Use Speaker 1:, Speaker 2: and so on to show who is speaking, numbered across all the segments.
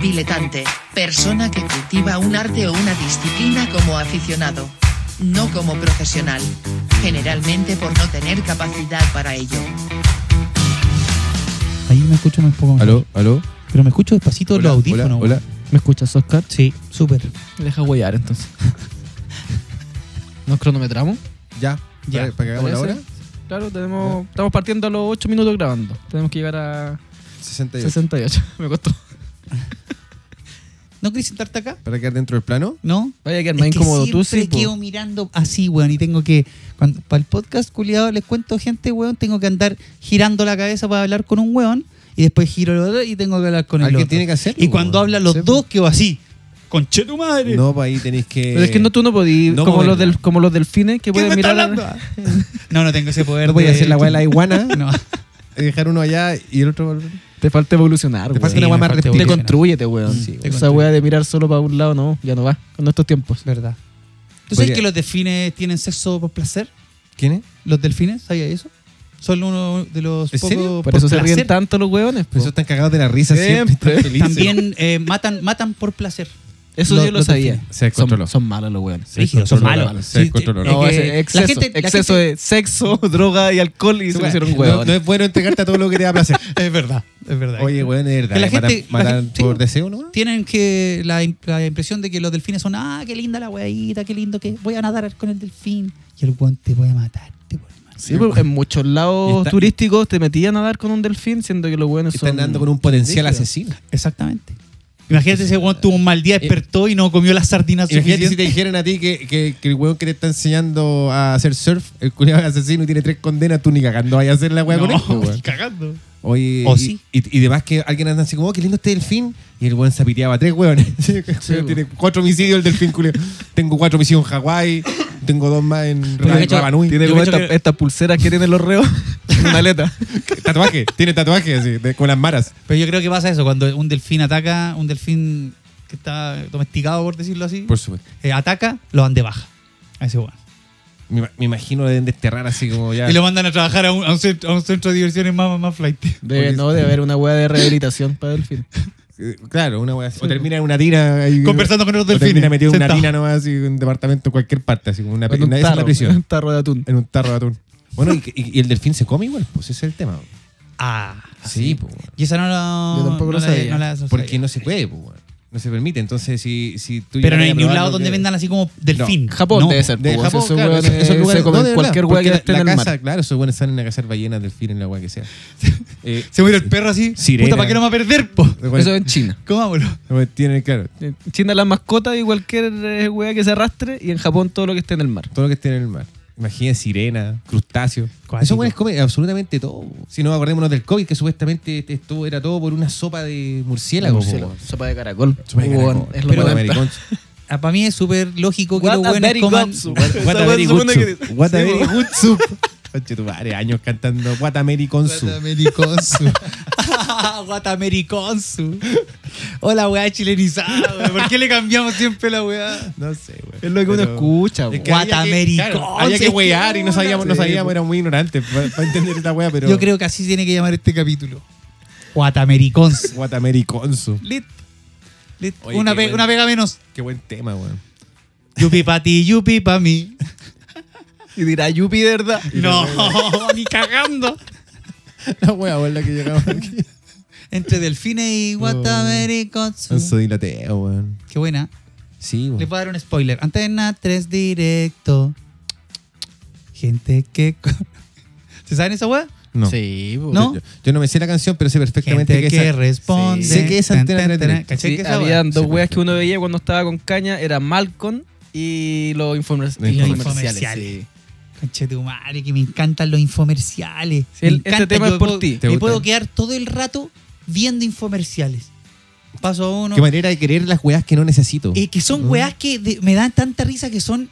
Speaker 1: diletante, persona que cultiva un arte o una disciplina como aficionado. No como profesional. Generalmente por no tener capacidad para ello.
Speaker 2: Ahí me escucho un poco mejor.
Speaker 3: Aló, aló.
Speaker 2: Pero me escucho despacito
Speaker 3: Hola,
Speaker 2: los audífonos.
Speaker 3: hola, hola.
Speaker 4: ¿Me escuchas, Oscar?
Speaker 2: Sí, súper.
Speaker 4: Deja huear entonces. ¿Nos cronometramos?
Speaker 3: Ya,
Speaker 2: Ya.
Speaker 3: ¿Para, para que hagamos la hora?
Speaker 4: ¿Parece? Claro, tenemos, estamos partiendo a los 8 minutos grabando. Tenemos que llegar a
Speaker 3: 68.
Speaker 4: 68. Me costó.
Speaker 2: ¿No querés sentarte acá?
Speaker 3: ¿Para quedar dentro del plano?
Speaker 2: ¿No?
Speaker 4: Vaya a quedar más
Speaker 2: Es que
Speaker 4: incómodo tú,
Speaker 2: siempre
Speaker 4: sí. po.
Speaker 2: quedo mirando así, weón, y tengo que... Para el podcast, culiado, les cuento gente, weón, tengo que andar girando la cabeza para hablar con un weón, y después giro el otro y tengo que hablar con el
Speaker 3: Alguien
Speaker 2: otro.
Speaker 3: tiene que hacerlo,
Speaker 2: Y cuando
Speaker 3: weón.
Speaker 2: hablan los
Speaker 3: Sí,
Speaker 2: dos, quedo así. ¡Conche tu madre!
Speaker 3: No, pues ahí tenéis que.
Speaker 4: Pero es que no, tú no podías,
Speaker 3: no
Speaker 4: como, los
Speaker 3: moverla.
Speaker 4: del, como los delfines
Speaker 2: ¿Qué
Speaker 4: que pueden
Speaker 2: me está
Speaker 4: mirar. a-
Speaker 2: hablando? No, no tengo ese poder.
Speaker 3: No voy a
Speaker 2: de-
Speaker 3: hacer la weá de la iguana,
Speaker 2: No.
Speaker 3: dejar uno allá y el otro.
Speaker 4: Te falta evolucionar,
Speaker 3: Te
Speaker 4: weón.
Speaker 3: falta
Speaker 2: Sí,
Speaker 3: una weá
Speaker 2: me
Speaker 3: más
Speaker 2: falta
Speaker 3: reptil.
Speaker 4: Te
Speaker 2: evolucionar.
Speaker 4: construyete, weón.
Speaker 2: Sí, te
Speaker 4: Esa
Speaker 2: construye.
Speaker 4: weá de mirar solo para un lado, no, ya no va. Con estos tiempos.
Speaker 2: Verdad. ¿Tú
Speaker 3: Podría-
Speaker 2: sabes que los delfines tienen sexo por placer?
Speaker 3: ¿Quién es?
Speaker 2: ¿Los delfines? ¿Sabías eso? Son uno de los
Speaker 3: ¿En serio?
Speaker 2: pocos
Speaker 4: Por eso se
Speaker 2: placer.
Speaker 4: ríen tanto los weones. po.
Speaker 3: Por eso Pues están cagados de la risa siempre.
Speaker 4: Siempre.
Speaker 3: están felices.
Speaker 2: También eh, matan, matan por placer.
Speaker 4: Eso
Speaker 2: Lo-
Speaker 4: yo lo
Speaker 2: los
Speaker 4: sabía.
Speaker 2: delfines.
Speaker 3: Se descontroló.
Speaker 4: Son, son malos los weones.
Speaker 3: Se descontroló
Speaker 2: son
Speaker 3: la-
Speaker 2: malos.
Speaker 3: Se
Speaker 2: Sí,
Speaker 3: descontroló.
Speaker 2: te-
Speaker 3: No,
Speaker 4: No,
Speaker 2: Es que
Speaker 4: ese
Speaker 2: la
Speaker 4: exceso,
Speaker 2: gente- la
Speaker 4: exceso de sexo, droga y alcohol y se lo hicieron
Speaker 3: no,
Speaker 4: hueones.
Speaker 3: no es bueno entregarte a todo lo que te da placer.
Speaker 2: Es verdad, es verdad.
Speaker 3: Oye, weón, es verdad.
Speaker 2: Que la
Speaker 3: ¿eh? Matan-
Speaker 2: gente- la
Speaker 3: matan
Speaker 2: gente- sí,
Speaker 3: por
Speaker 2: po.
Speaker 3: deseo, ¿no?
Speaker 2: Tienen que la, im- la impresión de que los delfines son, ah, qué linda la weadita, qué lindo que voy a nadar con el delfín. Y el weón te puede matar, te puede matar.
Speaker 4: Sí, pero en muchos lados
Speaker 3: Y está-
Speaker 4: turísticos te metían a nadar con un delfín, siendo que los buenos son...
Speaker 3: Están andando con un potencial
Speaker 4: rígidos.
Speaker 3: asesino.
Speaker 2: Exactamente. Imagínate ese weón tuvo un mal día, despertó y no comió las sardinas
Speaker 3: Imagínate si
Speaker 2: suficientes.
Speaker 3: te dijeran a ti que, que, que el weón que te está enseñando a hacer surf, el culiado es asesino y tiene tres condenas, tú ni cagando vayas a hacer la weá con él, po,
Speaker 2: No,
Speaker 3: weón.
Speaker 2: ni cagando.
Speaker 3: Oye,
Speaker 2: O
Speaker 3: y,
Speaker 2: sí.
Speaker 3: y, y demás que alguien anda así como, oh, qué lindo este delfín. Y el weón se apiteaba a tres weones. Sí, el weón tiene cuatro homicidios el delfín, culio. tengo cuatro homicidios en Hawái, tengo dos más en
Speaker 2: Pero
Speaker 3: Ra-
Speaker 2: de hecho,
Speaker 3: Rapa Nui.
Speaker 4: Tiene
Speaker 2: Yo
Speaker 4: como
Speaker 2: cacho
Speaker 4: esta- estas
Speaker 2: que-
Speaker 4: pulseras que tienen los reos en una aleta.
Speaker 3: Tatuaje, tiene tatuaje así, de- con las maras.
Speaker 2: Pero yo creo que pasa eso, cuando un delfín ataca, un delfín que está domesticado, por decirlo así,
Speaker 3: Por supuesto.
Speaker 2: eh, ataca, lo dan de baja. A ese weón.
Speaker 3: Me, ima- me imagino lo deben desterrar así como ya.
Speaker 2: Y lo mandan a trabajar a un, a un centro, a un centro de diversiones más, más flight.
Speaker 4: Debe, no, debe haber una hueá de rehabilitación para delfín.
Speaker 3: Eh, Claro, una wea así. O termina en una tina. ahí-
Speaker 2: Conversando con
Speaker 3: o
Speaker 2: otros
Speaker 3: Termina
Speaker 2: delfines.
Speaker 3: metido en una
Speaker 2: sentado.
Speaker 3: tina nomás, así, en un departamento en cualquier parte, así como una,
Speaker 4: En
Speaker 3: pri-
Speaker 4: un
Speaker 3: una- esa es la
Speaker 4: tarro,
Speaker 3: prisión.
Speaker 4: Un tarro de atún.
Speaker 3: En un tarro de atún. Bueno, y, y- y el delfín se come igual, pues ese es el tema.
Speaker 2: Ah.
Speaker 3: Sí, pues.
Speaker 2: Y esa no lo.
Speaker 4: Yo tampoco
Speaker 2: no
Speaker 4: lo
Speaker 2: la-
Speaker 4: sabía.
Speaker 2: no la- no
Speaker 3: Porque
Speaker 2: sabía.
Speaker 3: no se puede, pues, weón. no se permite. Entonces, si, si tú
Speaker 2: Pero no
Speaker 3: llegas
Speaker 2: hay
Speaker 3: a
Speaker 2: ni un
Speaker 3: probar
Speaker 2: lado
Speaker 3: lo
Speaker 2: donde
Speaker 3: que-
Speaker 2: vendan Pues, así como delfín.
Speaker 4: Japón
Speaker 2: No,
Speaker 4: debe ser.
Speaker 3: De
Speaker 4: po,
Speaker 3: Japón,
Speaker 4: esos
Speaker 3: claro,
Speaker 4: hueones
Speaker 3: esos- esos lugares-
Speaker 4: se comen
Speaker 3: no, de
Speaker 4: cualquier
Speaker 3: verdad,
Speaker 4: hueá que
Speaker 3: porque
Speaker 4: esté
Speaker 3: la,
Speaker 4: en
Speaker 3: la
Speaker 4: el
Speaker 3: casa,
Speaker 4: mar.
Speaker 3: Claro, esos buenos salen a cazar ballenas, delfines, la hueá que sea. Eh,
Speaker 2: Se muere el perro así.
Speaker 3: Sirena.
Speaker 2: Puta, ¿para qué no me va a perder, po?
Speaker 3: bueno,
Speaker 4: Eso es en China.
Speaker 2: Comámoslo.
Speaker 3: bueno, tienen, claro,
Speaker 4: En China las mascotas y cualquier eh, hueá que se arrastre y en Japón todo lo que esté en el mar.
Speaker 3: todo lo que esté en el mar. Imagina sirena, crustáceo.
Speaker 2: Cuático.
Speaker 3: Esos buenos comen absolutamente todo. Si no, acordémonos del COVID, que supuestamente este, esto era todo por una sopa de murciélago. po,
Speaker 4: Murciélago.
Speaker 3: weón.
Speaker 4: Sopa de caracol.
Speaker 3: Sopa de
Speaker 4: Hueón,
Speaker 3: caracol.
Speaker 4: Es lo
Speaker 3: Pero
Speaker 4: más
Speaker 3: maricón.
Speaker 2: Para Ah, mí es súper lógico que
Speaker 4: What
Speaker 2: los
Speaker 4: a
Speaker 2: buenos
Speaker 4: very
Speaker 2: coman.
Speaker 4: good soup.
Speaker 3: What a
Speaker 4: Esa
Speaker 3: very
Speaker 4: hueá
Speaker 3: good
Speaker 4: supone que
Speaker 3: soup. What a
Speaker 4: Sí,
Speaker 3: very
Speaker 4: po.
Speaker 3: good soup. Oye, tú, madre, años cantando What American soup.
Speaker 2: Guatamericónsu. Guatamericónsu. Hola, weá chilenizada, weá. ¿Por qué le cambiamos siempre la weá?
Speaker 3: No sé, güey.
Speaker 4: Es lo que uno escucha,
Speaker 3: Es
Speaker 4: güey.
Speaker 3: que había que-
Speaker 2: Guatamericón,
Speaker 3: claro, Había que
Speaker 2: es que
Speaker 3: wear y no
Speaker 2: una-
Speaker 3: sabíamos, no
Speaker 4: Sí,
Speaker 3: sabíamos,
Speaker 4: pues.
Speaker 3: era muy ignorante para entender esta wea, pero.
Speaker 2: Yo creo que así tiene que llamar este capítulo. Guatamericónsu.
Speaker 3: Guatamericonsu.
Speaker 2: Lit. Lit.
Speaker 3: Oye,
Speaker 2: una,
Speaker 3: qué
Speaker 2: pe-
Speaker 3: buen-
Speaker 2: una pega menos.
Speaker 3: Qué buen tema, weón.
Speaker 2: Yupi pa' ti, yupi pa' mí.
Speaker 4: Y dirá Yupi de verdad.
Speaker 2: No, ni cagando.
Speaker 3: La wea, weón, la que llegamos aquí.
Speaker 2: Entre delfines y
Speaker 3: Anso
Speaker 2: Guatamericónsu.
Speaker 3: dilateo, weón.
Speaker 2: Qué buena.
Speaker 3: Sí,
Speaker 2: Les
Speaker 3: weón.
Speaker 2: voy a dar un spoiler. Antena 3 directo. Gente que. co- ¿Se saben esa weá?
Speaker 3: No.
Speaker 4: Sí, po.
Speaker 2: ¿No?
Speaker 3: Yo, yo no me sé la canción, pero sé perfectamente
Speaker 2: Gente que,
Speaker 3: que esa.
Speaker 2: responde.
Speaker 4: Sí. Sé
Speaker 3: que es Antena 3 directo.
Speaker 2: ¿Cachai
Speaker 4: Sí,
Speaker 2: que esa weá? pues,
Speaker 4: habían dos
Speaker 3: Sí,
Speaker 4: weas
Speaker 3: perfecto.
Speaker 4: que uno veía cuando estaba con caña, era Malcolm y los informes,
Speaker 3: Los
Speaker 4: y los
Speaker 2: infomerciales.
Speaker 4: infomerciales, sí.
Speaker 2: Conche tu madre, que me encantan los infomerciales.
Speaker 4: Sí, el-
Speaker 2: Me
Speaker 4: este
Speaker 2: encanta,
Speaker 4: tema
Speaker 2: yo
Speaker 4: es por
Speaker 2: puedo-
Speaker 4: ti.
Speaker 3: ¿Te
Speaker 2: Me
Speaker 3: gusta?
Speaker 2: puedo quedar todo el rato viendo infomerciales. Paso uno.
Speaker 3: Qué manera de querer las weas que no necesito.
Speaker 2: Eh, que son
Speaker 3: Mm.
Speaker 2: weas que de- me dan tanta risa que son.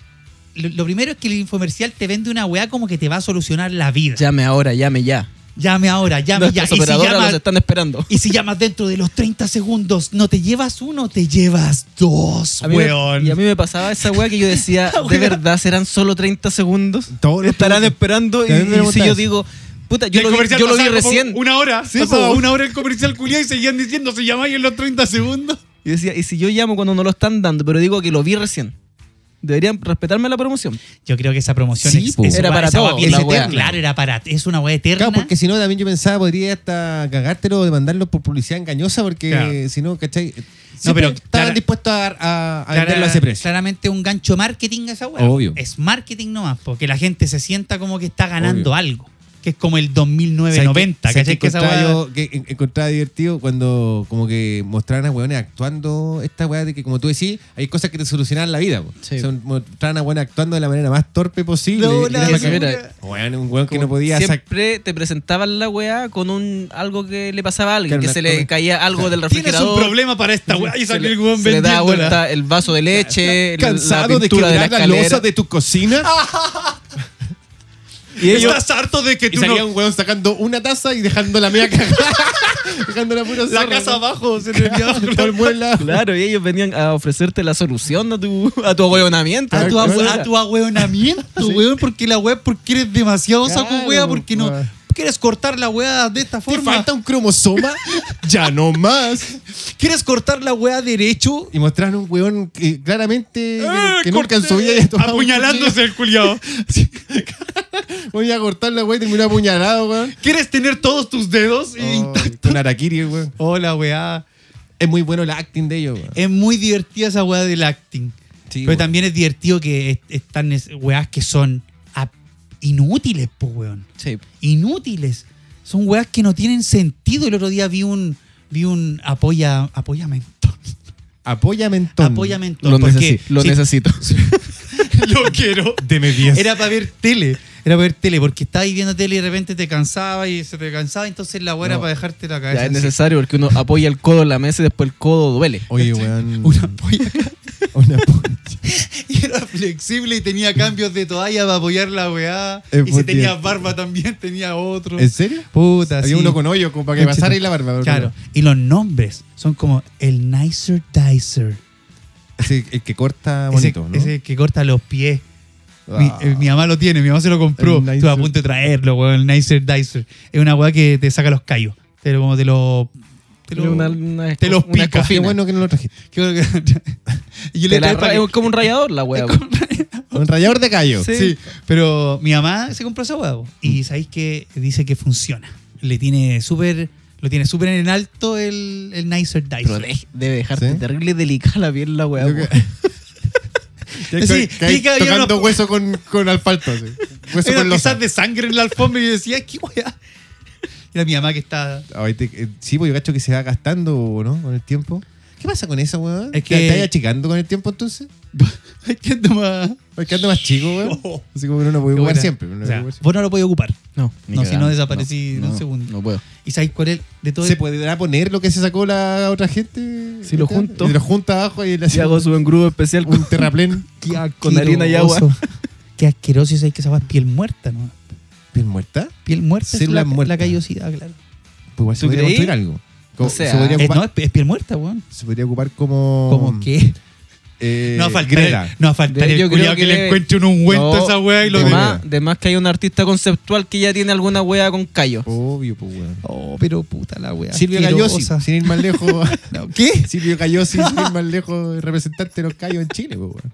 Speaker 2: Lo, lo primero es que el infomercial te vende una wea como que te va a solucionar la vida.
Speaker 4: Llame ahora, llame ya.
Speaker 2: Llame ahora, llame ya.
Speaker 4: Nuestras
Speaker 2: Y si
Speaker 4: operadoras
Speaker 2: llama-
Speaker 4: los están esperando.
Speaker 2: Y si llamas dentro de los 30 segundos, no te llevas uno, te llevas dos,
Speaker 4: A mí me-
Speaker 2: weón.
Speaker 4: y a mí me pasaba esa wea que yo decía, ¿de verdad serán solo 30 segundos?
Speaker 3: Todos los
Speaker 4: Estarán
Speaker 3: preguntan-
Speaker 4: esperando y,
Speaker 3: También me
Speaker 4: y si
Speaker 3: preguntan
Speaker 4: yo
Speaker 3: eso.
Speaker 4: digo, puta, yo lo vi, yo lo vi recién.
Speaker 2: Una hora.
Speaker 4: Sí, pasaba po.
Speaker 2: una hora el comercial culiado y seguían diciendo, se llamáis en los 30 segundos.
Speaker 4: Y decía, y si yo llamo cuando no lo están dando, pero digo que lo vi recién. Deberían respetarme la promoción.
Speaker 2: Yo creo que esa promoción
Speaker 3: Sí,
Speaker 2: es-
Speaker 3: po.
Speaker 2: esa
Speaker 4: Era
Speaker 2: weá-
Speaker 4: para
Speaker 2: esa
Speaker 4: todo,
Speaker 2: weá bien
Speaker 4: la
Speaker 2: eterna.
Speaker 4: weá.
Speaker 2: Claro, era para. Es una weá eterna.
Speaker 3: Claro, porque si no, también yo pensaba, podría hasta cagártelo o demandarlo por publicidad engañosa, porque
Speaker 2: Claro.
Speaker 3: si no, ¿cachai?
Speaker 2: No, pero
Speaker 3: Siempre estaban
Speaker 2: clara-
Speaker 3: dispuestos a, a- a
Speaker 2: Clara-
Speaker 3: venderlo a ese precio.
Speaker 2: Claramente un gancho marketing esa weá.
Speaker 3: Obvio.
Speaker 2: Es marketing nomás, porque la gente se sienta como que está ganando
Speaker 3: Obvio.
Speaker 2: algo. Que es como el 2990.
Speaker 3: 90,
Speaker 2: ¿Cachai? Que, esa
Speaker 3: encontraba,
Speaker 2: weá-
Speaker 3: yo- que en- encontraba divertido cuando como que mostraban a hueones actuando esta hueá de que como tú decís, hay cosas que te solucionan la vida. po.
Speaker 4: Sí.
Speaker 3: O sea, mostraban a hueones actuando de la manera más torpe posible.
Speaker 2: No,
Speaker 3: Y
Speaker 2: la
Speaker 3: era para
Speaker 4: basura.
Speaker 3: que- Hueón, un hueón que no podía sacar.
Speaker 4: Siempre te presentaban la weá con un algo que le pasaba a alguien,
Speaker 3: Claro,
Speaker 4: que
Speaker 3: una-
Speaker 4: se le caía algo del
Speaker 2: Tienes un
Speaker 4: refrigerador.
Speaker 2: problema para esta weá. Y
Speaker 4: se
Speaker 2: salió
Speaker 4: le,
Speaker 2: el weón
Speaker 4: se le daba
Speaker 2: vendiéndola.
Speaker 4: vuelta el vaso de leche, la- la
Speaker 3: Cansado de Ah,
Speaker 4: pintura de, la
Speaker 3: quebrar las
Speaker 4: escalera.
Speaker 3: losas de tu cocina.
Speaker 4: Y ellos-
Speaker 2: Estás harto de que
Speaker 3: y
Speaker 2: tú no-
Speaker 3: salía un hueón sacando una taza y dejando la media cagada. dejando la pura
Speaker 2: La
Speaker 3: zorra,
Speaker 2: casa
Speaker 3: ¿no?
Speaker 2: abajo se te olvidaba.
Speaker 3: Todo el mueble al lado.
Speaker 4: Claro, y ellos venían a ofrecerte la solución a tu, a tu ahueonamiento.
Speaker 2: A tu,
Speaker 3: Claro,
Speaker 2: ahue- a tu ahueonamiento, weón, porque la weá, porque eres demasiado saco
Speaker 3: Claro,
Speaker 2: weá, porque no
Speaker 3: weón.
Speaker 2: quieres cortar la weá de esta
Speaker 3: ¿Te
Speaker 2: forma.
Speaker 3: falta un cromosoma? ya no más.
Speaker 2: ¿Quieres cortar la weá derecho?
Speaker 3: Y mostraron un hueón que claramente que- eh, que nunca
Speaker 2: Eh, corté,
Speaker 3: en su vida había tomado un
Speaker 2: apuñalándose el culiao.
Speaker 3: cuchillo. Voy a cortar la weá y terminó apuñalado, weón.
Speaker 2: ¿Quieres tener todos tus dedos?
Speaker 3: Oh, Con Arakiri, weón.
Speaker 2: Hola, weá.
Speaker 3: Es muy bueno el acting de ellos, weón.
Speaker 2: Es muy divertida esa weá del acting.
Speaker 3: Sí,
Speaker 2: pero
Speaker 3: weón.
Speaker 2: también es divertido que est- están es- weás que son ap- inútiles, pues, weón.
Speaker 4: Sí.
Speaker 2: inútiles. Son weas que no tienen sentido. El otro día vi un vi un apoya apoyamento.
Speaker 3: Apóyamento.
Speaker 2: Apoyamento.
Speaker 4: Lo,
Speaker 2: porque
Speaker 4: necesi- lo
Speaker 2: sí,
Speaker 4: necesito.
Speaker 2: lo quiero.
Speaker 3: Deme 10.
Speaker 2: Era para ver tele. Era para ver tele, porque estabas ahí viendo tele y de repente te cansaba y se te cansaba, entonces la wea era
Speaker 3: No.
Speaker 2: para dejarte la
Speaker 4: Ya
Speaker 2: cabeza.
Speaker 4: es
Speaker 2: así.
Speaker 4: necesario porque uno apoya el codo en la mesa y después el codo duele.
Speaker 3: Oye, weón.
Speaker 2: Una polla
Speaker 3: Una apoya-
Speaker 2: y era flexible y tenía cambios de toalla para apoyar la weá.
Speaker 3: Es
Speaker 2: y si
Speaker 3: muy
Speaker 2: tenía
Speaker 3: tierno.
Speaker 2: barba también, tenía otro.
Speaker 3: ¿En serio?
Speaker 2: Puta,
Speaker 3: Había
Speaker 2: sí.
Speaker 3: uno con hoyo, como para que
Speaker 2: Conchita.
Speaker 3: pasara y la barba. weón.
Speaker 2: Claro. Y los nombres son como el Nicer Dicer.
Speaker 3: Ese- el que corta bonito,
Speaker 2: ese,
Speaker 3: ¿no?
Speaker 2: ese que corta los pies. Mi,
Speaker 3: Ah.
Speaker 2: eh, mi mamá lo tiene, mi mamá se lo compró.
Speaker 3: El Nicer.
Speaker 2: Estuve a punto de traerlo, weón. El Nicer Dicer. Es una weá que te saca los callos. Te lo, como te lo. Te lo.
Speaker 4: Una- una-
Speaker 2: te los
Speaker 4: una
Speaker 2: pica.
Speaker 3: Qué
Speaker 4: escofina.
Speaker 3: bueno que no lo trajiste.
Speaker 2: Qué bueno que- Y yo le
Speaker 4: Te la
Speaker 2: traje para
Speaker 4: ra-
Speaker 2: que-
Speaker 4: es como un rayador la wea.
Speaker 3: Un rayador de callo.
Speaker 4: Sí.
Speaker 2: Sí, pero mi mamá se compró esa weá. po.
Speaker 3: Mm.
Speaker 2: Y sabéis que dice que funciona. Le tiene súper. Lo tiene súper en el alto el, el Nicer
Speaker 4: Pero
Speaker 2: Dicer.
Speaker 4: de- debe dejarte
Speaker 3: Sí.
Speaker 4: terrible delicada la piel la wea.
Speaker 3: Yo
Speaker 4: po.
Speaker 3: Ya
Speaker 2: Sí,
Speaker 3: ca- caí
Speaker 2: y que había
Speaker 3: tocando
Speaker 2: unos-
Speaker 3: hueso con, con asfalto. así. Hueso
Speaker 2: Eran
Speaker 3: con losa.
Speaker 2: piezas de sangre en la alfombra y yo decía, ¿qué weá? Era mi mamá que está.
Speaker 3: Ay, te- eh, sí, pues yo cacho que se va gastando, ¿no? Con el tiempo. ¿Qué pasa con esa, weón?
Speaker 2: Es
Speaker 3: ¿Te-
Speaker 2: que-
Speaker 3: ¿Te estás achicando con el tiempo entonces?
Speaker 2: Ay, qué ando más-
Speaker 3: ¿Vas quedando más chico, weón?
Speaker 2: Oh.
Speaker 3: Así como que uno no puede
Speaker 2: Qué
Speaker 3: jugar
Speaker 2: buena.
Speaker 3: siempre. uno no
Speaker 2: O sea, pues,
Speaker 3: puede jugar siempre.
Speaker 2: vos no lo podés ocupar.
Speaker 4: No,
Speaker 2: ni No, si cagando. no desaparecí en un segundo.
Speaker 4: No puedo.
Speaker 2: ¿Y sabéis cuál es? De todo
Speaker 3: ¿Se podrá poner lo que se sacó la otra gente?
Speaker 4: Si lo junto.
Speaker 3: Si lo junta abajo y le
Speaker 4: Si
Speaker 3: hace
Speaker 4: hago su engrudo especial con
Speaker 3: un terraplén.
Speaker 2: Qué
Speaker 4: con harina y agua.
Speaker 2: asqueroso. Qué asqueroso es que esa weá es piel muerta, ¿no?
Speaker 3: ¿Bien muerta?
Speaker 2: Piel muerta
Speaker 3: Célula
Speaker 2: es la,
Speaker 3: muerta.
Speaker 2: la callosidad, claro.
Speaker 3: Pues igual se
Speaker 4: ¿Tú
Speaker 3: podría
Speaker 4: creí?
Speaker 3: construir algo. Como-
Speaker 4: sea,
Speaker 3: se, podría
Speaker 2: Es,
Speaker 3: ocupar,
Speaker 2: no, es, es piel muerta, weón.
Speaker 3: se podría ocupar como.
Speaker 2: Como que.
Speaker 3: eh,
Speaker 2: No va a faltar
Speaker 3: greda.
Speaker 2: el- no va a faltar
Speaker 4: Yo
Speaker 2: el
Speaker 4: creo
Speaker 2: culiao que,
Speaker 4: que-
Speaker 2: le encuentre un ungüento
Speaker 4: No,
Speaker 2: a esa weá y lo
Speaker 3: de
Speaker 2: de...
Speaker 3: más.
Speaker 4: Además, además que hay un artista conceptual que ya tiene alguna wea con callo.
Speaker 3: Obvio, pues, weón.
Speaker 2: Oh, pero puta la weá.
Speaker 3: Silvio Gallosi, pues,
Speaker 2: asquerosa.
Speaker 3: sin ir más lejos.
Speaker 2: No, ¿Qué?
Speaker 3: Silvio Cayosi, sin ir más lejos, representante de los callos en Chile, pues, weón.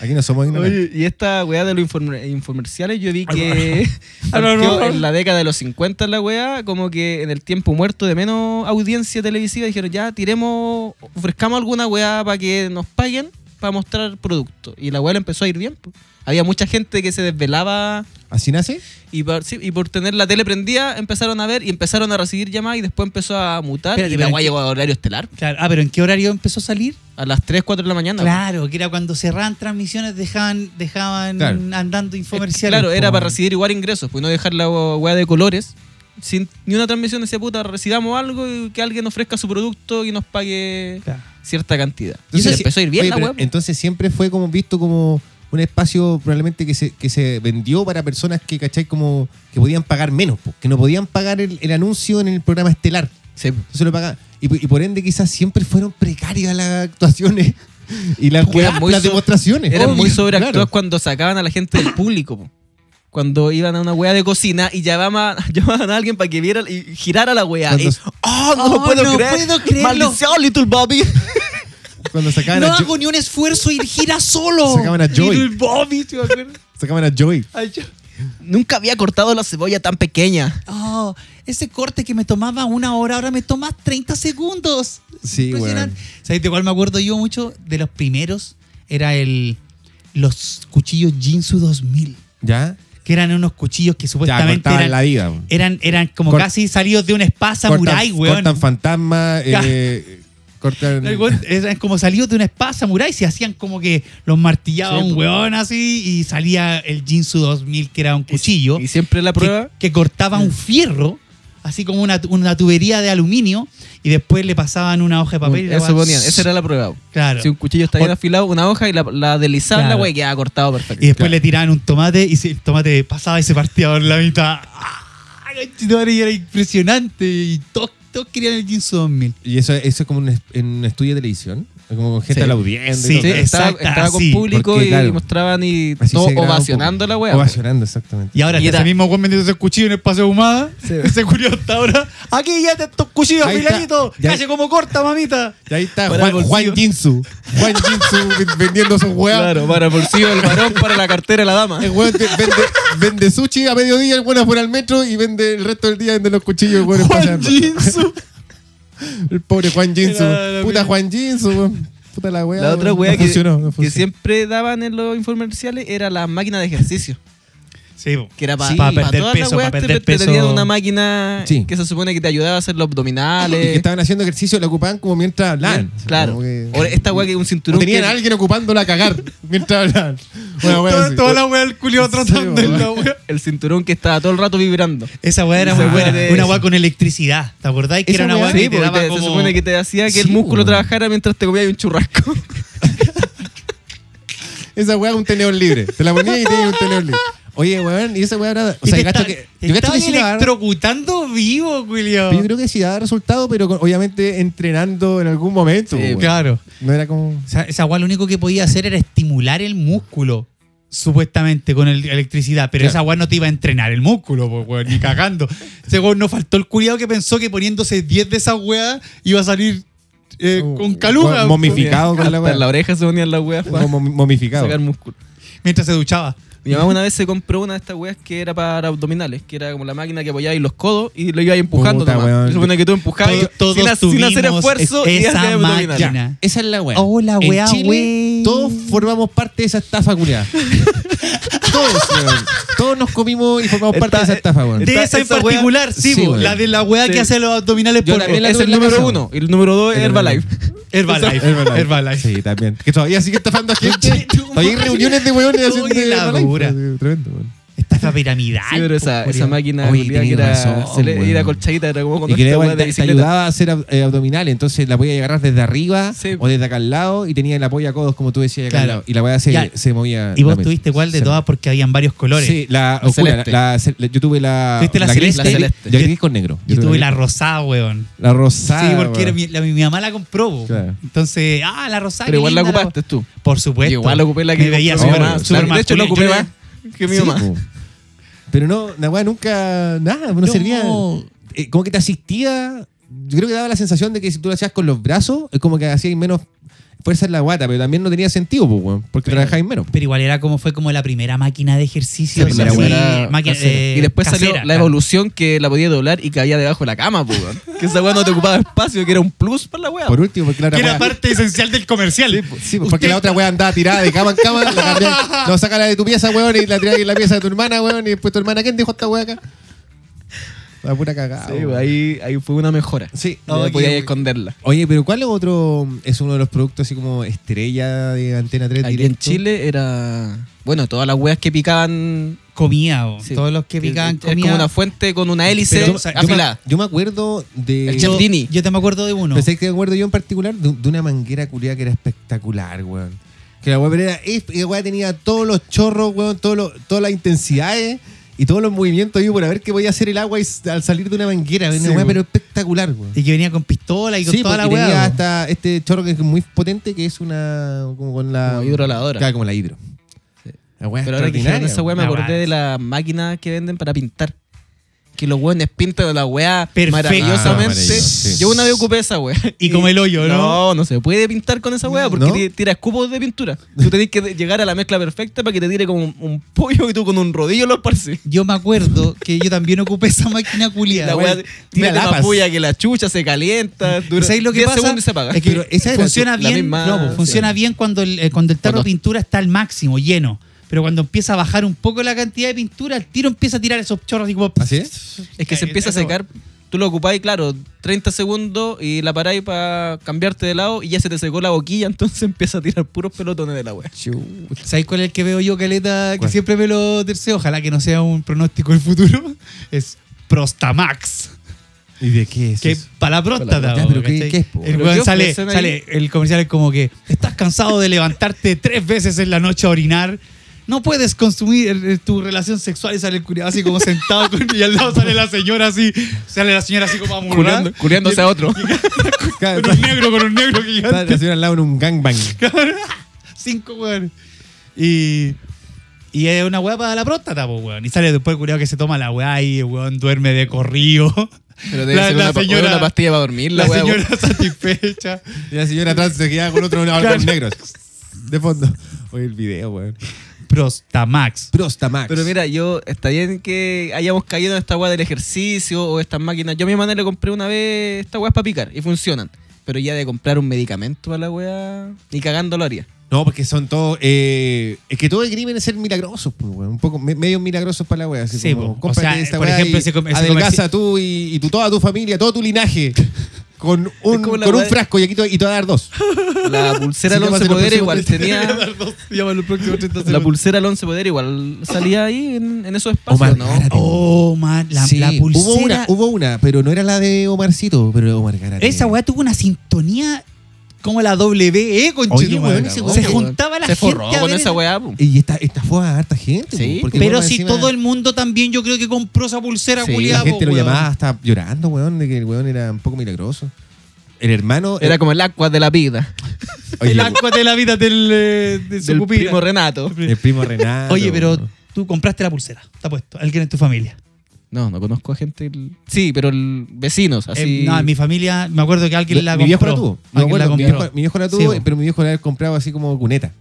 Speaker 3: Aquí no somos ignorantes.
Speaker 4: Oye, y esta weá de los inform- infomerciales, yo vi que partió en la década de los 50 la weá, como que en el tiempo muerto de menos audiencia televisiva, dijeron ya tiremos, ofrezcamos alguna weá para que nos paguen para mostrar productos. Y la weá le empezó a ir bien. po. Había mucha gente que se desvelaba
Speaker 3: ¿Así nace?
Speaker 4: y por, sí, y por tener la tele prendida empezaron a ver y empezaron a recibir llamadas y después empezó a mutar
Speaker 2: Espérate,
Speaker 4: y la
Speaker 2: pero
Speaker 4: weá
Speaker 2: ¿qué-
Speaker 4: llegó a horario estelar
Speaker 2: Claro. Ah, pero ¿en qué horario empezó a salir?
Speaker 4: a las 3, 4 de la mañana. po.
Speaker 2: Claro, que era cuando cerraban transmisiones, dejaban, dejaban
Speaker 3: Claro.
Speaker 2: andando
Speaker 4: Es que,
Speaker 2: infomerciales.
Speaker 4: Claro, era
Speaker 2: po.
Speaker 4: para recibir igual ingresos, pues no dejar la weá de colores. Sin ni una transmisión decía puta, recibamos algo y que alguien ofrezca su producto y nos pague
Speaker 2: Claro.
Speaker 4: cierta cantidad.
Speaker 3: Entonces,
Speaker 4: Entonces
Speaker 3: sí-
Speaker 4: empezó a ir bien
Speaker 3: oye,
Speaker 4: la
Speaker 3: pero
Speaker 4: weá. pues.
Speaker 3: Entonces siempre fue como visto como un espacio probablemente que se, que se vendió para personas que, ¿cachai? Como que podían pagar menos, po, que no podían pagar el, el anuncio en el programa estelar.
Speaker 4: Sí,
Speaker 3: Entonces lo pagaban. Y, por- y por ende quizás siempre fueron precarias las actuaciones y las,
Speaker 4: Porque eran
Speaker 3: weas,
Speaker 4: muy
Speaker 3: las
Speaker 4: so-
Speaker 3: demostraciones.
Speaker 4: eran
Speaker 3: Obvio,
Speaker 4: muy sobreactuados
Speaker 3: claro.
Speaker 4: cuando sacaban a la gente del público. po. Cuando iban a una weá de cocina y llamaban, a- llamaban a alguien para que viera y girara la weá.
Speaker 3: Cuando-
Speaker 4: Y, ¡Oh, no
Speaker 2: Oh,
Speaker 4: lo puedo
Speaker 2: no
Speaker 4: creer!
Speaker 2: puedo creerlo.
Speaker 4: ¡Maldición, Little Bobby!
Speaker 3: Cuando sacaban,
Speaker 2: No
Speaker 3: a Jo-
Speaker 2: hago ni un esfuerzo y gira solo.
Speaker 3: Sacaban a Joy.
Speaker 4: Little Bobby, ¿te acuerdas?
Speaker 3: sacaban a Joey.
Speaker 4: Ay, yo- Nunca había cortado la cebolla tan pequeña.
Speaker 2: Oh, ese corte que me tomaba una hora, ahora me toma 30 segundos.
Speaker 3: Sí,
Speaker 2: Impresionante.
Speaker 3: weón.
Speaker 2: ¿Sabes de cuál me acuerdo yo mucho? De los primeros. Era el. Los cuchillos Jinsu 2000.
Speaker 3: ¿Ya?
Speaker 2: Que eran unos cuchillos que
Speaker 3: Ya
Speaker 2: supuestamente
Speaker 3: cortaban
Speaker 2: eran,
Speaker 3: la vida. weón.
Speaker 2: eran. eran como
Speaker 3: Cort-
Speaker 2: casi salidos de una espada samurái,
Speaker 3: cortan,
Speaker 2: weón.
Speaker 3: Cortan fantasmas,
Speaker 2: Ya.
Speaker 3: eh, cortan...
Speaker 2: El weón Eran como salidos de una espada samurái. Se hacían como que los martillaba
Speaker 4: Sí,
Speaker 2: un
Speaker 4: po.
Speaker 2: weón así. Y salía el Jinsu 2000, que era un cuchillo.
Speaker 4: Y siempre la prueba.
Speaker 2: que, que cortaba un fierro, así como una, una tubería de aluminio, y después le pasaban una hoja de papel y la
Speaker 4: Eso
Speaker 2: weá-
Speaker 4: ponían, esa era la prueba.
Speaker 2: Claro.
Speaker 4: Si un cuchillo está bien
Speaker 2: O-
Speaker 4: afilado, una hoja y la, la deslizaban,
Speaker 2: Claro.
Speaker 4: la wea quedaba cortado perfecto.
Speaker 2: Y después le tiraban un tomate y se- el tomate pasaba y se partía por la mitad. ¡Ah! conchetumare! Y era impresionante. Y todos, todos querían el Jinsu 2000.
Speaker 3: Y eso, eso es como un, es- en un estudio de televisión. Como con gente
Speaker 4: Sí.
Speaker 3: de la audiencia.
Speaker 2: Sí,
Speaker 3: y todo.
Speaker 2: es-
Speaker 4: estaba,
Speaker 2: exacta,
Speaker 4: estaba con
Speaker 2: así,
Speaker 4: público
Speaker 3: porque,
Speaker 4: y
Speaker 3: claro,
Speaker 4: mostraban y
Speaker 3: Así
Speaker 4: todo
Speaker 3: se graba un
Speaker 4: ovacionando
Speaker 3: poco.
Speaker 4: la wea.
Speaker 3: Ovacionando, exactamente.
Speaker 2: Y ahora,
Speaker 4: Y
Speaker 2: está
Speaker 4: era-
Speaker 2: ese mismo Juan vendiendo ese cuchillo en espacio ahumada, ese curio hasta ahora. Aquí ya te estos cuchillos
Speaker 3: Ahí está.
Speaker 2: afiladitos.
Speaker 3: Ya-
Speaker 2: Calle como corta, mamita.
Speaker 3: Y ahí está
Speaker 4: Para el
Speaker 3: Juan, Juan Jinsu. Juan Jinsu vendiendo sus weas.
Speaker 4: Claro, para el bolsillo del varón, para la cartera de la dama.
Speaker 3: El weón te- vende, vende sushi a mediodía, el weón afuera al metro y vende el resto del día vende los cuchillos. El, weón en
Speaker 2: Juan
Speaker 3: pasando.
Speaker 2: Jinsu.
Speaker 3: el pobre Juan Jinsu.
Speaker 2: Era la
Speaker 3: Puta
Speaker 2: mierda.
Speaker 3: Juan Jinsu, weón. Puta la wea.
Speaker 4: La otra
Speaker 3: weón.
Speaker 4: wea
Speaker 3: No
Speaker 4: que,
Speaker 3: funcionó, no
Speaker 4: que
Speaker 3: funcionó.
Speaker 4: siempre daban en los infomerciales era la máquina de ejercicio.
Speaker 2: Sí,
Speaker 4: Que era para
Speaker 2: sí, pa perder peso, para perder
Speaker 4: te, tenían
Speaker 2: peso.
Speaker 4: una máquina
Speaker 3: Sí.
Speaker 4: que se supone que te ayudaba a hacer los
Speaker 3: Y
Speaker 4: abdominales.
Speaker 3: que estaban haciendo ejercicio, la ocupaban como mientras hablaban.
Speaker 4: Claro.
Speaker 3: Como que-
Speaker 4: O esta wea que un
Speaker 3: O
Speaker 4: cinturón.
Speaker 3: tenían
Speaker 4: que-
Speaker 3: a alguien ocupándola a cagar mientras hablaban. Una wea
Speaker 2: Toda-
Speaker 3: así.
Speaker 2: toda la wea del culio trotando en la wea.
Speaker 4: El cinturón que estaba todo el rato vibrando.
Speaker 2: Esa weá era
Speaker 4: Esa
Speaker 2: muy
Speaker 4: weá
Speaker 2: buena.
Speaker 4: de-
Speaker 2: Una weá con electricidad. ¿Te acordáis que
Speaker 3: Esa
Speaker 2: era una weá
Speaker 3: weá-
Speaker 4: Sí,
Speaker 2: que te
Speaker 4: porque
Speaker 2: daba
Speaker 4: te-
Speaker 2: como...
Speaker 4: se supone que te hacía que el
Speaker 3: Sí,
Speaker 4: músculo
Speaker 3: weón.
Speaker 4: trabajara mientras te comías un churrasco.
Speaker 3: Esa weá es un tenedor libre. Te la ponía y tenías un tenedor libre. Oye, weón, y esa weá era. O
Speaker 2: Y
Speaker 3: sea,
Speaker 2: te
Speaker 3: gasto
Speaker 2: está-
Speaker 3: que.
Speaker 2: te
Speaker 3: Yo gasto
Speaker 2: estaba
Speaker 3: que sí la-
Speaker 2: electrocutando vivo, Julio.
Speaker 3: Yo creo que sí daba resultado, pero con- obviamente entrenando en algún momento.
Speaker 4: Sí,
Speaker 3: weón.
Speaker 2: Claro.
Speaker 3: No era como.
Speaker 2: O sea, esa weá lo único que podía hacer era estimular el músculo, supuestamente, con el- electricidad. Pero
Speaker 3: Claro.
Speaker 2: esa weá no te iba a entrenar el músculo, po, weón, ni cagando. Ese weón no faltó el culiado que pensó que poniéndose 10 de esas weas iba a salir eh, con caluga.
Speaker 3: Mo- Momificado con la
Speaker 4: Hasta
Speaker 3: weá.
Speaker 4: en la oreja se ponían las weas para
Speaker 3: Mo- mo- momificado.
Speaker 4: sacar músculo.
Speaker 2: Mientras se duchaba.
Speaker 4: Mi mamá una vez se compró una de estas weas que era para abdominales, que era como la máquina que apoyabais los codos y lo ibas empujando.
Speaker 3: Puta,
Speaker 4: nomás.
Speaker 3: weón.
Speaker 4: Se supone que tú empujabas
Speaker 2: Todo-
Speaker 4: y-
Speaker 2: todos
Speaker 4: sin, ha- sin hacer
Speaker 2: tuvimos
Speaker 4: esfuerzo
Speaker 2: es-
Speaker 4: y
Speaker 2: esa
Speaker 4: hacías abdominales.
Speaker 2: máquina.
Speaker 3: Ya, esa es la weá.
Speaker 2: Oh, la
Speaker 3: En
Speaker 2: weá,
Speaker 3: Chile,
Speaker 2: wey.
Speaker 3: Todos formamos parte de esa estafa, culiada. todos, weón. Todos nos comimos y formamos parte de esa estafa, weón.
Speaker 2: eh, De
Speaker 4: Esta-
Speaker 2: esa, en
Speaker 4: esa weá-
Speaker 2: particular, sí,
Speaker 3: Sí,
Speaker 2: po,
Speaker 3: weón.
Speaker 2: la de la weá
Speaker 4: Sí.
Speaker 2: que hace los abdominales
Speaker 3: Yo
Speaker 2: por
Speaker 3: también la
Speaker 4: Ese
Speaker 3: tuve
Speaker 4: es
Speaker 3: en
Speaker 4: el
Speaker 3: la
Speaker 4: número
Speaker 3: casa.
Speaker 4: uno. Y el número dos es
Speaker 3: Herbalife.
Speaker 4: Herbalife.
Speaker 2: Herbalife.
Speaker 3: Herbalife.
Speaker 2: Herbalife.
Speaker 3: Sí, también. Que todavía sigue estafando a gente. todavía hay reuniones de weones
Speaker 2: Oye,
Speaker 3: haciendo
Speaker 2: la
Speaker 3: Herbalife.
Speaker 2: dura.
Speaker 3: Sí, Tremendo, weón.
Speaker 2: Estafa piramidal.
Speaker 4: Sí, pero esa,
Speaker 2: po,
Speaker 4: esa
Speaker 2: culiao.
Speaker 4: máquina
Speaker 3: Oye,
Speaker 4: culiá, que
Speaker 3: tenés
Speaker 4: era,
Speaker 3: razón,
Speaker 4: se le,
Speaker 3: weón.
Speaker 4: era colchadita, era como con
Speaker 3: Y que
Speaker 4: esta
Speaker 3: luego
Speaker 4: wea de
Speaker 3: te, te
Speaker 4: bicicleta.
Speaker 3: ayudaba a hacer ab- eh, abdominales, entonces la podía agarrar desde arriba
Speaker 4: Sí.
Speaker 3: o desde acá al lado y tenía el apoyo a codos, como tú decías, acá
Speaker 2: Claro.
Speaker 3: al lado. Y la weá se,
Speaker 2: Ya.
Speaker 3: se
Speaker 2: ¿Y
Speaker 3: movía.
Speaker 2: vos
Speaker 3: lentamente.
Speaker 2: tuviste cuál de
Speaker 3: Se-
Speaker 2: todas? Porque habían varios colores.
Speaker 3: Sí, la
Speaker 4: La
Speaker 3: oscura.
Speaker 4: celeste.
Speaker 3: la- la ce- la- yo tuve la.
Speaker 2: ¿Tuviste la
Speaker 3: gris-
Speaker 2: celeste?
Speaker 4: celeste.
Speaker 3: La gris con negro.
Speaker 2: Yo tuve la
Speaker 3: gris-
Speaker 2: rosada, weón.
Speaker 3: La rosada.
Speaker 2: sí, porque era
Speaker 3: weón.
Speaker 2: mi, la- mi mamá la compró. po.
Speaker 3: Claro.
Speaker 2: Entonces, ah, la rosada.
Speaker 4: Pero
Speaker 2: qué
Speaker 4: igual la
Speaker 2: linda,
Speaker 4: ocupaste tú.
Speaker 2: Por supuesto.
Speaker 4: Yo igual ocupé la que
Speaker 2: Me veía
Speaker 4: compró
Speaker 3: mi
Speaker 2: súper
Speaker 3: mamá.
Speaker 2: súper
Speaker 4: La- De hecho,
Speaker 2: masculino.
Speaker 4: la ocupé
Speaker 2: Yo-
Speaker 4: más que mi
Speaker 3: Sí, pues,
Speaker 4: mamá.
Speaker 3: po. Pero no, la weá nunca. Nada, no,
Speaker 2: No.
Speaker 3: servía. Eh, como que te asistía. Yo creo que daba la sensación de que si tú lo hacías con los brazos, es como que hacías menos fuerza en la guata, pero también no tenía sentido, pues, weón, porque trabajáis menos.
Speaker 2: Pero igual era como fue como la primera máquina de ejercicio.
Speaker 3: La primera
Speaker 2: así,
Speaker 3: weá
Speaker 4: era
Speaker 2: máquina-
Speaker 4: casera.
Speaker 2: eh,
Speaker 4: y después
Speaker 2: casera,
Speaker 4: salió la
Speaker 2: claro.
Speaker 4: evolución que la podía doblar y caía debajo de la cama, po, weón. Que esa weá no te ocupaba espacio, que era un plus para la weá.
Speaker 3: Por último, porque la otra
Speaker 2: Que era
Speaker 3: weá-
Speaker 2: parte esencial del comercial.
Speaker 3: Sí, pues, porque
Speaker 2: Usted-
Speaker 3: la otra weá andaba tirada de cama en cama, la cambiaba, no, sácala de tu pieza, weón, y la tiraba en la pieza de tu hermana, weón, y después tu hermana, ¿quién dejó esta weá acá? La pura cagada.
Speaker 4: Sí,
Speaker 3: weón.
Speaker 4: weón, ahí, ahí fue una mejora.
Speaker 3: Sí.
Speaker 4: Ya
Speaker 2: Ok,
Speaker 4: podía
Speaker 2: ok.
Speaker 4: esconderla.
Speaker 3: Oye, pero ¿cuál es otro? Es uno de los productos así como estrella de Antena 3
Speaker 4: Aquí en
Speaker 3: directo?
Speaker 4: Chile era. Bueno, todas las weas que picaban.
Speaker 2: Comía, bo.
Speaker 4: sí,
Speaker 2: todos los que picaban
Speaker 4: es
Speaker 2: comía.
Speaker 4: como una fuente con una hélice
Speaker 2: Pero,
Speaker 3: O sea, yo, me,
Speaker 4: afilada.
Speaker 3: yo me acuerdo de.
Speaker 4: El
Speaker 2: Yo-
Speaker 4: chef Dini.
Speaker 2: Yo te me acuerdo de uno.
Speaker 3: Pensé que me acuerdo yo en particular de, de una manguera culiada que era espectacular, weón. Que la weá pero era. es- La weá tenía todos los chorros, weón, todos los- todas las intensidades y todos los movimientos, yo, por haber que podía hacer el agua y s- al salir de una manguera.
Speaker 4: Sí,
Speaker 3: una weá,
Speaker 4: weón.
Speaker 3: pero espectacular, weón.
Speaker 2: Y que venía con pistola y con
Speaker 3: Sí,
Speaker 2: toda la
Speaker 3: porque tenía
Speaker 2: weá. bo.
Speaker 3: hasta este chorro que es muy potente, que es una. como con la.
Speaker 4: Como hidroladora.
Speaker 3: Claro, como la hidro. La weá
Speaker 4: Pero ahora que dijeron
Speaker 3: extraordinaria,
Speaker 4: esa weá, me
Speaker 2: Una
Speaker 4: acordé
Speaker 2: weá.
Speaker 4: de las máquinas que venden para pintar. que los weones pintan la weá
Speaker 2: Perfecto.
Speaker 3: Ah,
Speaker 4: maravillosamente.
Speaker 3: maravilloso, sí.
Speaker 4: Yo una vez ocupé esa weá.
Speaker 2: Y como el hoyo, ¿no?
Speaker 4: No, no se puede pintar con esa weá porque
Speaker 3: ¿No?
Speaker 4: ti- tira escupos de pintura. Tú tenés que de- llegar a la mezcla perfecta para que te tire como un, un pollo y tú con un rodillo lo esparcís.
Speaker 2: Yo me acuerdo que yo también ocupé esa máquina culiada.
Speaker 4: La
Speaker 3: weá
Speaker 4: weá
Speaker 3: tira
Speaker 4: tira la
Speaker 3: lapas.
Speaker 4: puya que la chucha se calienta. Dura
Speaker 2: ¿Sabes lo que
Speaker 4: 10
Speaker 2: pasa?
Speaker 4: segundos y se apaga.
Speaker 2: Es que
Speaker 3: Pero esa era
Speaker 2: funciona
Speaker 4: tu- la
Speaker 2: bien,
Speaker 4: misma-
Speaker 2: no, pues,
Speaker 4: sí.
Speaker 2: funciona bien cuando el, eh, cuando el tarro
Speaker 4: Cuando-
Speaker 2: de pintura está al máximo, lleno. Pero cuando empieza a bajar un poco la cantidad de pintura, el tiro empieza a tirar esos chorros y como...
Speaker 3: ¿Así es?
Speaker 4: Es que se empieza a secar. Tú lo ocupáis, claro, 30 segundos y la paráis para cambiarte de lado y ya se te secó la boquilla, entonces empieza a tirar puros pelotones de la wea.
Speaker 2: ¿Sabéis cuál es el que veo yo, Caleta, que
Speaker 3: ¿Cuál?
Speaker 2: siempre me lo terceo? Ojalá que no sea un pronóstico del futuro. Es Prostamax.
Speaker 3: ¿Y de qué es
Speaker 2: que
Speaker 3: eso?
Speaker 2: para la próstata.
Speaker 3: Ya,
Speaker 2: po,
Speaker 3: pero ¿qué-
Speaker 2: ¿cachai?
Speaker 3: qué es, po?
Speaker 2: el
Speaker 4: Pero
Speaker 2: weón
Speaker 4: ¿qué
Speaker 2: sale,
Speaker 4: ofrecen ahí?
Speaker 2: sale, el comercial es como que estás cansado de levantarte tres veces en la noche a orinar. No puedes consumir eh, tu relación sexual y sale el culiado así como sentado con- y al lado sale la señora así, sale la señora así como amurrada.
Speaker 4: Culeando- Culeándose a otro.
Speaker 3: Claro,
Speaker 2: Con un negro, con un negro
Speaker 3: Está
Speaker 2: gigante.
Speaker 3: la señora al lado en un gangbang.
Speaker 2: Cinco weones. Y, y es una weá para la próstata, po, weón. Y sale después el culiado que se toma la weá y el weón duerme de corrido.
Speaker 4: Pero
Speaker 2: La- la señora-
Speaker 4: una pastilla para dormir, la,
Speaker 2: La
Speaker 4: wea.
Speaker 2: señora satisfecha.
Speaker 3: Y la señora atrás se queda con otro lado
Speaker 2: Claro.
Speaker 3: con negros. De fondo. Oye, el video, weón.
Speaker 2: Prostamax.
Speaker 3: Prostamax.
Speaker 4: Pero mira, yo, está bien que hayamos caído en esta wea del ejercicio o estas máquinas. Yo a mi manera le compré una vez estas weas para picar y funcionan. Pero ya de comprar un medicamento a la wea, ni cagando lo haría.
Speaker 3: No, porque son todos. eh, es que todos crimen es ser milagrosos, pues, weón. Un poco, me- medio milagrosos para la wea. Así
Speaker 2: Sí,
Speaker 3: como,
Speaker 2: po.
Speaker 3: cómprate
Speaker 2: O sea,
Speaker 3: esta
Speaker 2: por
Speaker 3: wea
Speaker 2: ejemplo,
Speaker 3: y
Speaker 2: ese com- ese
Speaker 3: adelgaza
Speaker 2: comerci-
Speaker 3: tú y, y tu- toda tu familia, todo tu linaje. Con un,
Speaker 4: como
Speaker 3: con
Speaker 4: la
Speaker 3: un
Speaker 4: wea de-
Speaker 3: frasco y aquí te, y te va a dar dos.
Speaker 4: La pulsera
Speaker 3: Sí,
Speaker 4: al
Speaker 3: llámase
Speaker 4: 11
Speaker 3: lo
Speaker 4: poder
Speaker 3: próximo
Speaker 4: igual
Speaker 3: que te-
Speaker 4: tenía. La pulsera al 11 poder igual salía ahí en, en esos espacios,
Speaker 3: Omar
Speaker 4: ¿no?
Speaker 3: Garate.
Speaker 2: Oh, man, la,
Speaker 3: Sí,
Speaker 2: la pulsera.
Speaker 3: Hubo una, hubo una, pero no era la de Omarcito, pero Omar Garate.
Speaker 2: Esa weá tuvo una sintonía como la WE,
Speaker 3: Oye,
Speaker 2: conchetumadre.
Speaker 3: weón, ese weón,
Speaker 2: Se
Speaker 3: weón.
Speaker 2: juntaba la
Speaker 4: Se
Speaker 2: gente.
Speaker 4: forró
Speaker 2: a
Speaker 4: con
Speaker 2: ver-
Speaker 4: esa weá. po.
Speaker 3: Y esta, esta fue a harta gente.
Speaker 4: Sí,
Speaker 3: po, porque
Speaker 2: Pero
Speaker 3: más
Speaker 2: si
Speaker 3: encima-
Speaker 2: todo el mundo también, yo creo que compró esa pulsera,
Speaker 4: Sí,
Speaker 2: culiada,
Speaker 3: La gente
Speaker 2: po,
Speaker 3: lo
Speaker 2: weón.
Speaker 3: llamaba hasta llorando, weón, de que el weón era un poco milagroso. El hermano.
Speaker 4: Era como el agua de la vida.
Speaker 3: Oye,
Speaker 2: El asco de la vida del, eh, de su
Speaker 4: Del
Speaker 2: pupila.
Speaker 4: primo Renato.
Speaker 3: el primo Renato.
Speaker 2: Oye, pero tú compraste la pulsera. Está puesto. Alguien en tu familia.
Speaker 4: No, no conozco a gente. el- Sí, pero el- vecinos, así.
Speaker 2: Eh, no, en mi familia, me acuerdo que alguien la
Speaker 3: Ah, mi viejo
Speaker 2: compró.
Speaker 3: la tuvo. Me
Speaker 2: Alguien la
Speaker 3: acuerdo, mi,
Speaker 2: compró.
Speaker 3: viejo, mi viejo la
Speaker 2: Sí,
Speaker 3: tuvo,
Speaker 2: weón.
Speaker 3: pero mi viejo la había comprado así como cuneta.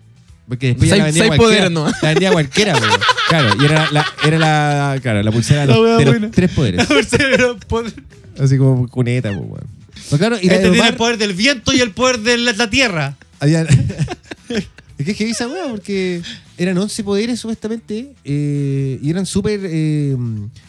Speaker 3: Porque después ya
Speaker 4: Seis-
Speaker 3: la vendía
Speaker 4: seis
Speaker 3: cualquiera.
Speaker 4: poderes, ¿no?
Speaker 3: La vendía cualquiera, weón. Claro, y era la, era la, claro, la pulsera de
Speaker 2: La wea
Speaker 3: los, de los
Speaker 2: buena.
Speaker 3: tres poderes.
Speaker 2: La pulsera era poder-
Speaker 3: Así como cuneta, pues, weón. Pero claro, y la
Speaker 2: este
Speaker 3: de
Speaker 2: tiene
Speaker 3: Omar
Speaker 2: el poder del viento y el poder de la, la tierra.
Speaker 3: había... Es que es que esa weá, porque eran 11 poderes supuestamente eh, y eran súper. eh,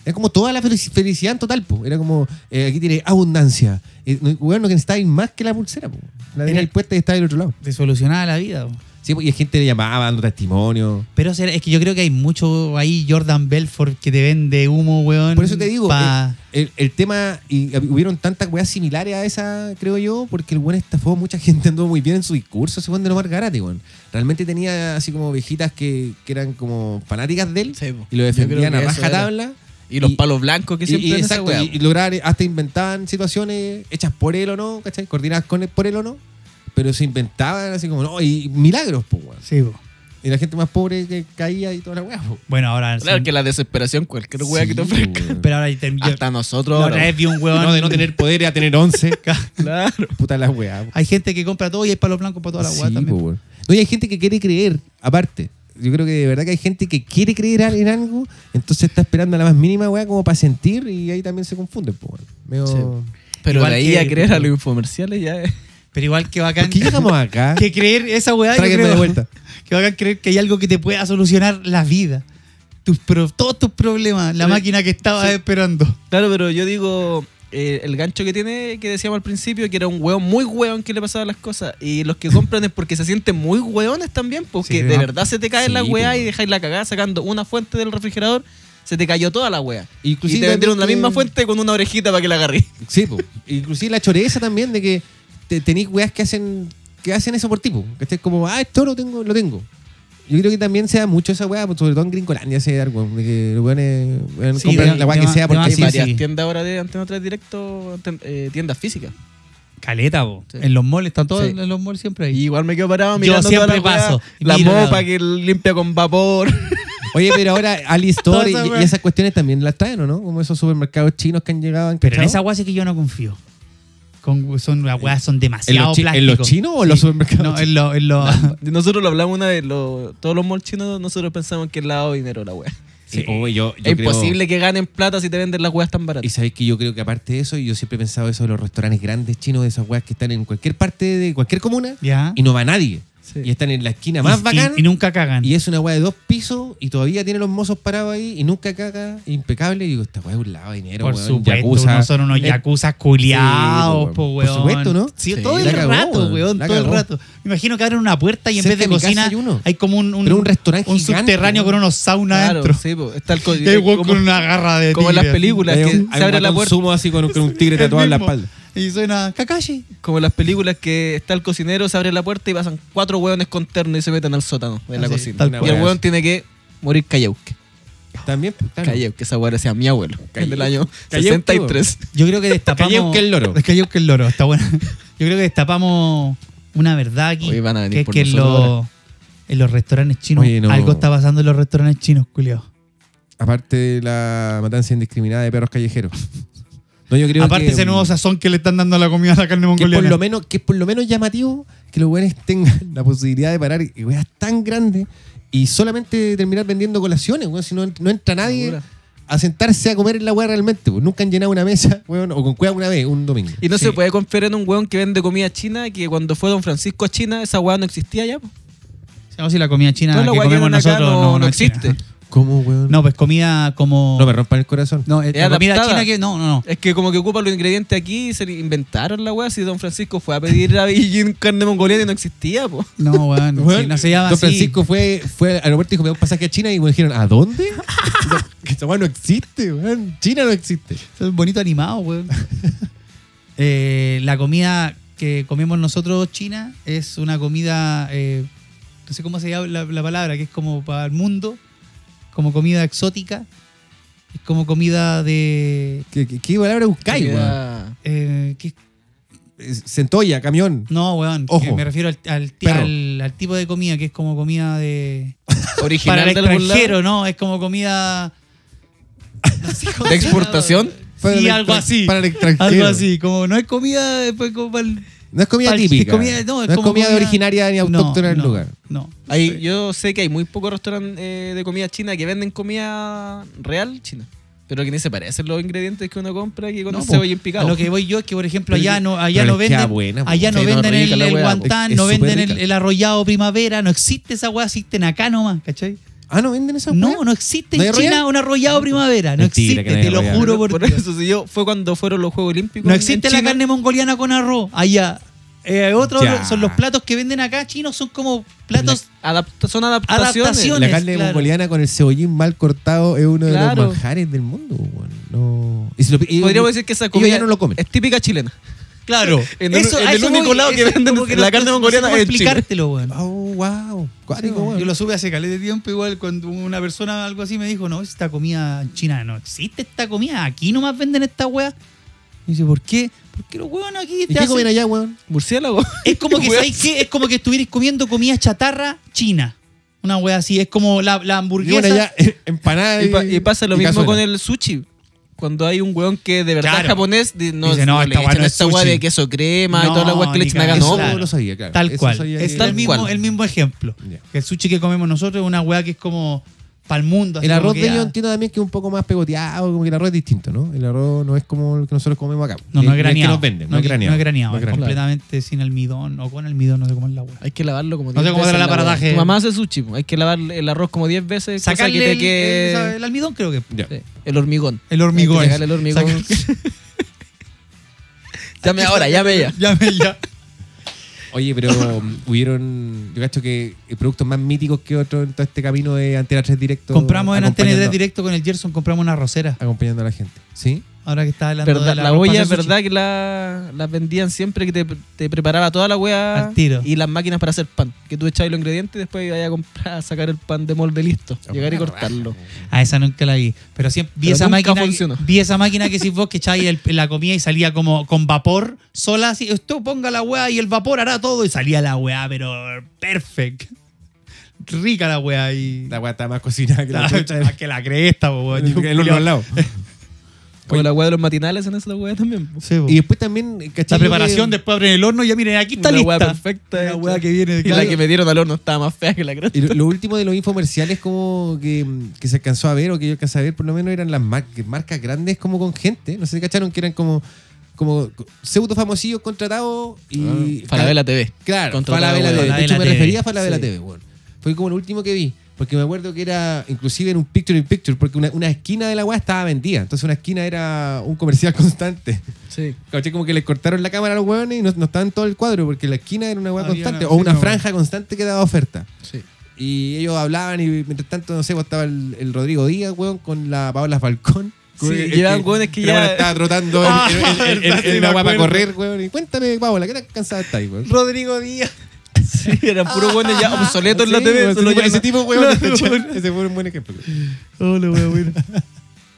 Speaker 3: era como toda la felici- felicidad en total, po. Era como, eh, aquí tiene abundancia. Eh, no- weón, no que necesitáis más que la pulsera, po. La
Speaker 2: Era-
Speaker 3: tenía ahí puesta y está del otro lado.
Speaker 2: Te solucionaba la vida. po.
Speaker 3: Sí, po, y gente le llamaba dando testimonio.
Speaker 2: Pero será- es que yo creo que hay mucho ahí Jordan Belfort que te vende humo, weón.
Speaker 3: Por eso te digo, eh,
Speaker 2: pa-
Speaker 3: el, el tema, y hab- hubieron tantas weas similares a esa, creo yo, porque el buen estafó a mucha gente, anduvo muy bien en su discurso, ese buen de Omar Garate, weón. Realmente tenía así como viejitas que, que eran como fanáticas de él
Speaker 4: Sí, po.
Speaker 3: y lo defendían
Speaker 4: Yo
Speaker 3: a
Speaker 4: creo que eso
Speaker 3: raja
Speaker 4: era.
Speaker 3: tabla.
Speaker 4: Y los
Speaker 3: Y-
Speaker 4: palos blancos que
Speaker 3: Y,
Speaker 4: siempre
Speaker 3: y
Speaker 4: en esa
Speaker 3: exacto,
Speaker 4: weá,
Speaker 3: y- y lograban, hasta inventaban situaciones hechas por él o no, ¿cachai? Coordinadas con él por él o no, pero se inventaban así como, no, y milagros, pues, weón.
Speaker 2: Sí, po.
Speaker 3: Y la gente más pobre que caía y toda la wea, po.
Speaker 2: Bueno, ahora.
Speaker 4: Claro
Speaker 2: sí.
Speaker 4: que la desesperación, cualquier weá que te
Speaker 3: Sí,
Speaker 4: ofrezca.
Speaker 3: weón.
Speaker 2: Pero ahora te- yo-
Speaker 4: Hasta
Speaker 2: la
Speaker 4: nosotros.
Speaker 2: otra
Speaker 4: ahora,
Speaker 2: vez vi un weón.
Speaker 3: No, de no tener poder a tener 11.
Speaker 4: Claro.
Speaker 3: Puta las weas. po.
Speaker 2: Hay gente que compra todo y hay palos blancos para toda la weá
Speaker 3: Sí,
Speaker 2: también.
Speaker 3: po, weón. No, y hay gente que quiere creer, aparte. Yo creo que de verdad que hay gente que quiere creer al- en algo, entonces está esperando a la más mínima weá como para sentir y ahí también se confunde, po, weón. Medio-
Speaker 4: Pero
Speaker 2: Igual
Speaker 4: de ahí
Speaker 2: que-
Speaker 4: a creer a los infomerciales ya es.
Speaker 2: Pero igual que bacán.
Speaker 3: ¿Por qué llegamos acá?
Speaker 2: que creer esa weá. yo
Speaker 3: Tráiganme
Speaker 2: creo-
Speaker 3: de vuelta.
Speaker 2: Que bacán creer que hay algo que te pueda solucionar la vida. Tus pro- todos tus problemas. La
Speaker 4: Sí.
Speaker 2: máquina que estabas
Speaker 4: Sí.
Speaker 2: esperando.
Speaker 4: Claro, pero yo digo, eh, el gancho que tiene, que decíamos al principio, que era un hueón muy hueón que le pasaban las cosas. Y los que compran es porque se sienten muy hueones también,
Speaker 2: Sí,
Speaker 4: porque de
Speaker 2: ¿no?
Speaker 4: verdad se te caen
Speaker 3: Sí,
Speaker 4: las
Speaker 3: pues,
Speaker 4: weas y
Speaker 3: weón.
Speaker 4: dejáis la cagada sacando una fuente del refrigerador, se te cayó toda la wea.
Speaker 3: Inclusive
Speaker 4: y te vendieron la
Speaker 3: porque-
Speaker 4: misma fuente con una orejita para que la agarré.
Speaker 3: Sí, po. Inclusive la choreza también de que te, tenéis weas que hacen que hacen eso por tipo. Que estés como, ah, esto lo tengo, lo tengo. Yo creo que también se da mucho esa wea, sobre todo en Gringolandia se da, weón, de que los weones weón,
Speaker 2: Sí,
Speaker 3: compran
Speaker 2: de-
Speaker 3: la wea
Speaker 2: de
Speaker 3: que
Speaker 2: más-
Speaker 3: sea
Speaker 2: de más
Speaker 3: porque
Speaker 4: Hay
Speaker 3: sí,
Speaker 2: variedad.
Speaker 3: sí.
Speaker 4: varias tiendas ahora de Antena 3 Directo, ten- eh, tiendas físicas.
Speaker 2: Caleta, po.
Speaker 4: Sí.
Speaker 2: En los malls, están todos
Speaker 4: Sí.
Speaker 2: en los malls siempre ahí.
Speaker 4: Y igual me quedo parado
Speaker 2: Yo
Speaker 4: mirando toda
Speaker 2: siempre
Speaker 4: la wea,
Speaker 2: paso.
Speaker 4: La
Speaker 2: Miro la-
Speaker 4: mopa que limpia con vapor.
Speaker 3: Oye, pero ahora Alice Store y,
Speaker 2: Toda esa
Speaker 3: y
Speaker 2: wea.
Speaker 3: esas cuestiones también las traen, ¿o no? Como esos supermercados chinos que han llegado. ¿han
Speaker 2: Pero en
Speaker 3: cachado?
Speaker 2: esa weá sí que yo no confío. Con, son, las weas son
Speaker 3: ¿En
Speaker 2: demasiado
Speaker 3: los, chi-
Speaker 2: plásticos.
Speaker 3: en los chinos o en los supermercados?
Speaker 2: No,
Speaker 3: chinos?
Speaker 2: en los... En los-
Speaker 4: Nosotros lo hablamos una vez, lo- todos los malls chinos, nosotros pensamos que es lavado de dinero la wea.
Speaker 3: Sí, oye, yo- yo
Speaker 4: es
Speaker 3: creo-
Speaker 4: imposible que ganen plata si te venden las weas tan
Speaker 3: Y
Speaker 4: baratas.
Speaker 3: sabéis que yo creo que aparte de eso, yo siempre he pensado eso de los restaurantes grandes chinos, de esas weas que están en cualquier parte de cualquier comuna
Speaker 2: Ya.
Speaker 3: y no va nadie.
Speaker 4: Sí.
Speaker 3: Y están en la esquina más
Speaker 2: y-
Speaker 3: bacán.
Speaker 2: y, y nunca cagan.
Speaker 3: Y es una weá de dos pisos y todavía tiene los mozos parados ahí y nunca caga, impecable. Y digo, esta weá es un lado de dinero,
Speaker 2: Por
Speaker 3: weón,
Speaker 2: supuesto,
Speaker 3: yakuza.
Speaker 2: no son unos
Speaker 3: Eh,
Speaker 2: yacuzas culiados,
Speaker 3: Sí, po,
Speaker 2: po,
Speaker 3: weón.
Speaker 2: weón.
Speaker 3: Por supuesto, ¿no?
Speaker 2: Sí,
Speaker 3: Sí,
Speaker 2: todo el
Speaker 3: la cagó,
Speaker 2: rato,
Speaker 3: weón,
Speaker 2: weón,
Speaker 3: la
Speaker 2: todo el
Speaker 3: cagó.
Speaker 2: rato. Me imagino que abren una puerta y en
Speaker 3: Cerca
Speaker 2: vez de
Speaker 3: de mi casa
Speaker 2: cocina
Speaker 3: hay uno.
Speaker 2: hay como un,
Speaker 3: Pero un restaurante
Speaker 2: un
Speaker 3: gigante,
Speaker 2: subterráneo
Speaker 3: weón.
Speaker 2: con unos saunas
Speaker 4: Claro,
Speaker 2: adentro.
Speaker 4: sí, po. está el co-
Speaker 2: Y hay weón
Speaker 4: como-
Speaker 2: con una garra de
Speaker 4: como en las
Speaker 2: tigre, así.
Speaker 4: películas.
Speaker 3: hay
Speaker 4: que
Speaker 3: un-
Speaker 4: se
Speaker 3: hay un
Speaker 4: abre la
Speaker 3: guatón
Speaker 4: puerta.
Speaker 3: sumo así con, con un tigre
Speaker 2: El
Speaker 3: tatuado en la
Speaker 2: mismo.
Speaker 3: espalda.
Speaker 2: Y suena Kakashi.
Speaker 4: Como en las películas que está el cocinero, se abre la puerta y pasan cuatro hueones con terno y se meten al sótano de la
Speaker 2: Así,
Speaker 4: cocina.
Speaker 2: tal
Speaker 4: Y
Speaker 3: cual.
Speaker 4: el hueón tiene que morir calleuque.
Speaker 3: También, pues, claro.
Speaker 4: Calleuque, esa hueá sea mi abuelo.
Speaker 3: Calleuque.
Speaker 4: Del año
Speaker 3: Calleuque,
Speaker 4: 63.
Speaker 2: Yo creo que
Speaker 3: Calleu
Speaker 2: destapamos.
Speaker 3: que el loro.
Speaker 2: Calleu que el loro, está bueno. Yo creo que destapamos una verdad aquí.
Speaker 4: Oye, van a venir
Speaker 2: que es
Speaker 4: por
Speaker 2: que en,
Speaker 4: nosotros
Speaker 2: los- en los restaurantes chinos.
Speaker 3: Oye, no.
Speaker 2: Algo está pasando en los restaurantes chinos, culiao.
Speaker 3: Aparte de la matanza indiscriminada de perros callejeros. No, yo creo
Speaker 2: Aparte
Speaker 3: que,
Speaker 2: ese nuevo
Speaker 3: mm,
Speaker 2: sazón que le están dando a la comida a la carne
Speaker 3: que es
Speaker 2: mongoliana.
Speaker 3: por lo menos que es por lo menos llamativo que los güeyes tengan la posibilidad de parar y weas tan grandes y solamente terminar vendiendo colaciones, weón, si no, no entra nadie
Speaker 4: Segura.
Speaker 3: a sentarse a comer en la wea realmente, weón. nunca han llenado una mesa, weón, o con cueva una vez, un domingo.
Speaker 4: Y no
Speaker 2: Sí.
Speaker 4: se puede confiar en un hueón que vende comida china que cuando fue Don Francisco a China, esa hueá no existía ya. po.
Speaker 2: No, si la comida china
Speaker 4: Toda la
Speaker 2: que
Speaker 4: hueá
Speaker 2: comemos
Speaker 4: venden
Speaker 2: nosotros
Speaker 4: acá
Speaker 2: no, no es china.
Speaker 4: existe.
Speaker 3: ¿Cómo, weón? No,
Speaker 2: No, pues comida como...
Speaker 3: me rompan el corazón.
Speaker 2: No, eh,
Speaker 4: Es
Speaker 2: la comida
Speaker 4: adaptada.
Speaker 2: china que... No, no, no.
Speaker 4: Es que como que ocupan los ingredientes aquí y se le inventaron la hueá. Si Don Francisco fue a pedir a Beijing carne mongoliana y no existía, po.
Speaker 2: No, weón.
Speaker 3: Weón,
Speaker 2: sí, no se llama
Speaker 3: Don
Speaker 2: así.
Speaker 3: Francisco fue, fue al aeropuerto y dijo, me da un pasaje a China y me dijeron, ¿a dónde? Esa- que Esa weá no existe, weón. China no existe.
Speaker 2: Es bonito animado, weón. Eh, la comida que comemos nosotros china es una comida... eh, no sé cómo se llama la, la palabra, que es como para el mundo. Como comida exótica. Es como comida de...
Speaker 3: ¿Qué, qué, qué palabra buscáis, weón?
Speaker 4: Comida-
Speaker 2: eh, ¿qué-
Speaker 3: Eh, Centolla, camión.
Speaker 2: No, weón.
Speaker 3: Ojo.
Speaker 2: que Me refiero al, al, ti-
Speaker 3: Perro.
Speaker 2: al- al tipo de comida que es como comida de.
Speaker 4: Original
Speaker 2: Para el
Speaker 4: de algún lado.
Speaker 2: extranjero, ¿no? Es como comida. no sé cómo
Speaker 4: ¿De
Speaker 2: se llama,
Speaker 4: exportación?
Speaker 2: weón.
Speaker 3: Para el
Speaker 2: Sí,
Speaker 3: extran-
Speaker 2: algo así.
Speaker 3: Para el extranjero.
Speaker 2: Algo así. Como no es comida. eh, pues, como para el-
Speaker 3: No es comida
Speaker 2: para el-
Speaker 3: típica.
Speaker 2: es comida- no, es
Speaker 3: es
Speaker 2: como
Speaker 3: comida
Speaker 2: comida-
Speaker 3: originaria ni
Speaker 2: No,
Speaker 3: autóctona del
Speaker 2: no,
Speaker 3: lugar.
Speaker 2: No.
Speaker 4: Hay, yo sé que hay muy pocos restaurantes eh, de comida china que venden comida real china. Pero que ni se parecen los ingredientes que uno compra que
Speaker 2: No,
Speaker 4: conoce
Speaker 2: po.
Speaker 4: hoy en
Speaker 2: A
Speaker 4: picado.
Speaker 2: lo que voy yo es que, por ejemplo,
Speaker 3: Pero
Speaker 2: allá
Speaker 3: que-
Speaker 2: no, allá
Speaker 3: pero
Speaker 2: no
Speaker 3: les queda
Speaker 2: venden,
Speaker 3: buena, po.
Speaker 2: allá no
Speaker 4: Sí, no,
Speaker 2: venden
Speaker 4: rica
Speaker 2: el,
Speaker 4: la
Speaker 2: el
Speaker 4: weá, po.
Speaker 2: guantán,
Speaker 3: Es
Speaker 2: no
Speaker 3: súper
Speaker 2: venden el,
Speaker 3: rica.
Speaker 2: el arrollado primavera, no existe esa weá, existen acá nomás, ¿cachai?
Speaker 3: Ah, no venden esa
Speaker 2: No,
Speaker 3: weá?
Speaker 2: no existe
Speaker 3: ¿No hay
Speaker 2: en China
Speaker 3: arrollado?
Speaker 2: un arrollado primavera, no
Speaker 3: Mentira, que
Speaker 2: existe,
Speaker 3: no hay
Speaker 2: te lo
Speaker 3: arrollado.
Speaker 2: juro por,
Speaker 4: por eso, si yo, fue cuando fueron los Juegos Olímpicos.
Speaker 2: No
Speaker 4: en
Speaker 2: existe la
Speaker 4: China.
Speaker 2: carne mongoliana con arroz allá. Eh, otros
Speaker 3: Ya.
Speaker 2: son los platos que venden acá chinos, son como platos.
Speaker 4: Adapta- son adaptaciones.
Speaker 2: Adaptación.
Speaker 3: La carne
Speaker 2: claro.
Speaker 3: mongoliana con el cebollín mal cortado es uno de
Speaker 4: Claro.
Speaker 3: los manjares del mundo, weón. No. Y si lo pi- y-
Speaker 4: Podríamos decir que esa
Speaker 3: ellos
Speaker 4: comida
Speaker 3: ya no lo comen.
Speaker 4: es típica chilena.
Speaker 2: Claro.
Speaker 4: En un- en
Speaker 2: a
Speaker 4: el
Speaker 2: eso
Speaker 4: único lado que
Speaker 2: eso es
Speaker 4: venden
Speaker 2: como
Speaker 4: la carne mongoliana
Speaker 2: cómo
Speaker 4: es en Chile.
Speaker 2: explicártelo, weón.
Speaker 3: Oh, wow. Cuático, weón.
Speaker 2: Yo lo supe hace caleta de tiempo, igual cuando una persona algo así me dijo, no, esta comida china no existe esta comida, aquí nomás venden esta weá. Y dice, ¿por qué? Porque los huevos aquí
Speaker 3: ¿Y
Speaker 2: te
Speaker 3: qué
Speaker 2: hacen-
Speaker 3: comen allá, weón?
Speaker 4: Murciélago.
Speaker 2: Es como que
Speaker 4: Weón.
Speaker 2: ¿sabes qué? es como que estuvieras comiendo comida chatarra china. Una weá así, es como la, la
Speaker 3: Y
Speaker 2: hamburguesa.
Speaker 3: bueno, allá empanada
Speaker 4: Y, pa- y pasa lo
Speaker 3: y
Speaker 4: mismo
Speaker 3: cazuela.
Speaker 4: con el sushi. Cuando hay un weón que de verdad
Speaker 2: Claro.
Speaker 4: es japonés, di- no,
Speaker 2: Dice, no,
Speaker 4: no
Speaker 2: esta
Speaker 4: le
Speaker 2: weá
Speaker 4: echan
Speaker 2: no es
Speaker 4: esta weá
Speaker 2: sushi.
Speaker 4: de queso crema y
Speaker 2: No,
Speaker 4: toda la weá que le
Speaker 2: ni
Speaker 4: echan acá.
Speaker 2: cagando.
Speaker 4: No, pues,
Speaker 3: Eso
Speaker 2: Claro.
Speaker 3: lo sabía, claro.
Speaker 2: Tal
Speaker 3: Eso
Speaker 2: cual.
Speaker 3: sabía
Speaker 2: Es
Speaker 3: que-
Speaker 2: el
Speaker 4: Tal
Speaker 2: mismo,
Speaker 4: cual.
Speaker 2: el mismo ejemplo.
Speaker 3: Ya.
Speaker 2: Que El sushi que comemos nosotros es una weá que es como para el mundo. así
Speaker 3: El
Speaker 2: como
Speaker 3: arroz
Speaker 2: que
Speaker 3: de
Speaker 2: ya-
Speaker 3: ellos entiendo también que es un poco más pegoteado, como que el arroz es distinto, ¿no? El arroz no es como el que nosotros comemos acá.
Speaker 2: No, no
Speaker 3: El-
Speaker 2: es
Speaker 3: el
Speaker 2: graneado.
Speaker 3: que nos venden, no, es graneado. No
Speaker 2: es completamente sin almidón o con almidón, no sé cómo es la weá.
Speaker 4: Hay que lavarlo como
Speaker 2: No sé
Speaker 4: 10
Speaker 2: cómo será
Speaker 4: veces
Speaker 2: el
Speaker 4: la
Speaker 2: aparataje.
Speaker 4: weá. Tu mamá hace sushi, po. hay que lavar el arroz como 10 veces. cosa
Speaker 2: Sacarle
Speaker 4: que te
Speaker 2: el,
Speaker 4: quede-
Speaker 2: el- el almidón creo que.
Speaker 3: Ya.
Speaker 4: Sí, el hormigón.
Speaker 2: El hormigón.
Speaker 4: Hay que sacarle el hormigón. llame ahora, llame ya.
Speaker 2: Llame ya.
Speaker 3: Oye, pero um, hubieron, yo cacho que eh, productos más míticos que otros en todo este camino de Antena 3 directo.
Speaker 2: Compramos en Antena
Speaker 3: acompañando-
Speaker 2: 3 directo con el Gerson, compramos una rosera.
Speaker 3: Acompañando a la gente, ¿sí?
Speaker 2: Ahora que está hablando
Speaker 4: Verdad,
Speaker 2: de
Speaker 4: la,
Speaker 2: la,
Speaker 4: olla,
Speaker 2: es
Speaker 4: es verdad que la- las vendían siempre que te, te preparaba toda la weá
Speaker 2: Al tiro.
Speaker 4: y las máquinas para hacer pan. Que tú echabas los ingredientes y después ibas a comprar, a sacar el pan de molde listo. Llegar y cortarlo.
Speaker 2: A Ah, esa nunca la vi. Pero siempre vi
Speaker 4: Pero
Speaker 2: esa
Speaker 4: nunca
Speaker 2: máquina.
Speaker 4: funcionó.
Speaker 2: Que, vi esa máquina que si vos que echáis el- la comida y salía como con vapor sola así. Usted ponga la weá y el vapor hará todo. Y salía la weá, pero perfect. rica la weá y.
Speaker 3: La weá está más cocinada que la
Speaker 2: Claro,
Speaker 3: chucha.
Speaker 2: más Ah, que la cresta, po, weón. Yo,
Speaker 3: Que el horno al lado.
Speaker 4: Como la weá de los matinales en esa weá también. po.
Speaker 2: Sí, po.
Speaker 3: Y después también,
Speaker 2: la
Speaker 3: ¿cachai?
Speaker 2: preparación,
Speaker 3: de
Speaker 2: después abren el horno y ya miren, aquí está
Speaker 4: Una
Speaker 2: lista.
Speaker 4: weá perfecta.
Speaker 2: La
Speaker 4: hecha.
Speaker 2: weá que viene de
Speaker 4: Y la
Speaker 2: claro.
Speaker 4: que me dieron al horno estaba más fea que la cresta.
Speaker 3: Y lo, lo último de los infomerciales como que, que se alcanzó a ver o que yo alcancé a ver por lo menos eran las mar- marcas grandes como con gente. No sé si cacharon que eran como, como pseudo famosillos contratados y...
Speaker 4: Ah. Falabella TV.
Speaker 3: Claro,
Speaker 4: Contratado,
Speaker 3: Falabella
Speaker 4: weón.
Speaker 3: TV. De
Speaker 2: Falabella
Speaker 3: hecho me
Speaker 2: TV,
Speaker 3: refería a Falabella
Speaker 2: sí.
Speaker 3: TV, weón. Fue como el último que vi. Porque me acuerdo que era inclusive en un picture in picture, porque una, una esquina de la weá estaba vendida. Entonces una esquina era un comercial constante.
Speaker 4: Sí.
Speaker 3: Caché como que le cortaron la cámara a los hueones y no, no estaban todo el cuadro, porque la esquina era una weá
Speaker 2: Había
Speaker 3: constante,
Speaker 2: una-
Speaker 3: o
Speaker 2: sí,
Speaker 3: una
Speaker 2: una weá.
Speaker 3: franja constante que daba oferta.
Speaker 4: Sí.
Speaker 3: Y ellos hablaban y mientras tanto, no sé, pues, estaba el, el Rodrigo Díaz, weón, con la Paola Falcón.
Speaker 4: Sí,
Speaker 3: Weón, el
Speaker 4: llevaban hueones que
Speaker 3: la
Speaker 4: ya-
Speaker 3: weona estaba trotando en-
Speaker 2: Ah,
Speaker 3: en- en- en-
Speaker 2: verdad, sí
Speaker 3: en
Speaker 2: me
Speaker 3: la weá para
Speaker 2: acuerdo.
Speaker 3: correr, weón. Y cuéntame, Paola, ¿qué tan cansada estás, weón?
Speaker 2: Rodrigo Díaz.
Speaker 4: Sí, eran puros buenos ya obsoletos en la
Speaker 3: Sí,
Speaker 4: TV.
Speaker 3: weón,
Speaker 4: solo
Speaker 3: ese, tipo-
Speaker 4: ya
Speaker 3: ese tipo, weón,
Speaker 4: no- Claro,
Speaker 3: ¿cachai?
Speaker 4: weón.
Speaker 3: ese fue un buen ejemplo.
Speaker 2: Hola, weá, weón.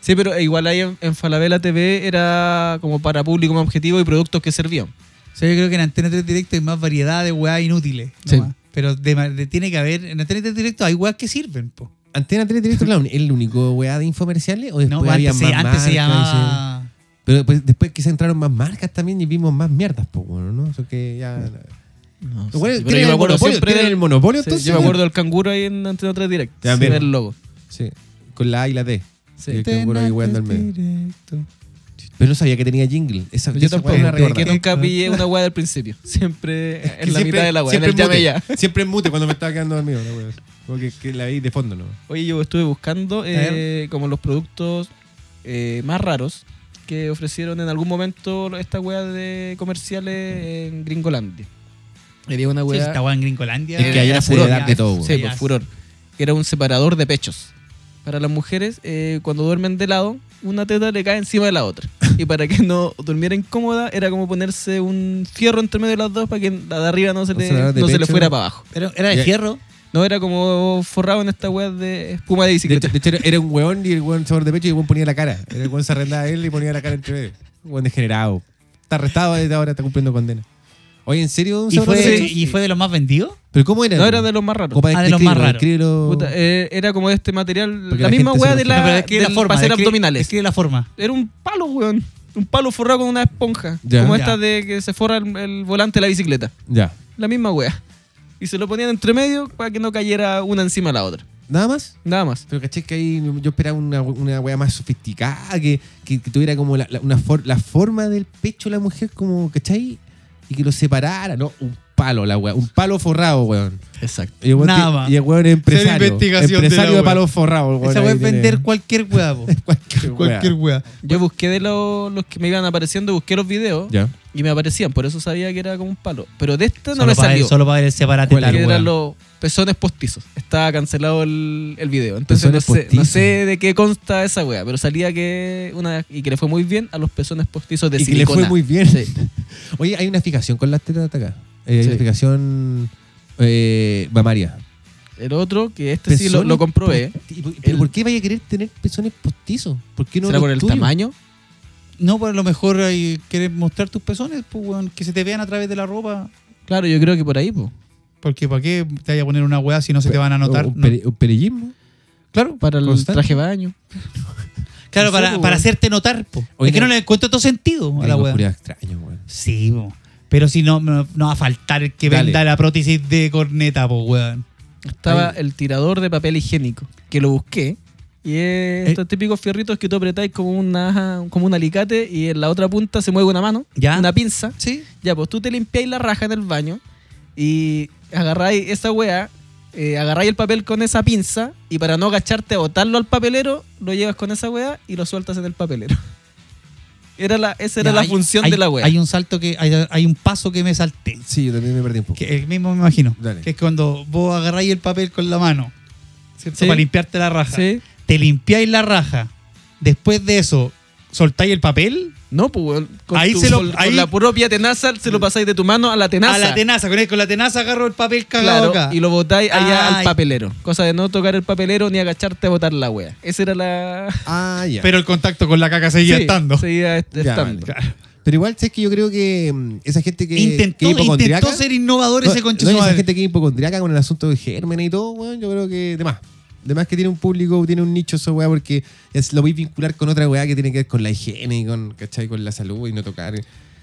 Speaker 4: Sí, pero igual ahí en, en Falabella TV era como para público más objetivo y productos que servían.
Speaker 2: O sea, yo creo que en Antena 3 Directo hay más variedad de weá inútiles.
Speaker 4: Sí.
Speaker 2: nomás. Pero de ma- de- tiene que haber. En Antena 3 Directo hay weá que sirven, po.
Speaker 3: Antena 3 Directo Clown, ¿es el único weá de infomerciales? ¿O después
Speaker 2: No,
Speaker 3: había
Speaker 2: antes, se,
Speaker 3: más
Speaker 2: antes se
Speaker 3: marcas?
Speaker 2: llamaba.
Speaker 3: Pero después, después quizá entraron más marcas también y vimos más mierdas, pues, bueno, ¿no? Eso que ya...
Speaker 4: No,
Speaker 3: Bueno,
Speaker 4: sí, pero
Speaker 3: ¿tienen
Speaker 4: yo
Speaker 3: el
Speaker 4: me acuerdo
Speaker 3: monopolio?
Speaker 4: siempre
Speaker 3: ¿Tienen
Speaker 4: del-
Speaker 3: el monopolio,
Speaker 4: sí,
Speaker 3: entonces,
Speaker 4: yo me
Speaker 3: ya?
Speaker 4: acuerdo del canguro ahí en Antena 3 Direct.
Speaker 3: Ya,
Speaker 4: sin
Speaker 3: bien.
Speaker 4: ver el logo.
Speaker 3: Sí, con la A y la D.
Speaker 4: Sí.
Speaker 3: Y el canguro ahí weando al medio. Pero no sabía que tenía jingle. Esa,
Speaker 4: Yo
Speaker 3: esa weá
Speaker 4: tampoco,
Speaker 3: es una
Speaker 4: de que
Speaker 3: recordada.
Speaker 4: nunca pillé una weá del principio. Siempre en
Speaker 3: Que
Speaker 4: la mitad de la weá, en
Speaker 3: Siempre
Speaker 4: el
Speaker 3: en
Speaker 4: llame
Speaker 3: mute,
Speaker 4: ya.
Speaker 3: siempre en mute cuando me estaba quedando dormido. La weá. Como que, que la vi de fondo, ¿no?
Speaker 4: Oye, yo estuve buscando eh, como los productos eh, más raros que ofrecieron en algún momento esta weá de comerciales en Gringolandia. Había una
Speaker 2: Sí,
Speaker 4: weá.
Speaker 2: esta weá en Gringolandia.
Speaker 3: Es que allá
Speaker 2: era
Speaker 3: se
Speaker 2: furor,
Speaker 3: da de
Speaker 2: ya.
Speaker 3: todo, weón. pues,
Speaker 4: Sí,
Speaker 2: Ya,
Speaker 4: por furor. Que era un separador de pechos. Para las mujeres, eh, cuando duermen de lado, una teta le cae encima de la otra. Y para que no durmiera incómoda, era como ponerse un fierro entre medio de las dos para que la de arriba no se
Speaker 3: Un
Speaker 4: le,
Speaker 3: separador de
Speaker 4: no se le
Speaker 3: pecho.
Speaker 4: fuera para abajo.
Speaker 2: Pero era de
Speaker 3: Ya.
Speaker 2: fierro.
Speaker 4: No era como forrado en esta weá de espuma de
Speaker 3: De hecho,
Speaker 4: bicicleta.
Speaker 3: de hecho, era un weón y el weón sabor de pecho y el weón ponía la cara. El weón se arrendaba a él y ponía la cara entre medio. Un weón degenerado. Está arrestado desde ahora, está cumpliendo condena. Oye, ¿en serio un
Speaker 2: ¿Y
Speaker 3: sabor de
Speaker 2: fue,
Speaker 3: pecho?
Speaker 2: ¿Y fue de los más vendidos?
Speaker 3: ¿Pero cómo era?
Speaker 4: no era de los más raros.
Speaker 3: Eh, Como para
Speaker 2: Ah, de los
Speaker 3: describirlo,
Speaker 2: más raros.
Speaker 3: describirlo.
Speaker 4: Puta, eh, era como de este material,
Speaker 3: Porque la
Speaker 4: la, misma
Speaker 3: gente se
Speaker 4: weá
Speaker 3: lo
Speaker 4: de
Speaker 2: no,
Speaker 4: la,
Speaker 2: pero es que
Speaker 4: del-
Speaker 2: la forma.
Speaker 4: para hacer
Speaker 2: describe-
Speaker 4: abdominales.
Speaker 2: describe la forma.
Speaker 4: Era un palo, weón. Un palo forrado con una esponja.
Speaker 3: Ya.
Speaker 4: como
Speaker 2: Ya.
Speaker 4: esta de que se forra el- el volante de la bicicleta.
Speaker 3: Ya.
Speaker 4: La misma wea. Y se lo ponían entre medio para que no cayera una encima de la otra.
Speaker 3: ¿Nada más?
Speaker 4: Nada más.
Speaker 3: Pero caché que ahí yo esperaba una, una weá más sofisticada, que, que, que tuviera como la, la- una for- la forma del pecho de la mujer, como, ¿cachai? Y que lo separara, ¿no? Un palo, la weá. Un palo forrado, weón.
Speaker 4: Exacto.
Speaker 3: Y el weón,
Speaker 2: Nada
Speaker 3: ti-
Speaker 2: más.
Speaker 3: y el weón es empresario.
Speaker 2: Cero investigación de la
Speaker 3: empresario de,
Speaker 2: weá.
Speaker 3: palos forrados, weón.
Speaker 2: Esa weá
Speaker 3: Ahí
Speaker 2: es
Speaker 3: tiene
Speaker 2: vender cualquier weá, po.
Speaker 3: cualquier,
Speaker 2: Cualquier weá.
Speaker 4: Yo busqué de lo- los que me iban apareciendo, busqué los videos
Speaker 3: Ya.
Speaker 4: y me aparecían. Por eso sabía que era como un palo. Pero de esta no
Speaker 2: Solo
Speaker 4: me
Speaker 2: para, ver,
Speaker 4: salió.
Speaker 2: solo para ver el separate
Speaker 4: que
Speaker 2: tal weá.
Speaker 4: eran los pezones postizos. Estaba cancelado el, el video. Entonces no
Speaker 3: Pezones
Speaker 4: sé, no
Speaker 3: postizos.
Speaker 4: sé de qué consta esa wea. Pero salía que una y que le fue muy bien a los pezones postizos de
Speaker 3: Y que le
Speaker 4: silicona.
Speaker 3: fue muy bien.
Speaker 4: Sí.
Speaker 3: Oye, hay una fijación con las tetas de acá. Eh, hay
Speaker 4: Sí.
Speaker 3: una fijación eh, mamaria.
Speaker 4: El otro, que este sí lo,
Speaker 3: Pezones
Speaker 4: lo comprobé.
Speaker 3: posti- ¿Pero
Speaker 4: El-
Speaker 3: por qué vaya a querer tener pezones postizos? ¿Por qué no
Speaker 4: ¿Será
Speaker 3: los
Speaker 4: por el
Speaker 3: tuyos?
Speaker 4: tamaño?
Speaker 2: No, pero a lo mejor ahí quieres mostrar tus pezones, pues, weón, que se te vean a través de la ropa.
Speaker 4: Claro, yo creo que por ahí, po.
Speaker 2: Porque ¿para qué te vaya a poner una weá si no se te van a notar?
Speaker 3: Un,
Speaker 2: No.
Speaker 3: pere- un perellismo.
Speaker 2: Claro,
Speaker 4: Para el
Speaker 3: Constante.
Speaker 4: traje de baño.
Speaker 2: claro
Speaker 4: no sé,
Speaker 2: para,
Speaker 4: po,
Speaker 2: para
Speaker 4: weón.
Speaker 2: hacerte notar, po.
Speaker 3: Oye,
Speaker 2: es que no
Speaker 3: no.
Speaker 2: le encuentro todo sentido a la
Speaker 3: Gringo
Speaker 2: weá.
Speaker 3: culiao extraño, weón.
Speaker 2: Sí, po. pero si no, no, no va a faltar el que
Speaker 3: Dale.
Speaker 2: venda la prótesis de corneta, po, weón.
Speaker 4: Estaba
Speaker 3: Ahí.
Speaker 4: el tirador de papel higiénico, que lo busqué. Y
Speaker 3: Eh.
Speaker 4: es estos típicos fierritos que tú apretáis como, una, como un alicate y en la otra punta se mueve una mano,
Speaker 2: ¿Ya?
Speaker 4: una pinza.
Speaker 2: Sí.
Speaker 4: Ya, pues tú te limpiáis la raja en el baño y agarráis esa weá, eh, agarráis el papel con esa pinza y para no agacharte a botarlo al papelero, lo llevas con esa weá y lo sueltas en el papelero. Era la, esa era
Speaker 2: Ya,
Speaker 4: la
Speaker 2: hay-
Speaker 4: función
Speaker 2: hay-
Speaker 4: de la weá.
Speaker 2: Hay un salto que, hay, hay un paso que me salté.
Speaker 3: Sí, yo también me perdí un poco.
Speaker 2: Que el mismo me imagino.
Speaker 3: Dale.
Speaker 2: Que es cuando vos agarráis el papel con la mano, ¿cierto?
Speaker 4: Sí.
Speaker 2: Para limpiarte la raja.
Speaker 4: Sí.
Speaker 2: Te limpiáis la raja. Después de eso, soltáis el papel
Speaker 4: No, pues weón, con,
Speaker 2: Ahí
Speaker 4: tu-
Speaker 2: se lo-
Speaker 4: con- con
Speaker 2: ahí- Mm.
Speaker 4: la propia tenaza se lo pasáis de tu mano a la tenaza.
Speaker 2: a la tenaza. Con, el- con la tenaza agarro el papel cagado
Speaker 4: Claro,
Speaker 2: acá.
Speaker 4: y lo botáis allá
Speaker 2: Ay.
Speaker 4: al papelero. Cosa de no tocar el papelero ni agacharte a botar la wea. Esa era la.
Speaker 3: Ah, ya.
Speaker 2: Pero el contacto con la caca seguía
Speaker 4: Sí,
Speaker 2: estando.
Speaker 4: Seguía est-
Speaker 3: Ya,
Speaker 4: estando.
Speaker 3: vale.
Speaker 2: Claro.
Speaker 3: Pero igual, ¿sabes que yo creo que mm, esa gente que. que
Speaker 2: intentó,
Speaker 3: es hipocondriaca-
Speaker 2: intentó ser innovador ese
Speaker 3: no,
Speaker 2: concha
Speaker 3: no,
Speaker 2: su
Speaker 3: y esa
Speaker 2: madre.
Speaker 3: gente que es hipocondriaca con el asunto de gérmenes y todo, weón, yo creo que de más. De más que tiene un público, tiene un nicho esa weá, porque es, lo voy a vincular con otra weá que tiene que ver con la higiene y con, ¿cachai? con la salud y no tocar.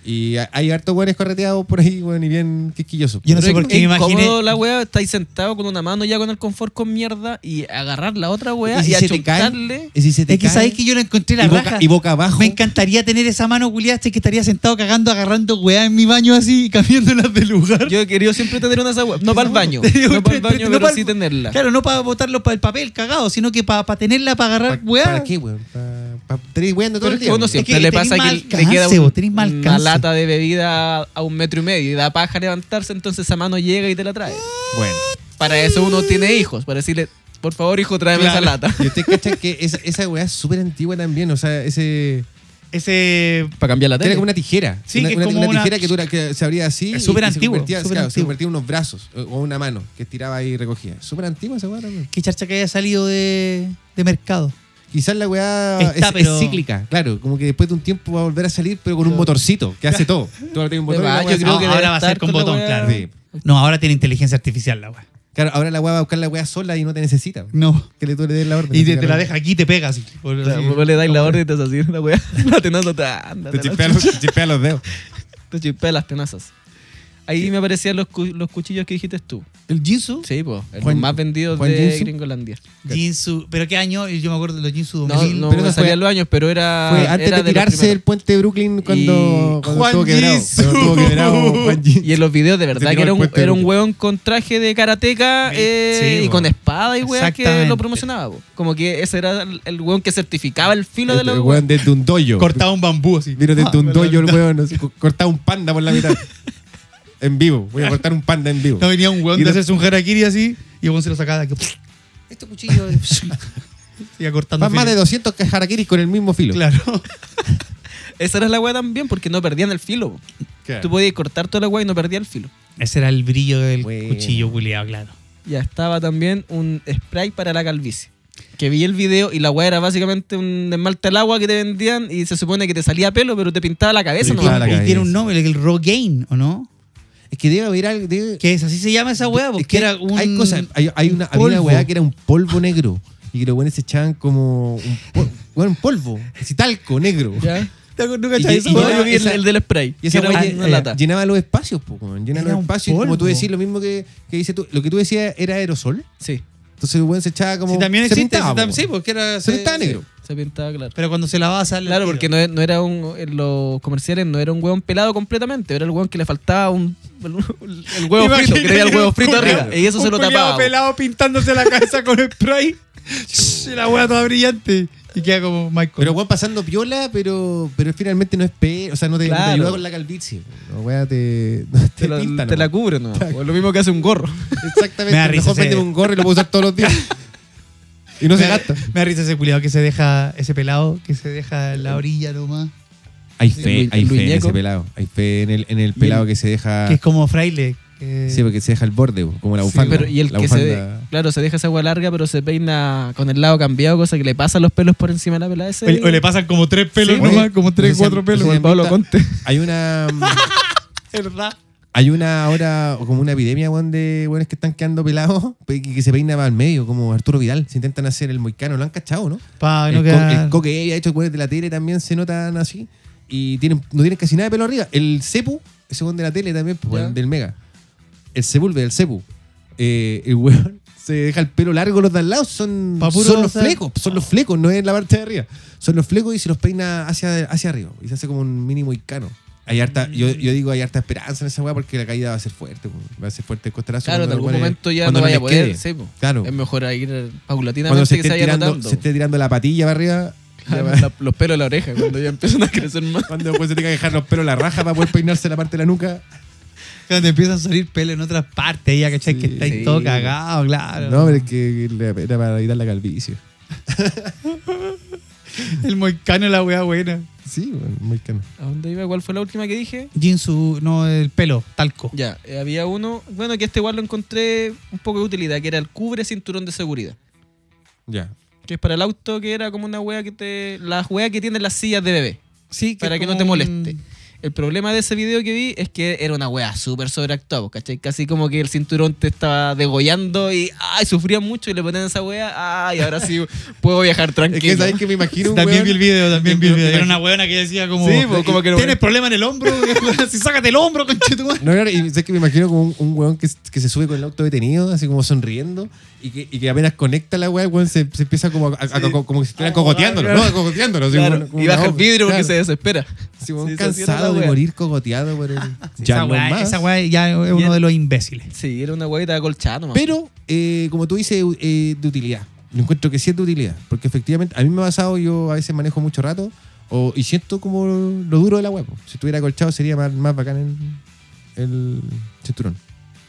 Speaker 3: Y ha- hay hartos weones correteados por ahí, weón, y bien quisquillosos.
Speaker 2: Yo no sé
Speaker 4: Pero
Speaker 2: por
Speaker 4: es
Speaker 2: qué me
Speaker 4: incómodo
Speaker 2: imaginé.
Speaker 4: la wea, estáis sentado con una mano ya con el confort con mierda y agarrar la otra wea y,
Speaker 3: te cae,
Speaker 4: achuntarle.
Speaker 3: y si se te
Speaker 2: Es que
Speaker 3: cae,
Speaker 2: sabéis que yo no encontré la
Speaker 3: y boca-
Speaker 2: raja.
Speaker 3: y boca abajo.
Speaker 2: Me encantaría tener esa mano culiada que estaría sentado cagando, agarrando weá en mi baño así y cambiándolas de lugar.
Speaker 4: Yo he querido siempre tener una de esas weas. No para el baño.
Speaker 2: Te digo,
Speaker 4: No para el
Speaker 2: te-
Speaker 4: baño,
Speaker 2: no
Speaker 4: pero
Speaker 2: pa'l-
Speaker 4: sí tenerla.
Speaker 2: Claro, no para botarlo para el papel cagado, sino que para tenerla para agarrar
Speaker 3: ¿Para,
Speaker 2: weá.
Speaker 3: ¿Para qué, weón? ¿Para, para estar weando todo
Speaker 4: Pero
Speaker 3: el
Speaker 4: es que
Speaker 3: día?
Speaker 4: uno
Speaker 3: weón?
Speaker 4: siempre
Speaker 2: que
Speaker 4: le
Speaker 2: tenés
Speaker 4: pasa
Speaker 2: mal
Speaker 4: que le queda
Speaker 2: alcance,
Speaker 4: un-
Speaker 2: vos, tenés mal
Speaker 4: una
Speaker 2: alcance.
Speaker 4: lata de bebida a un metro y medio y da paja levantarse, entonces esa mano llega y te la trae.
Speaker 3: Bueno.
Speaker 4: Para eso uno tiene hijos, para decirle, por favor, hijo, tráeme
Speaker 2: Claro.
Speaker 4: esa lata.
Speaker 3: Y usted cacha que esa, esa weá es súper antigua también, o sea, ese...
Speaker 2: Ese
Speaker 4: Para cambiar la
Speaker 3: Era
Speaker 4: tele.
Speaker 3: como una tijera.
Speaker 2: Sí,
Speaker 3: una,
Speaker 2: que es
Speaker 3: una-
Speaker 2: como
Speaker 3: una
Speaker 2: una-
Speaker 3: tijera que, dura- que se abría así.
Speaker 2: Es
Speaker 3: y-
Speaker 2: súper
Speaker 3: y
Speaker 2: antiguo,
Speaker 3: Se convertía,
Speaker 2: súper
Speaker 3: claro, se
Speaker 2: antiguo.
Speaker 3: convertía en unos brazos eh, o- o una mano que estiraba ahí y recogía. Súper antigua esa weá también.
Speaker 2: que charcha que haya salido de, de mercado.
Speaker 3: Quizás la weá
Speaker 2: Está,
Speaker 3: es, es
Speaker 2: pero-
Speaker 3: cíclica, claro. Como que después de un tiempo va a volver a salir, pero con un motorcito que hace todo. Tú ahora tienes un motor. y la
Speaker 4: Ah,
Speaker 3: weá
Speaker 4: yo
Speaker 3: se-
Speaker 4: creo
Speaker 2: No,
Speaker 4: que debe
Speaker 2: ahora va a ser
Speaker 4: estar
Speaker 2: con
Speaker 4: con la
Speaker 2: botón,
Speaker 4: weá-
Speaker 2: claro.
Speaker 3: Sí.
Speaker 2: No, ahora tiene inteligencia artificial la weá.
Speaker 3: Claro, ahora la weá va a buscar la weá sola y no te necesita.
Speaker 2: No.
Speaker 3: Que le, tú le des la orden.
Speaker 2: Y
Speaker 3: así
Speaker 2: te,
Speaker 3: que
Speaker 2: te la
Speaker 3: no-
Speaker 2: deja aquí y te pega así. Por-
Speaker 4: Claro,
Speaker 2: así.
Speaker 4: vos le dais la orden y te haces así la wea. La tenaza te anda.
Speaker 3: Te
Speaker 4: te la
Speaker 3: chispea los, te chispea los dedos.
Speaker 4: Te chipea las tenazas. Ahí me aparecían los, cu- los cuchillos que dijiste tú.
Speaker 2: El Jinsu.
Speaker 4: Sí, pues. El
Speaker 3: Juan-
Speaker 4: más vendido
Speaker 3: Juan
Speaker 4: de
Speaker 3: Jinsu.
Speaker 4: Gringolandia.
Speaker 2: Jinsu. ¿Pero qué año? Yo me acuerdo de los Jinsu
Speaker 4: No,
Speaker 2: 2000.
Speaker 4: no
Speaker 3: pero
Speaker 4: me
Speaker 3: eso fue-
Speaker 4: salían los años, pero era.
Speaker 3: Fue antes
Speaker 4: Ah, era
Speaker 3: de
Speaker 4: los
Speaker 3: tirarse
Speaker 4: primeros.
Speaker 3: el puente de Brooklyn cuando,
Speaker 4: Y-
Speaker 3: cuando
Speaker 2: Juan
Speaker 3: estuvo quebrado.
Speaker 2: Jesus.
Speaker 3: Cuando estuvo quebrado Juan Jesus.
Speaker 4: Y en los videos de verdad
Speaker 3: tiró
Speaker 4: que
Speaker 3: el
Speaker 4: era un,
Speaker 3: puente de
Speaker 4: era un
Speaker 3: Brooklyn.
Speaker 4: weón con traje de karateca
Speaker 2: Sí,
Speaker 4: eh,
Speaker 2: sí,
Speaker 4: y con
Speaker 2: weón.
Speaker 4: espada y weón que
Speaker 2: Exactamente.
Speaker 4: lo promocionaba. po. Como que ese era el, el weón que certificaba el filo de
Speaker 3: El
Speaker 4: la
Speaker 3: weón desde un dojo.
Speaker 2: Cortaba un bambú así.
Speaker 3: Vino desde
Speaker 2: Ah,
Speaker 3: un dojo el
Speaker 2: verdad.
Speaker 3: weón, así, co- cortaba un panda por la mitad. en vivo, voy a cortar un panda en vivo.
Speaker 2: No venía un weón
Speaker 3: Y
Speaker 2: de
Speaker 3: lo-
Speaker 2: hacerse un harakiri así y el weón se lo sacaba de aquí. Este cuchillo. Siga cortando.
Speaker 3: Más, más de
Speaker 2: filetes.
Speaker 3: 200 harakiris con el mismo filo.
Speaker 2: Claro.
Speaker 4: Esa era la weá también porque no perdían el filo. po. Tú podías cortar toda la weá y no perdía el filo.
Speaker 2: Ese era el brillo del
Speaker 3: Bueno.
Speaker 2: cuchillo culiado, claro.
Speaker 4: Ya estaba también un spray para la calvicie. Que vi el video y la weá era básicamente un esmalte al agua que te vendían y se supone que te salía pelo, pero te pintaba la cabeza,
Speaker 3: Te
Speaker 4: ¿no?
Speaker 3: pintaba la
Speaker 2: y
Speaker 3: cabeza.
Speaker 2: tiene un nombre, el Rogaine, ¿o no?
Speaker 3: Es que debe haber algo. debe-
Speaker 2: ¿Qué es? ¿Así se llama esa weá?
Speaker 3: es
Speaker 2: Porque
Speaker 3: que
Speaker 2: era un.
Speaker 3: Hay cosas. Hay, hay una, había
Speaker 2: polvo.
Speaker 3: una weá que era un polvo negro. Y que los weones se echaban como un, pol- weón, un polvo. Así talco negro.
Speaker 4: ¿Ya?
Speaker 2: ¿Te acuerdas? ¿No
Speaker 3: cachai
Speaker 4: Y-
Speaker 3: esa
Speaker 4: y
Speaker 3: weá?
Speaker 4: yo vi el,
Speaker 3: Esa-
Speaker 4: el del spray.
Speaker 3: Y esa
Speaker 4: que
Speaker 3: weá
Speaker 4: era
Speaker 3: llen-
Speaker 4: una lata.
Speaker 3: llenaba los espacios, po, weón, Llenaba
Speaker 2: Era
Speaker 3: los
Speaker 2: un
Speaker 3: espacios. Y como tú
Speaker 2: polvo.
Speaker 3: decís, lo mismo que, que dices tú. Lo que tú decías era aerosol.
Speaker 4: Sí,
Speaker 3: Entonces el weón se echaba como.
Speaker 2: Sí, también
Speaker 3: se
Speaker 2: existe.
Speaker 3: pintaba,
Speaker 2: sí, tam-
Speaker 3: po,
Speaker 2: sí,
Speaker 3: weón.
Speaker 2: porque era.
Speaker 3: Se
Speaker 2: sí,
Speaker 3: pintaba
Speaker 2: sí.
Speaker 3: negro.
Speaker 4: se pintaba claro.
Speaker 2: Pero cuando se lavaba sale.
Speaker 4: Claro, porque no, no era un. En los comerciales no era un hueón pelado completamente, era el hueón que le faltaba un. El, el huevo frito, que tenía el huevo frito arriba. Y eso se lo tapaba.
Speaker 2: pelado pintándose la cabeza con spray. la weá toda brillante. Y queda como Michael.
Speaker 3: Pero weón pasando piola, pero, pero finalmente no es pe- o sea, no te, no te
Speaker 4: Claro.
Speaker 3: ayuda con la calvicie. No, weón, te, no, te,
Speaker 4: Te, la-
Speaker 3: pinta,
Speaker 4: te
Speaker 3: no.
Speaker 4: la cubre, ¿no? O Lo mismo que hace un gorro.
Speaker 2: Me
Speaker 3: Exactamente.
Speaker 2: da risa
Speaker 3: mejor
Speaker 2: ese-
Speaker 3: venden un gorro y lo puedo usar todos los días. y no
Speaker 2: me,
Speaker 3: se
Speaker 2: da-
Speaker 3: gasta.
Speaker 2: me da risa ese culiado que se deja. Ese pelado que se deja en la orilla nomás.
Speaker 3: Hay
Speaker 4: fe- Lu- hay fe en Luñeco. ese
Speaker 3: pelado. Hay fe en el, en el
Speaker 4: pelado
Speaker 3: que se deja.
Speaker 2: Que es como fraile. que-
Speaker 3: Ah. porque se deja al borde, como la
Speaker 4: Pero- y el que se. Claro, se deja esa agua larga, pero se peina con el lado cambiado, cosa que le pasan los pelos por encima de la pelada. Ese,
Speaker 2: O le- o le pasan como tres pelos
Speaker 4: Sí,
Speaker 2: nomás, como tres, cuatro pelos.
Speaker 4: como el Pablo Conte.
Speaker 3: Hay una. mm,
Speaker 2: ¿Verdad?
Speaker 3: Hay una ahora como una epidemia, weón, de weones que están quedando pelados y que se peinan al medio, como Arturo Vidal. Se intentan hacer el moicano, lo han cachado, ¿no?
Speaker 2: Pa' no
Speaker 3: el, co-
Speaker 2: quedar-
Speaker 3: el coque había hecho weones de la tele también se notan así. Y tienen, no tienen casi nada de pelo arriba. El Cepu, ese weón de la tele también, pues,
Speaker 4: Ya.
Speaker 3: weón, del Mega. El Sepulve, el Cepu. Eh, el weón se deja el pelo largo los de al lado. Son,
Speaker 2: Pa' puro
Speaker 3: son los
Speaker 2: hacer-
Speaker 3: flecos, son los flecos, no es la parte de arriba. Son los flecos y se los peina hacia, hacia arriba. Y se hace como un mini moicano. Hay harta, yo, yo digo, hay harta esperanza en esa weá porque la caída va a ser fuerte. po. Va a ser fuerte el costarazo.
Speaker 4: Claro, en
Speaker 3: cuando
Speaker 4: algún
Speaker 3: los weones-
Speaker 4: momento ya
Speaker 3: cuando
Speaker 4: no vaya a
Speaker 3: les quede.
Speaker 4: poder. sí, po.
Speaker 3: Claro.
Speaker 4: Es mejor ir
Speaker 3: Cuando se
Speaker 4: paulatinamente que
Speaker 3: esté,
Speaker 4: se vaya
Speaker 3: tirando,
Speaker 4: notando.
Speaker 3: se esté tirando la patilla para arriba. ya va-
Speaker 4: Claro, la- los pelos de la oreja, cuando ya empiezan a crecer más.
Speaker 3: Cuando después se tenga que dejar los pelos en la raja para poder peinarse la parte de la nuca.
Speaker 2: Cuando te empiezan a salir pelos en otras partes, ya, ¿cachai? que
Speaker 3: Sí.
Speaker 2: estáis todo cagado, claro.
Speaker 3: No, pero es que le- era para evitar la calvicie.
Speaker 2: El moicano es la weá buena.
Speaker 3: Sí, bueno, muy cano.
Speaker 4: ¿A dónde iba? ¿Cuál fue la última que dije?
Speaker 2: Jinsu, no, el pelo, talco.
Speaker 4: Ya, eh, había uno, bueno, que este igual lo encontré un poco de utilidad, que era el cubre cinturón de seguridad.
Speaker 3: Ya.
Speaker 4: Que es para el auto, que era como una wea que te. Las weas que tienen las sillas de bebé,
Speaker 2: Sí,
Speaker 4: para
Speaker 2: es
Speaker 4: que no
Speaker 2: como
Speaker 4: te
Speaker 2: un-
Speaker 4: moleste. el problema de ese video que vi es que era una wea súper sobreactuada, ¿cachai? Casi como que el cinturón te estaba degollando y ay, sufría mucho y le ponían esa wea, ay, ahora sí puedo viajar
Speaker 3: Es que
Speaker 4: tranquilo.
Speaker 3: sabes que me imagino un
Speaker 2: También
Speaker 3: weón-
Speaker 2: vi el video, también vi el video.
Speaker 3: Imagino-
Speaker 2: Era una weona que decía como,
Speaker 3: Sí, pues, como que no-
Speaker 2: tienes problema en el hombro, si sácate el hombro, conchetumare.
Speaker 3: No, claro, y sabes que me imagino como un, un weón que, s- que se sube con el auto detenido, así como sonriendo, y que, y que apenas conecta la weá, el weón se, se empieza como, a, a- a- co- como si estuviera cogoteándolo,
Speaker 4: Ah, claro.
Speaker 3: ¿no? Cogoteándolo. así
Speaker 4: Claro,
Speaker 3: como una- como
Speaker 4: y
Speaker 3: una
Speaker 4: baja el
Speaker 3: obra.
Speaker 4: vidrio porque
Speaker 3: Claro.
Speaker 4: se desespera.
Speaker 3: Sí, weón,
Speaker 4: Sí, se hacía la
Speaker 3: cansado de
Speaker 4: weá.
Speaker 3: morir cogoteado por el- ya
Speaker 2: esa,
Speaker 3: no
Speaker 2: weá,
Speaker 3: más.
Speaker 2: esa weá ya es uno de los imbéciles.
Speaker 4: Sí, era una weita colchada nomás.
Speaker 3: Pero, eh, como tú dices, eh, de utilidad. Yo encuentro que sí es de utilidad, porque efectivamente, a mí me ha pasado, yo a veces manejo mucho rato, o- y siento como lo duro de la web. Si estuviera colchado sería más, más bacán el, el cinturón.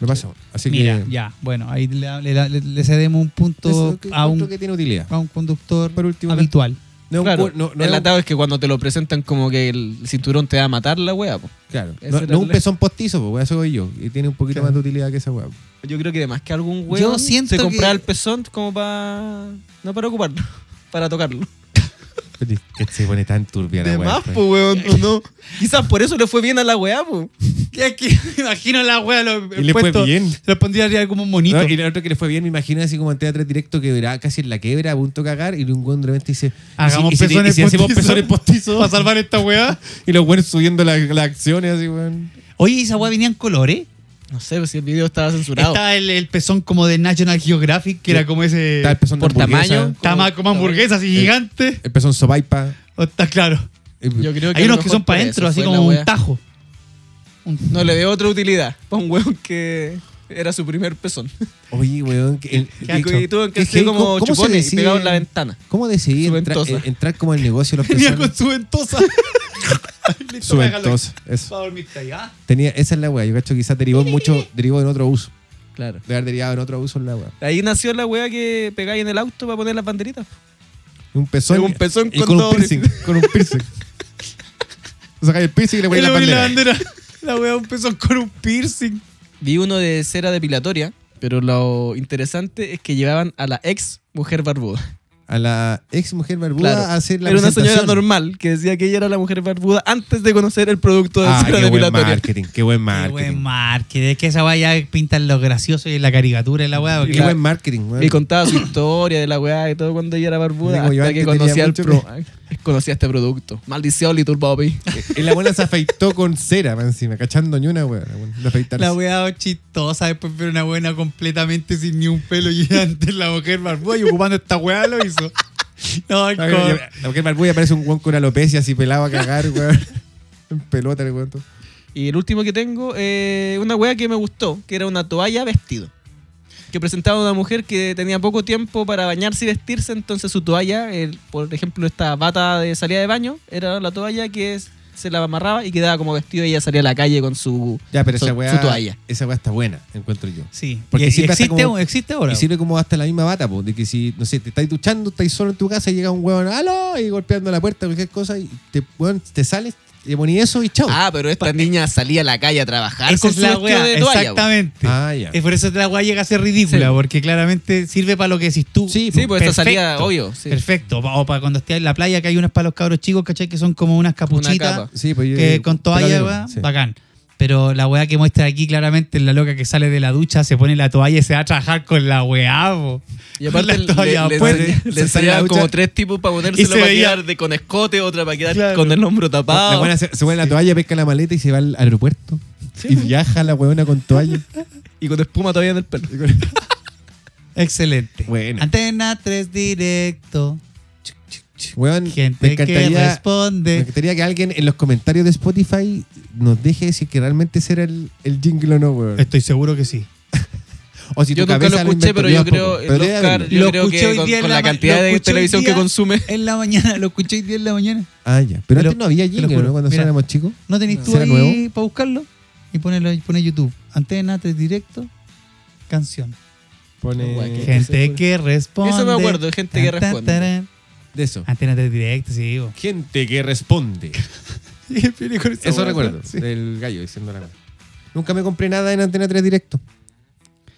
Speaker 3: Me pasa. Así
Speaker 2: Mira,
Speaker 3: que...
Speaker 2: ya, bueno, ahí le, le- le- le cedemos un punto
Speaker 3: Eso que
Speaker 2: a
Speaker 3: encuentro
Speaker 2: un,
Speaker 3: que tiene utilidad.
Speaker 2: a un conductor
Speaker 3: Por último, la-
Speaker 2: habitual.
Speaker 3: No,
Speaker 4: Claro,
Speaker 3: un, cu- no, no es
Speaker 4: el
Speaker 3: un-
Speaker 4: atado es que cuando te lo presentan como que el cinturón te va a matar la wea, po.
Speaker 3: claro, no-
Speaker 4: ese
Speaker 3: no
Speaker 4: era
Speaker 3: un
Speaker 4: el-
Speaker 3: pezón postizo, pues, weá, eso soy yo. Y tiene un poquito
Speaker 2: Claro.
Speaker 3: más de utilidad que esa weá.
Speaker 4: Yo creo que además que algún weón
Speaker 2: siento
Speaker 4: se
Speaker 2: que-
Speaker 4: compraba el pezón como para... No para ocuparlo, para tocarlo.
Speaker 3: Que se pone tan turbia la
Speaker 4: De
Speaker 3: weá.
Speaker 4: más,
Speaker 2: pues,
Speaker 4: po, weón, tú no. pues. Quizás por eso le fue bien a la weá, pues. po.
Speaker 2: Es que me imagino la wea lo,
Speaker 3: Y le fue bien.
Speaker 2: Se lo pondría arriba como un monito.
Speaker 3: No, y la otra que le fue bien, me imagino así como en teatro directo que verá casi en la quiebra, a punto de cagar, y un weón de repente dice:
Speaker 2: Hagamos
Speaker 3: y si, y si-
Speaker 2: pezones
Speaker 3: y si hacemos
Speaker 2: postizos.
Speaker 3: pezones postizos.
Speaker 2: Para salvar esta weá.
Speaker 3: Y los weones subiendo la- las acciones, así, weón.
Speaker 4: Eh,
Speaker 2: Oye, esa weá venía en colores.
Speaker 4: No sé pues, si el video estaba censurado.
Speaker 2: Estaba el, el pezón como de National Geographic, que era como ese.
Speaker 3: Está el pezón de
Speaker 4: por
Speaker 3: hamburguesa,
Speaker 4: tamaño.
Speaker 2: Tama como hamburguesa así gigante.
Speaker 3: El pezón sopaipa.
Speaker 2: O está claro.
Speaker 3: eh,
Speaker 4: Yo creo que
Speaker 2: Hay
Speaker 4: a lo
Speaker 2: unos que
Speaker 4: mejor
Speaker 2: son para
Speaker 4: por
Speaker 2: adentro,
Speaker 4: eso
Speaker 2: así
Speaker 4: fue
Speaker 2: como
Speaker 4: la
Speaker 2: un
Speaker 4: weá.
Speaker 2: tajo.
Speaker 4: No le veo otra utilidad. Para un weón que era su primer pezón.
Speaker 3: Oye, weón. que- el-
Speaker 4: Y
Speaker 3: que-
Speaker 4: tuvo que
Speaker 3: que-
Speaker 4: hacer como
Speaker 3: ¿cómo- cómo se
Speaker 4: chupones y
Speaker 3: decide-
Speaker 4: pegado en la ventana.
Speaker 3: ¿Cómo decidí
Speaker 4: Su
Speaker 3: entra-
Speaker 4: ventosa.
Speaker 3: eh, entrar como al negocio de los
Speaker 2: Venía
Speaker 3: pezones?
Speaker 2: con su ventosa. Listo,
Speaker 3: Su
Speaker 2: para dejarlo
Speaker 3: ventosa,
Speaker 2: aquí.
Speaker 3: eso.
Speaker 2: Para dormirte ahí, ¿ah?
Speaker 3: Tenía, esa es la weá. Yo cacho que quizás derivó mucho, derivó en otro uso.
Speaker 4: Claro.
Speaker 3: De haber derivado en otro uso en la weá.
Speaker 4: Ahí nació la weá que pegáis en el auto para poner las banderitas.
Speaker 3: Un pezón.
Speaker 4: Es un pezón
Speaker 3: y
Speaker 4: con
Speaker 3: con un
Speaker 4: doble.
Speaker 3: piercing. Con un piercing. Sacáis el piercing y le
Speaker 2: Y
Speaker 3: ponéis
Speaker 2: le
Speaker 3: la
Speaker 2: poní
Speaker 3: bandera.
Speaker 2: la bandera. La wea un pezón con un piercing.
Speaker 4: Vi uno de cera depilatoria, pero lo interesante es que llevaban a la ex mujer barbuda.
Speaker 3: A la ex mujer barbuda
Speaker 4: Claro.
Speaker 3: a hacer la
Speaker 4: era una señora
Speaker 3: presentación.
Speaker 4: normal que decía que ella era la mujer barbuda antes de conocer el producto de
Speaker 3: Ah,
Speaker 4: cera
Speaker 3: qué buen
Speaker 4: depilatoria.
Speaker 3: marketing. Qué buen
Speaker 2: Qué buen
Speaker 3: marketing.
Speaker 2: marketing. Es que esa weá ya pintan lo gracioso y la caricatura y la weá.
Speaker 3: Qué
Speaker 2: porque-
Speaker 3: buen marketing, weón.
Speaker 4: Y contaba su historia de la weá y todo cuando ella era barbuda.
Speaker 3: Digo, eh. yo
Speaker 4: hasta
Speaker 3: antes
Speaker 4: que conocía,
Speaker 3: tenía
Speaker 4: el
Speaker 3: mucho
Speaker 4: pro- conocía este producto. Maldición, Little Bobby.
Speaker 3: Y la abuela se afeitó con cera, más encima, cachando ni una, weón. La afeitarse.
Speaker 2: La weá chistosa, después pero una buena completamente sin ni un pelo y antes la mujer barbuda y ocupando esta weá lo hizo. No,
Speaker 3: La-
Speaker 2: co-
Speaker 3: la- La mujer barbuda parece un weón con alopecia así pelado a cagar, weón. En pelota, le cuento.
Speaker 4: Y el último que tengo, eh, una weá que me gustó, que era una toalla vestido. Que presentaba a una mujer que tenía poco tiempo para bañarse y vestirse, entonces su toalla, el- por ejemplo, esta bata de salida de baño, era la toalla que es- se la amarraba y quedaba como vestido y ella salía a la calle con su,
Speaker 3: Ya, pero
Speaker 4: su-
Speaker 3: esa weá.
Speaker 4: su toalla.
Speaker 3: Esa weá está buena, encuentro yo.
Speaker 2: Sí,
Speaker 3: Porque
Speaker 2: porque
Speaker 3: siempre hace
Speaker 2: existe,
Speaker 3: como-
Speaker 2: existe ahora.
Speaker 3: Y sirve como hasta la misma bata, po, de que si, no sé, te estáis duchando, estáis solo en tu casa y llega un huevón, ¡aló! y golpeando la puerta, cualquier cosa, y te, weón, te sales, le poní eso y chao.
Speaker 4: Ah, pero esta niña salía a la calle a trabajar
Speaker 2: Esa
Speaker 4: con
Speaker 2: es
Speaker 4: su
Speaker 2: la
Speaker 4: vestido
Speaker 2: weá,
Speaker 4: de toalla. po.
Speaker 2: exactamente.
Speaker 3: Ah, ya.
Speaker 2: Y por eso la weá llega a ser ridícula,
Speaker 4: Sí.
Speaker 2: porque claramente sirve para lo que decís tú.
Speaker 3: Sí,
Speaker 4: Sí, pues esta
Speaker 2: Perfecto.
Speaker 4: salía, obvio. sí.
Speaker 2: Perfecto. O para cuando estés en la playa, que hay unas para los cabros chicos, ¿cachai? Que son como unas
Speaker 4: Como una
Speaker 2: capuchitas.
Speaker 4: capa.
Speaker 3: Sí, pues yo-
Speaker 2: que con toalla,
Speaker 3: pelotero,
Speaker 2: weá,
Speaker 3: sí.
Speaker 2: bacán. Pero la weá que muestra aquí claramente es la loca que sale de la ducha, se pone la toalla y se va a trabajar con la weá, po.
Speaker 4: Y aparte
Speaker 2: Con
Speaker 4: le,
Speaker 2: la toalla,
Speaker 4: le-
Speaker 2: pues.
Speaker 4: le- le
Speaker 3: Se salía a
Speaker 4: enseñaban
Speaker 3: duchar.
Speaker 4: como tres tipos para
Speaker 2: Y
Speaker 4: ponérselo
Speaker 2: se
Speaker 4: para
Speaker 2: veía-
Speaker 4: quedar de, con escote, otra para quedar
Speaker 2: Claro.
Speaker 4: con el hombro
Speaker 3: La
Speaker 4: tapado.
Speaker 3: buena se, se pone la toalla, pesca la maleta y se va al aeropuerto. y viaja la huevona con toalla.
Speaker 4: Y con espuma todavía en el pelo.
Speaker 2: Excelente.
Speaker 3: Buena.
Speaker 2: Antena 3 directo.
Speaker 3: Weón, me
Speaker 2: Gente que
Speaker 3: encantaría, me
Speaker 2: responde.
Speaker 3: encantaría que alguien en los comentarios de Spotify nos deje si que realmente será el, el jingle o no, weón.
Speaker 2: Estoy seguro que sí.
Speaker 3: O si tu
Speaker 4: yo nunca lo
Speaker 3: cabeza
Speaker 4: escuché,
Speaker 3: inventó,
Speaker 4: pero
Speaker 3: yo
Speaker 4: yo
Speaker 3: tampoco.
Speaker 4: creo,
Speaker 3: Pero debería
Speaker 4: Oscar,
Speaker 3: haberlo.
Speaker 4: yo
Speaker 2: Lo
Speaker 4: creo
Speaker 2: escuché hoy
Speaker 4: que con,
Speaker 2: día en
Speaker 4: con
Speaker 2: la
Speaker 4: la,
Speaker 2: ma- lo
Speaker 4: cantidad de
Speaker 2: escuché hoy
Speaker 4: televisión
Speaker 2: día.
Speaker 4: que consume.
Speaker 2: En la mañana, lo escuché hoy día en la mañana.
Speaker 3: Ah, ya. Pero
Speaker 2: Te lo-
Speaker 3: antes no había
Speaker 2: te lo
Speaker 3: jingle,
Speaker 2: juro.
Speaker 3: ¿no? Cuando
Speaker 2: Mira.
Speaker 3: éramos chicos.
Speaker 2: ¿No tenéis tú
Speaker 3: ¿Será
Speaker 2: ahí
Speaker 3: nuevo?
Speaker 2: para buscarlo? Y ponerlo pone YouTube. Antena 3 directo. Canción.
Speaker 4: Guay,
Speaker 3: Pone...
Speaker 4: qué-
Speaker 2: Gente que responde.
Speaker 4: Eso me acuerdo, gente que
Speaker 2: Tan, tan,
Speaker 4: responde.
Speaker 2: tarán.
Speaker 3: De eso.
Speaker 2: Antena 3 directo, sí, po.
Speaker 3: Gente que responde. Eso recuerdo. Del gallo diciendo la weá. Nunca me compré nada en Antena 3 directo.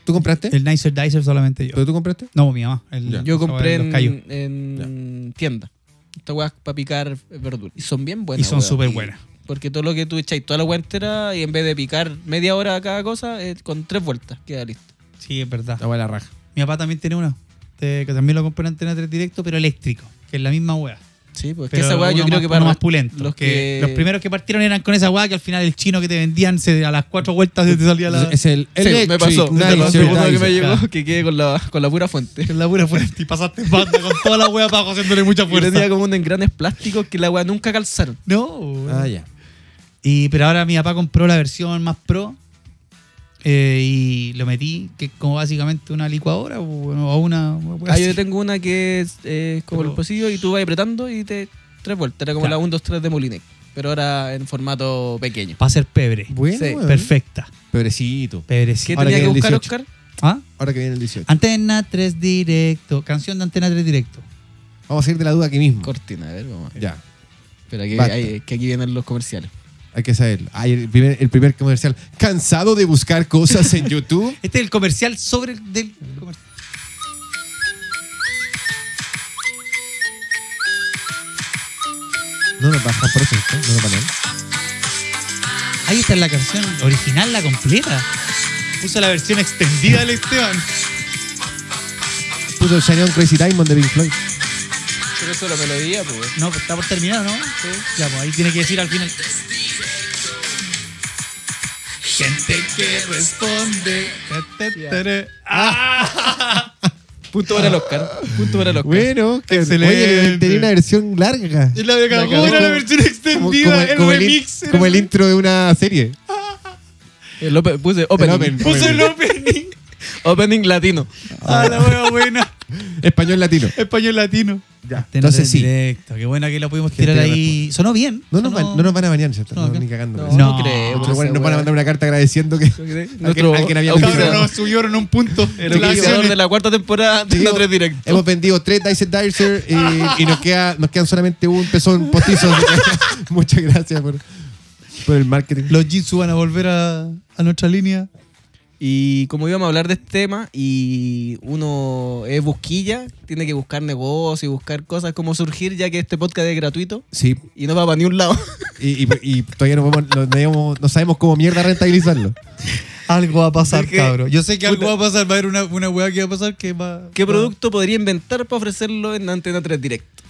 Speaker 3: ¿Tú compraste?
Speaker 2: El Nicer Dicer solamente yo.
Speaker 3: ¿Pero tú compraste?
Speaker 2: No, mi mamá. el-
Speaker 3: Ya.
Speaker 4: Yo
Speaker 2: esa weá
Speaker 4: compré
Speaker 2: de los callos.
Speaker 4: en, en tienda. Estas weas para picar verduras. Y son bien buenas.
Speaker 2: Y son
Speaker 4: weón.
Speaker 2: súper buenas.
Speaker 4: Porque todo lo que tú echáis, toda la weá entera, y en vez de picar media hora a cada cosa, eh, con tres vueltas queda listo.
Speaker 2: Sí, es verdad.
Speaker 4: Ah.
Speaker 3: La hueá de la raja.
Speaker 2: Mi papá también tiene uno, de- que también lo compró en Antena 3 Directo, pero eléctrico, que es la misma hueá.
Speaker 4: Sí, pues
Speaker 2: Pero
Speaker 4: que esa weá yo
Speaker 2: uno más-
Speaker 4: creo que
Speaker 2: uno
Speaker 4: para.
Speaker 2: más pulento.
Speaker 4: Los
Speaker 2: Los,
Speaker 4: que,
Speaker 2: los primeros que partieron eran con esa hueá que al final el chino que te vendían se- a las cuatro vueltas se te salía la...
Speaker 3: Es el
Speaker 4: Sí, me
Speaker 3: Electric
Speaker 4: pasó. me pasó,
Speaker 3: Night
Speaker 4: me pasó que me
Speaker 3: Shirt.
Speaker 4: llegó
Speaker 2: claro.
Speaker 4: que quede con la, con la pura fuente.
Speaker 2: Es la pura fuerte y pasaste en banda con toda la hueá abajo haciéndole mucha
Speaker 4: Yo
Speaker 2: fuerza.
Speaker 4: tenía como unos engranes plásticos que la weá nunca calzaron.
Speaker 2: No.
Speaker 3: Ah, ya.
Speaker 2: Y, pero ahora mi papá compró la versión más pro eh, y lo metí, que es como básicamente una licuadora o, o una.
Speaker 4: Ah, yo tengo una que es eh, como
Speaker 2: Pero-
Speaker 4: el pocillo y tú vas apretando y te tres vueltas. Era como
Speaker 2: Claro.
Speaker 4: la 1, 2, 3 de Molinex, pero ahora en formato pequeño.
Speaker 2: Para hacer pebre.
Speaker 3: Bueno,
Speaker 4: Sí,
Speaker 3: weón.
Speaker 2: Perfecta.
Speaker 3: Pobrecito.
Speaker 4: ¿Qué
Speaker 2: Pebrecita.
Speaker 3: Ahora
Speaker 4: tenía que
Speaker 3: que viene
Speaker 4: buscar
Speaker 3: el
Speaker 4: Oscar?
Speaker 2: ¿Ah?
Speaker 3: Ahora que viene el 18.
Speaker 2: Antena 3 directo. Canción de Antena 3 directo.
Speaker 3: Vamos a salir de la duda aquí mismo.
Speaker 4: Cortina, a ver, vamos. a ver.
Speaker 3: Ya.
Speaker 4: Pero aquí,
Speaker 3: Basta.
Speaker 4: hay- que aquí vienen los comerciales.
Speaker 3: Hay que saberlo. Ay, el, primer, el primer comercial. ¿Cansado de buscar cosas en YouTube?
Speaker 2: Este es el comercial sobre el del comercial.
Speaker 3: No nos bajan por eso, ¿no? No nos bajan.
Speaker 2: Ahí está la canción original, la completa. Puso la versión extendida del Esteban.
Speaker 3: Puso el Shine On Crazy Diamond de Pink Floyd.
Speaker 4: Pero eso es la melodía, pues.
Speaker 2: No, pues está por terminar, ¿no? Sí. Ya, pues ahí tiene que decir al final. Gente que responde. Ta, ta, tará. ¡Ah!
Speaker 4: Punto para el Oscar. Punto para el Oscar.
Speaker 3: Bueno, que
Speaker 2: Excelente.
Speaker 3: oye, tenía una versión larga.
Speaker 2: Y la de
Speaker 4: La
Speaker 2: cagó,
Speaker 4: cagó.
Speaker 2: era la versión
Speaker 3: Como-
Speaker 2: extendida,
Speaker 3: como-
Speaker 2: el
Speaker 3: como el in-
Speaker 2: remix. era
Speaker 3: como el
Speaker 2: el-
Speaker 3: intro de una serie.
Speaker 4: El open- puse opening.
Speaker 3: open.
Speaker 2: Puso el opening.
Speaker 4: Opening latino.
Speaker 2: Ah, la hueá buena.
Speaker 3: Español latino.
Speaker 2: Español latino.
Speaker 3: Ya.
Speaker 2: Entonces
Speaker 3: Entonces sí.
Speaker 2: Directo. Qué buena que lo pudimos
Speaker 3: Gente
Speaker 2: tirar
Speaker 3: de
Speaker 2: ahí. Sonó bien.
Speaker 3: No nos, van, no nos van a bañar, ¿cierto?
Speaker 2: No,
Speaker 3: No,
Speaker 2: acá-
Speaker 3: ni cagando.
Speaker 4: No,
Speaker 3: parece.
Speaker 4: no,
Speaker 2: No.
Speaker 4: creo.
Speaker 3: Pero bueno, nos
Speaker 4: esa
Speaker 3: van a
Speaker 4: weá.
Speaker 3: mandar una carta agradeciendo que...
Speaker 4: Nuestro
Speaker 3: alguien había
Speaker 2: Cabrón,
Speaker 3: Pero-
Speaker 2: nos subieron un punto.
Speaker 4: El
Speaker 2: La
Speaker 4: auspiciador
Speaker 2: acción-
Speaker 4: de la cuarta temporada de
Speaker 3: Digo,
Speaker 4: No 3 Directo.
Speaker 3: Hemos vendido tres Dyson Dicer eh, y nos, queda, nos quedan solamente un pezón postizo. Muchas gracias por, por el marketing.
Speaker 2: Los Jitsu van a volver a, a nuestra línea.
Speaker 4: Y como íbamos a hablar de este tema, y uno es busquilla, tiene que buscar negocios y buscar cosas como surgir, ya que este podcast es gratuito
Speaker 3: Sí,
Speaker 4: y no va para ni un lado.
Speaker 3: y, y- y todavía no, podemos- no tenemos- no sabemos cómo mierda rentabilizarlo.
Speaker 2: Algo va a pasar,
Speaker 4: Porque-
Speaker 2: cabrón. Yo sé que algo va
Speaker 4: Puta.
Speaker 2: a pasar. Va a haber una, una weá que va a pasar que va.
Speaker 4: ¿Qué
Speaker 2: va-
Speaker 4: producto podría inventar para ofrecerlo en Antena 3 Directo?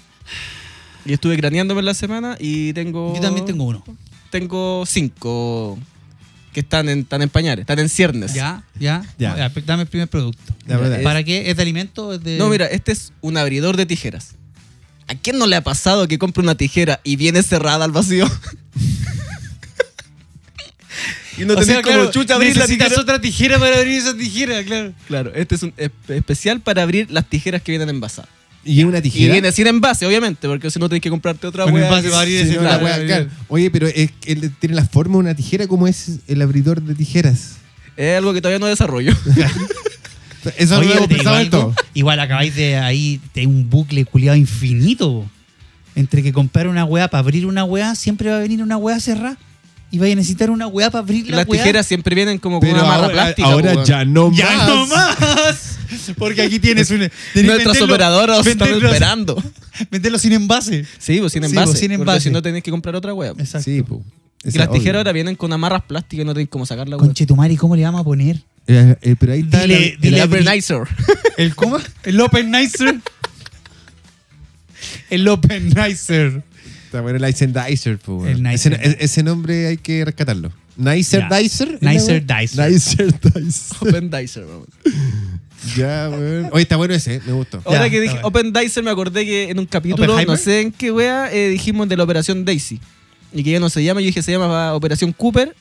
Speaker 4: Y estuve craneándome en la semana y tengo.
Speaker 2: Yo también tengo uno.
Speaker 4: Tengo cinco que están en, están en pañales, están en ciernes.
Speaker 2: Ya, ya.
Speaker 3: Ya.
Speaker 2: Ya, pe- Dame el primer producto.
Speaker 3: La verdad.
Speaker 2: ¿Para qué? ¿Es de alimento? o ¿Es de...
Speaker 4: No, mira, este es un abridor de tijeras. ¿A quién no le ha pasado que compra una tijera y viene cerrada al vacío? y no
Speaker 2: O
Speaker 4: tenés
Speaker 2: sea,
Speaker 4: como
Speaker 2: claro,
Speaker 4: chucha abrir la
Speaker 2: necesitas
Speaker 4: tijera.
Speaker 2: otra tijera para abrir esa tijera, claro.
Speaker 4: Claro, este es un espe- especial para abrir las tijeras que vienen envasadas.
Speaker 3: Y una
Speaker 4: Y
Speaker 3: tijera.
Speaker 4: viene sin envase, obviamente, porque si no tenés que comprarte otra
Speaker 2: Un
Speaker 4: hueá.
Speaker 2: envase para abrir
Speaker 3: Sí,
Speaker 2: ese
Speaker 3: no, la
Speaker 2: claro,
Speaker 3: wea,
Speaker 2: claro.
Speaker 3: claro. Oye, pero es que él tiene la forma de una tijera como es el abridor de tijeras.
Speaker 4: Es algo que todavía no desarrollo.
Speaker 3: Eso
Speaker 2: Oye,
Speaker 3: lo hemos
Speaker 2: te
Speaker 3: pensado
Speaker 2: digo
Speaker 3: en todo.
Speaker 2: algo, igual acabáis de ahí de un bucle culiado infinito. bo. Entre que comprar una weá para abrir una weá, siempre va a venir una weá cerrada. Y vais a necesitar una weá para abrir la
Speaker 4: las
Speaker 2: weá.
Speaker 4: tijeras siempre vienen como con
Speaker 3: Pero
Speaker 4: una
Speaker 3: ahora,
Speaker 4: barra plástica. pues,
Speaker 3: ahora
Speaker 4: po,
Speaker 3: ya no
Speaker 2: ¡Ya
Speaker 3: más.
Speaker 2: no más! Porque aquí tienes una.
Speaker 4: weón. Nuestras operadoras os están
Speaker 2: venderlo,
Speaker 4: esperando.
Speaker 2: venderlo sin envase.
Speaker 4: Sí, pues sin
Speaker 2: Sí,
Speaker 4: envase.
Speaker 2: pues, sin
Speaker 4: porque
Speaker 2: envase.
Speaker 4: si no tenés que comprar otra hueá. po.
Speaker 2: Exacto.
Speaker 3: Sí, po.
Speaker 4: Y
Speaker 3: Esa,
Speaker 4: las
Speaker 3: obvio.
Speaker 4: tijeras ahora vienen con amarras plásticas y no tienen cómo sacarla. weón.
Speaker 2: Conchetumari, ¿cómo le vamos a poner?
Speaker 3: Eh, eh, pero ahí está
Speaker 2: Dile-
Speaker 3: la- el
Speaker 2: dile-
Speaker 4: El
Speaker 2: abrí-
Speaker 4: Abernizer.
Speaker 2: ¿El cómo? El Openizer. El Openizer.
Speaker 3: Está bueno el Eisendicer, po, weón.
Speaker 2: El
Speaker 3: ese,
Speaker 2: Nicer.
Speaker 3: e- ese nombre hay que rescatarlo. Nicer
Speaker 2: Ya.
Speaker 3: Dicer. ¿es
Speaker 2: Nicer
Speaker 3: la weá?
Speaker 2: Dicer.
Speaker 3: Nicer Dicer.
Speaker 4: Open Dicer, weón.
Speaker 3: ya, weón. Oye, está bueno ese, eh, me gustó.
Speaker 4: Ahora
Speaker 2: Ya,
Speaker 4: que dije
Speaker 2: está
Speaker 4: Open Dicer me acordé que en un capítulo, no
Speaker 2: ¿Oppenheimer?
Speaker 4: sé en qué wea, eh, dijimos de la Operación Daisy. Y que ya no se llama, yo dije se llama Operación Cooper.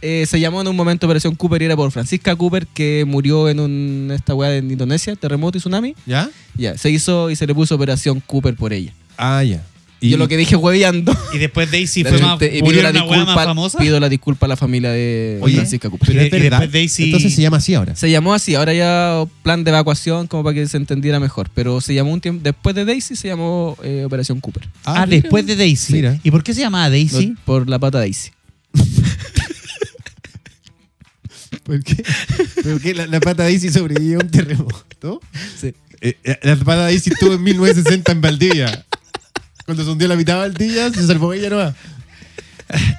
Speaker 4: Eh, se llamó en un momento Operación Cooper y era por Francisca Cooper que murió en un, esta wea en Indonesia, terremoto y tsunami.
Speaker 3: ¿Ya?
Speaker 4: Ya, se hizo y se le puso Operación Cooper por ella.
Speaker 3: Ah, ya.
Speaker 4: Y yo lo que dije hueveando.
Speaker 2: Y después Daisy
Speaker 4: De
Speaker 2: fue más.
Speaker 4: repente, y
Speaker 2: murió una weá más famosa.
Speaker 4: pido la disculpa a la familia de
Speaker 3: Oye,
Speaker 4: Francisca Cooper.
Speaker 3: Pero
Speaker 2: Y-
Speaker 3: es
Speaker 2: y
Speaker 3: verdad.
Speaker 2: después Daisy-
Speaker 3: Entonces se llama así ahora.
Speaker 4: Se llamó así, ahora ya plan de evacuación como para que se entendiera mejor, pero se llamó un tiempo después de Daisy se llamó eh, Operación Cooper.
Speaker 2: Ah,
Speaker 3: mira.
Speaker 2: después de Daisy.
Speaker 3: Mira.
Speaker 2: ¿Y por qué se llamaba Daisy?
Speaker 4: Lo- Por la pata Daisy.
Speaker 3: ¿Por qué? ¿Por qué la, la pata Daisy sobrevivió a un terremoto?
Speaker 4: Sí.
Speaker 3: Eh, eh, la pata Daisy estuvo en 1960 en Valdivia. Cuando se hundió la mitad de Valdivia, se salvó ella nomás.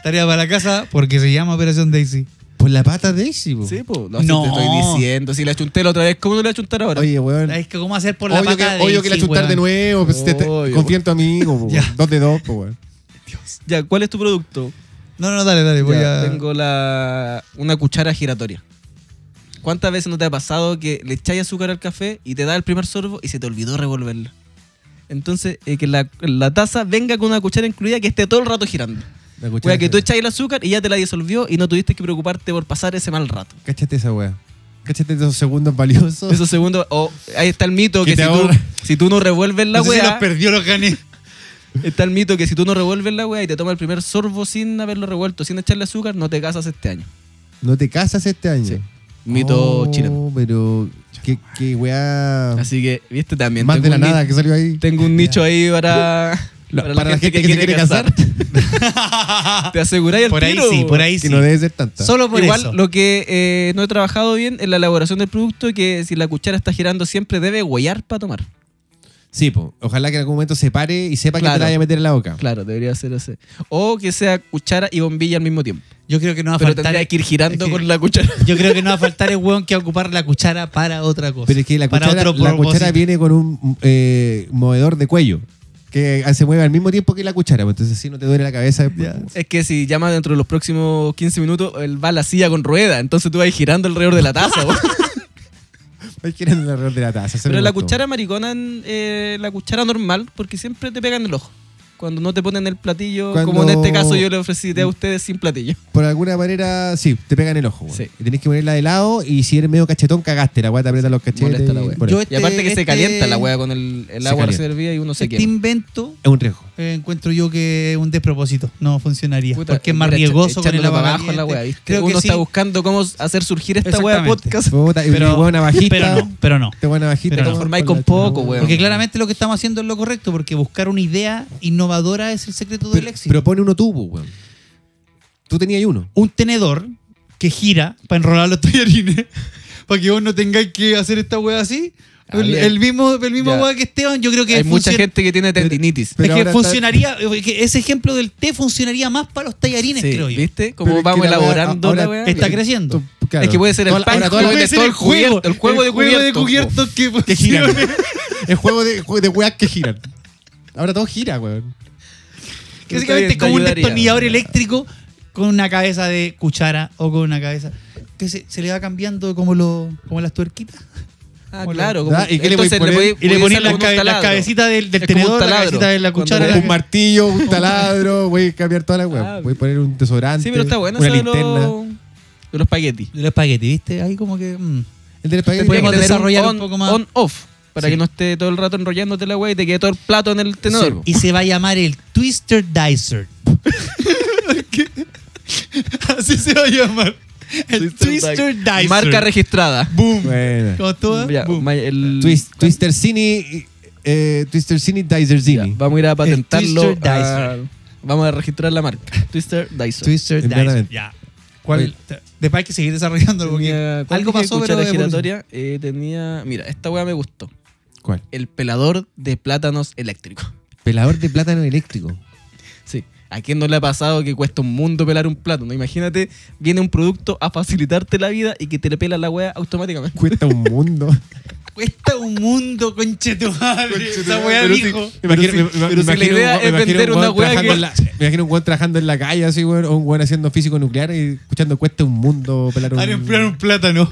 Speaker 2: Tarea para la casa porque se llama Operación Daisy.
Speaker 3: Por la pata de Daisy, po.
Speaker 4: Sí, pues. No, si
Speaker 2: No.
Speaker 4: te estoy diciendo. Si la chunté la otra vez, ¿cómo no la chuntar ahora?
Speaker 3: Oye, weón.
Speaker 2: Es que cómo hacer por la
Speaker 3: Obvio que,
Speaker 2: pata
Speaker 3: obvio que la
Speaker 2: Daisy,
Speaker 3: chutar de
Speaker 2: weón.
Speaker 3: nuevo. pues, te- te-
Speaker 4: Obvio.
Speaker 3: confía en tu amigo, po,
Speaker 2: Ya.
Speaker 3: weón. Dos de dos, po, weón.
Speaker 4: Ya, ¿cuál es tu producto?
Speaker 2: No, no, dale, dale. Voy
Speaker 4: Ya,
Speaker 2: a...
Speaker 4: Tengo la, una cuchara giratoria. ¿Cuántas veces no te ha pasado que le echáis azúcar al café y te da el primer sorbo y se te olvidó revolverla? Entonces, eh, que la, la taza venga con una cuchara incluida que esté todo el rato girando.
Speaker 3: La cuchara
Speaker 4: Wea, que tú
Speaker 3: giratoria.
Speaker 4: echáis el azúcar y ya te la disolvió y no tuviste que preocuparte por pasar ese mal rato.
Speaker 3: Cáchate esa weá. Cáchate esos segundos valiosos.
Speaker 4: Esos segundos, o ahí está el mito
Speaker 3: Que
Speaker 4: que,
Speaker 3: te
Speaker 4: si, tú,
Speaker 3: ahorra.
Speaker 4: si tú no revuelves la
Speaker 2: no sé si
Speaker 4: wea,
Speaker 2: los perdió, los gané.
Speaker 4: está el mito que si tú no revuelves la wea y te tomas el primer sorbo sin haberlo revuelto, sin echarle azúcar, no te casas este año.
Speaker 3: No te casas este año.
Speaker 4: Sí. Mito
Speaker 3: Oh,
Speaker 4: chileno.
Speaker 3: Pero qué, qué weá.
Speaker 4: Así que, viste, también.
Speaker 3: Más
Speaker 4: tengo
Speaker 3: de la
Speaker 4: un
Speaker 3: nada
Speaker 4: ni-
Speaker 3: que salió ahí.
Speaker 4: Tengo un nicho ahí para.
Speaker 3: La- para la gente que se quiere casar.
Speaker 4: Te aseguráis el
Speaker 2: por ahí
Speaker 4: tiro,
Speaker 2: sí, por ahí
Speaker 3: Que
Speaker 2: sí.
Speaker 3: no debe ser tanta.
Speaker 2: Solo por
Speaker 4: Igual
Speaker 2: eso.
Speaker 4: lo que eh, no he trabajado bien en la elaboración del producto, que si la cuchara está girando siempre debe huellar para tomar.
Speaker 3: Sí, po. Ojalá que en algún momento se pare y sepa que te
Speaker 4: Claro.
Speaker 3: la vaya a meter en la boca.
Speaker 4: Claro, debería ser ese. O que sea cuchara y bombilla al mismo tiempo.
Speaker 2: Yo creo que no va a
Speaker 4: Pero
Speaker 2: faltar.
Speaker 4: tendría Ah, que ir girando
Speaker 2: es que-
Speaker 4: con la cuchara.
Speaker 2: Yo creo que no va a faltar el weón que va a ocupar la cuchara para otra cosa.
Speaker 3: Pero es que la
Speaker 2: para
Speaker 3: cuchara,
Speaker 2: otro
Speaker 3: la
Speaker 2: propósito.
Speaker 3: cuchara viene con un eh, movedor de cuello que se mueve al mismo tiempo que la cuchara. pues, Entonces, si no te duele la cabeza, pues, después,
Speaker 2: Ya.
Speaker 4: Es que si llama dentro de los próximos 15 minutos, él va a la silla con rueda. Entonces tú vas girando alrededor de la taza. weón.
Speaker 3: vas girando alrededor de la taza. eso
Speaker 4: Pero
Speaker 3: me
Speaker 4: la
Speaker 3: gustó.
Speaker 4: cuchara maricona, en, eh, la cuchara normal, porque siempre te pegan en el ojo. Cuando no te ponen el platillo, como en
Speaker 3: Cuando-
Speaker 4: este caso yo le ofrecí a ustedes sin platillo.
Speaker 3: Por alguna manera, sí, te pegan el ojo. güey.
Speaker 4: Sí.
Speaker 3: Y tenés que ponerla de lado y si eres medio cachetón, cagaste. La weá te aprieta los cachetes.
Speaker 4: Molesta la
Speaker 3: y-
Speaker 4: wea.
Speaker 3: por
Speaker 2: Yo-
Speaker 3: ahí.
Speaker 4: y aparte que
Speaker 2: este-
Speaker 4: se calienta la wea con el, el
Speaker 3: Se
Speaker 4: agua
Speaker 3: calienta.
Speaker 4: servida y uno se
Speaker 2: Este
Speaker 4: quema.
Speaker 2: invento
Speaker 3: Es un riesgo.
Speaker 2: eh, encuentro yo que es un despropósito. No funcionaría.
Speaker 4: Puta,
Speaker 2: porque es más
Speaker 4: mira, echa-
Speaker 2: riesgoso con el
Speaker 4: echándolo
Speaker 2: agua
Speaker 4: para abajo la
Speaker 2: caliente.
Speaker 4: wea, ¿viste?
Speaker 2: Creo que
Speaker 4: Uno
Speaker 2: sí,
Speaker 4: está buscando cómo hacer surgir esta wea de
Speaker 2: Exactamente.
Speaker 4: podcast.
Speaker 3: Puta, y
Speaker 2: Pero-
Speaker 3: una bajita.
Speaker 2: Pero no, pero no.
Speaker 3: Te buena bajita.
Speaker 2: Pero no.
Speaker 3: ¿no?
Speaker 4: Formáis
Speaker 3: Con
Speaker 4: con
Speaker 3: la-
Speaker 4: poco, weón.
Speaker 2: Porque claramente lo que estamos haciendo es lo correcto, porque buscar una idea innovadora es el secreto del
Speaker 3: Pero,
Speaker 2: éxito.
Speaker 3: pero pone uno tubo, weón. Tú tenías uno.
Speaker 2: un tenedor que gira para enrolar los tallarines. para que vos no tengáis que hacer esta wea así.
Speaker 4: Ah,
Speaker 2: el,
Speaker 4: bien.
Speaker 2: el mismo, el mismo
Speaker 4: Ya.
Speaker 2: wea que Esteban, yo creo que
Speaker 4: Hay mucha
Speaker 2: funciona-
Speaker 4: gente que tiene tendinitis.
Speaker 3: Pero
Speaker 2: es que
Speaker 3: ahora está-
Speaker 2: funcionaría, que ese ejemplo del té funcionaría más para los tallarines,
Speaker 4: Sí,
Speaker 2: creo yo.
Speaker 4: ¿Viste? Como
Speaker 3: Pero es que
Speaker 4: vamos
Speaker 3: la wea-
Speaker 4: elaborando
Speaker 3: ahora
Speaker 4: la wea.
Speaker 2: Está
Speaker 4: Bien.
Speaker 2: creciendo.
Speaker 3: Tú- claro.
Speaker 4: Es que puede ser el
Speaker 3: Toda la-
Speaker 4: pan,
Speaker 3: ahora
Speaker 4: todo
Speaker 3: toda la-
Speaker 4: el- todo el cubierto, el juego de cubiertos,
Speaker 2: cubiertos que,
Speaker 3: que giran.
Speaker 2: funcione.
Speaker 3: el juego de, juego de weas que giran. Ahora todo gira, weón.
Speaker 2: Que Básicamente es
Speaker 4: Te
Speaker 2: como un
Speaker 4: ayudaría,
Speaker 2: destornillador
Speaker 4: weón.
Speaker 2: eléctrico con una cabeza de cuchara o con una cabeza que se, se le va cambiando como lo, como las tuerquitas.
Speaker 4: Ah,
Speaker 2: Hola.
Speaker 4: claro. como-
Speaker 3: ¿Verdad? ¿Y qué le
Speaker 4: entonces
Speaker 3: voy a poner?
Speaker 2: ¿Ah? Y le
Speaker 4: podéis
Speaker 2: ponían
Speaker 4: hacer
Speaker 2: las,
Speaker 4: como un
Speaker 2: cabe- las
Speaker 4: taladro.
Speaker 2: cabecitas del, del
Speaker 4: Es como un
Speaker 2: tenedor, la
Speaker 4: taladro.
Speaker 2: cabecita de la
Speaker 4: Cuando
Speaker 2: cuchara.
Speaker 4: vos
Speaker 2: la-
Speaker 3: Un martillo, un taladro, voy a cambiar toda la wea.
Speaker 4: Ah,
Speaker 3: Voy a poner un desodorante.
Speaker 4: Sí, pero está bueno
Speaker 3: Una
Speaker 4: eso de los-
Speaker 3: linterna.
Speaker 4: de los espaguetis.
Speaker 2: Del espagueti, ¿viste? Ahí como que. mm.
Speaker 3: El del espagueti.
Speaker 2: Podemos
Speaker 4: Tienes que tener
Speaker 2: desarrollar un poco más.
Speaker 4: On-off. Para
Speaker 2: Sí.
Speaker 4: que no esté todo el rato enrollándote la wea y te quede todo el plato en el
Speaker 3: Sí,
Speaker 4: tenedor.
Speaker 3: po.
Speaker 2: Y se va a llamar el Twister Dicer. Así se va a llamar. El Twister, Dicer.
Speaker 4: Marca registrada.
Speaker 2: Boom.
Speaker 3: Bueno.
Speaker 2: Como tú, ¿eh?
Speaker 4: Ya,
Speaker 2: Boom.
Speaker 4: ma- el-
Speaker 3: Twist, Twister Cini, eh, Twister Cini, Dizer
Speaker 4: Ya,
Speaker 3: Cini.
Speaker 4: Vamos a ir a patentarlo.
Speaker 2: Twister
Speaker 4: a-
Speaker 2: Dicer.
Speaker 4: vamos a registrar la marca. Twister Dyson.
Speaker 2: Twister Dicer.
Speaker 3: Verdaderamente.
Speaker 2: Ya.
Speaker 3: Oye.
Speaker 2: ¿Cuál? Después hay que seguir desarrollando porque algo pasó, pero.
Speaker 4: la
Speaker 2: evolucionó.
Speaker 4: giratoria eh, tenía. Mira, esta weá me gustó.
Speaker 3: ¿Cuál?
Speaker 4: El pelador de plátanos eléctrico.
Speaker 3: Pelador de plátano eléctrico.
Speaker 4: Sí. ¿A quién no le ha pasado que cuesta un mundo pelar un plátano? Imagínate, viene un producto a facilitarte la vida y que te le pela la weá automáticamente.
Speaker 3: Cuesta un mundo.
Speaker 2: Cuesta un mundo, conchetumadre. Esa weá
Speaker 3: Pero
Speaker 2: dijo.
Speaker 3: sí, pero sí, pero sí,
Speaker 4: la
Speaker 3: imagino
Speaker 4: idea
Speaker 3: un-
Speaker 4: es
Speaker 3: imagino un
Speaker 4: vender
Speaker 3: weón
Speaker 4: una weá
Speaker 3: trabajando
Speaker 4: que-
Speaker 3: en la- Me imagino un weón trabajando en la calle, así, weón, o un weón haciendo físico nuclear y escuchando cuesta un mundo pelar un.
Speaker 2: Ahora emplear un plátano.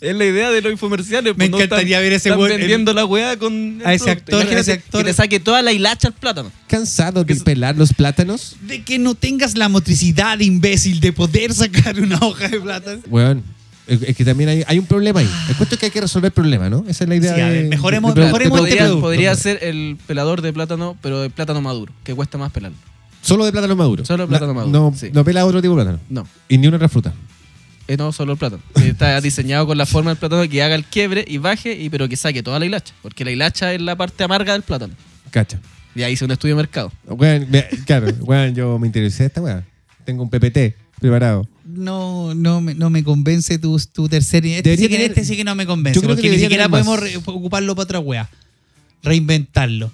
Speaker 4: Es la idea de los infomerciales.
Speaker 2: Me
Speaker 4: pues, no están-
Speaker 2: encantaría ver ese
Speaker 4: están
Speaker 2: weón-
Speaker 4: vendiendo la weá con.
Speaker 2: a ese
Speaker 4: el producto.
Speaker 2: actor, a
Speaker 4: Imagínate
Speaker 2: ese actor.
Speaker 4: Que le saque toda la hilacha al plátano.
Speaker 3: Cansado de
Speaker 2: Que-
Speaker 3: pelar los plátanos.
Speaker 2: De que no tengas la motricidad imbécil de poder sacar una hoja de plátano.
Speaker 3: Weón. Es es que también hay, hay un problema ahí. El cuento es que hay que resolver el problema, ¿no? Esa es la idea.
Speaker 2: Sí, a
Speaker 3: de-
Speaker 2: ver, mejoremos-
Speaker 3: de- de-
Speaker 2: mejoremos
Speaker 3: de-
Speaker 2: el
Speaker 3: de-
Speaker 4: podría,
Speaker 2: producto,
Speaker 4: podría
Speaker 2: pues.
Speaker 4: ser el pelador de plátano, pero de plátano maduro, que cuesta más pelarlo.
Speaker 3: Solo de plátano maduro.
Speaker 4: Solo de plátano
Speaker 3: No-
Speaker 4: maduro,
Speaker 3: No,
Speaker 4: sí.
Speaker 3: no pela otro tipo de plátano.
Speaker 4: No,
Speaker 3: Y ni una otra fruta.
Speaker 4: eh, no solo el plátano. Está diseñado con la forma del plátano que haga el quiebre y baje, y, pero que saque toda la hilacha, porque la hilacha es la parte amarga del plátano.
Speaker 3: Cacha.
Speaker 4: Y ahí hice un estudio de mercado.
Speaker 3: Weón, me- claro, weón, yo me interesé de esta weá. Tengo un PPT preparado.
Speaker 2: No, no, me- no me convence tu, tu tercer. Este
Speaker 3: Debería
Speaker 2: sí, que,
Speaker 3: tener-
Speaker 2: este sí que no me convence.
Speaker 3: Yo creo que
Speaker 2: Porque ni
Speaker 3: debería
Speaker 2: siquiera
Speaker 3: tener más.
Speaker 2: podemos re- ocuparlo para otra wea. Reinventarlo.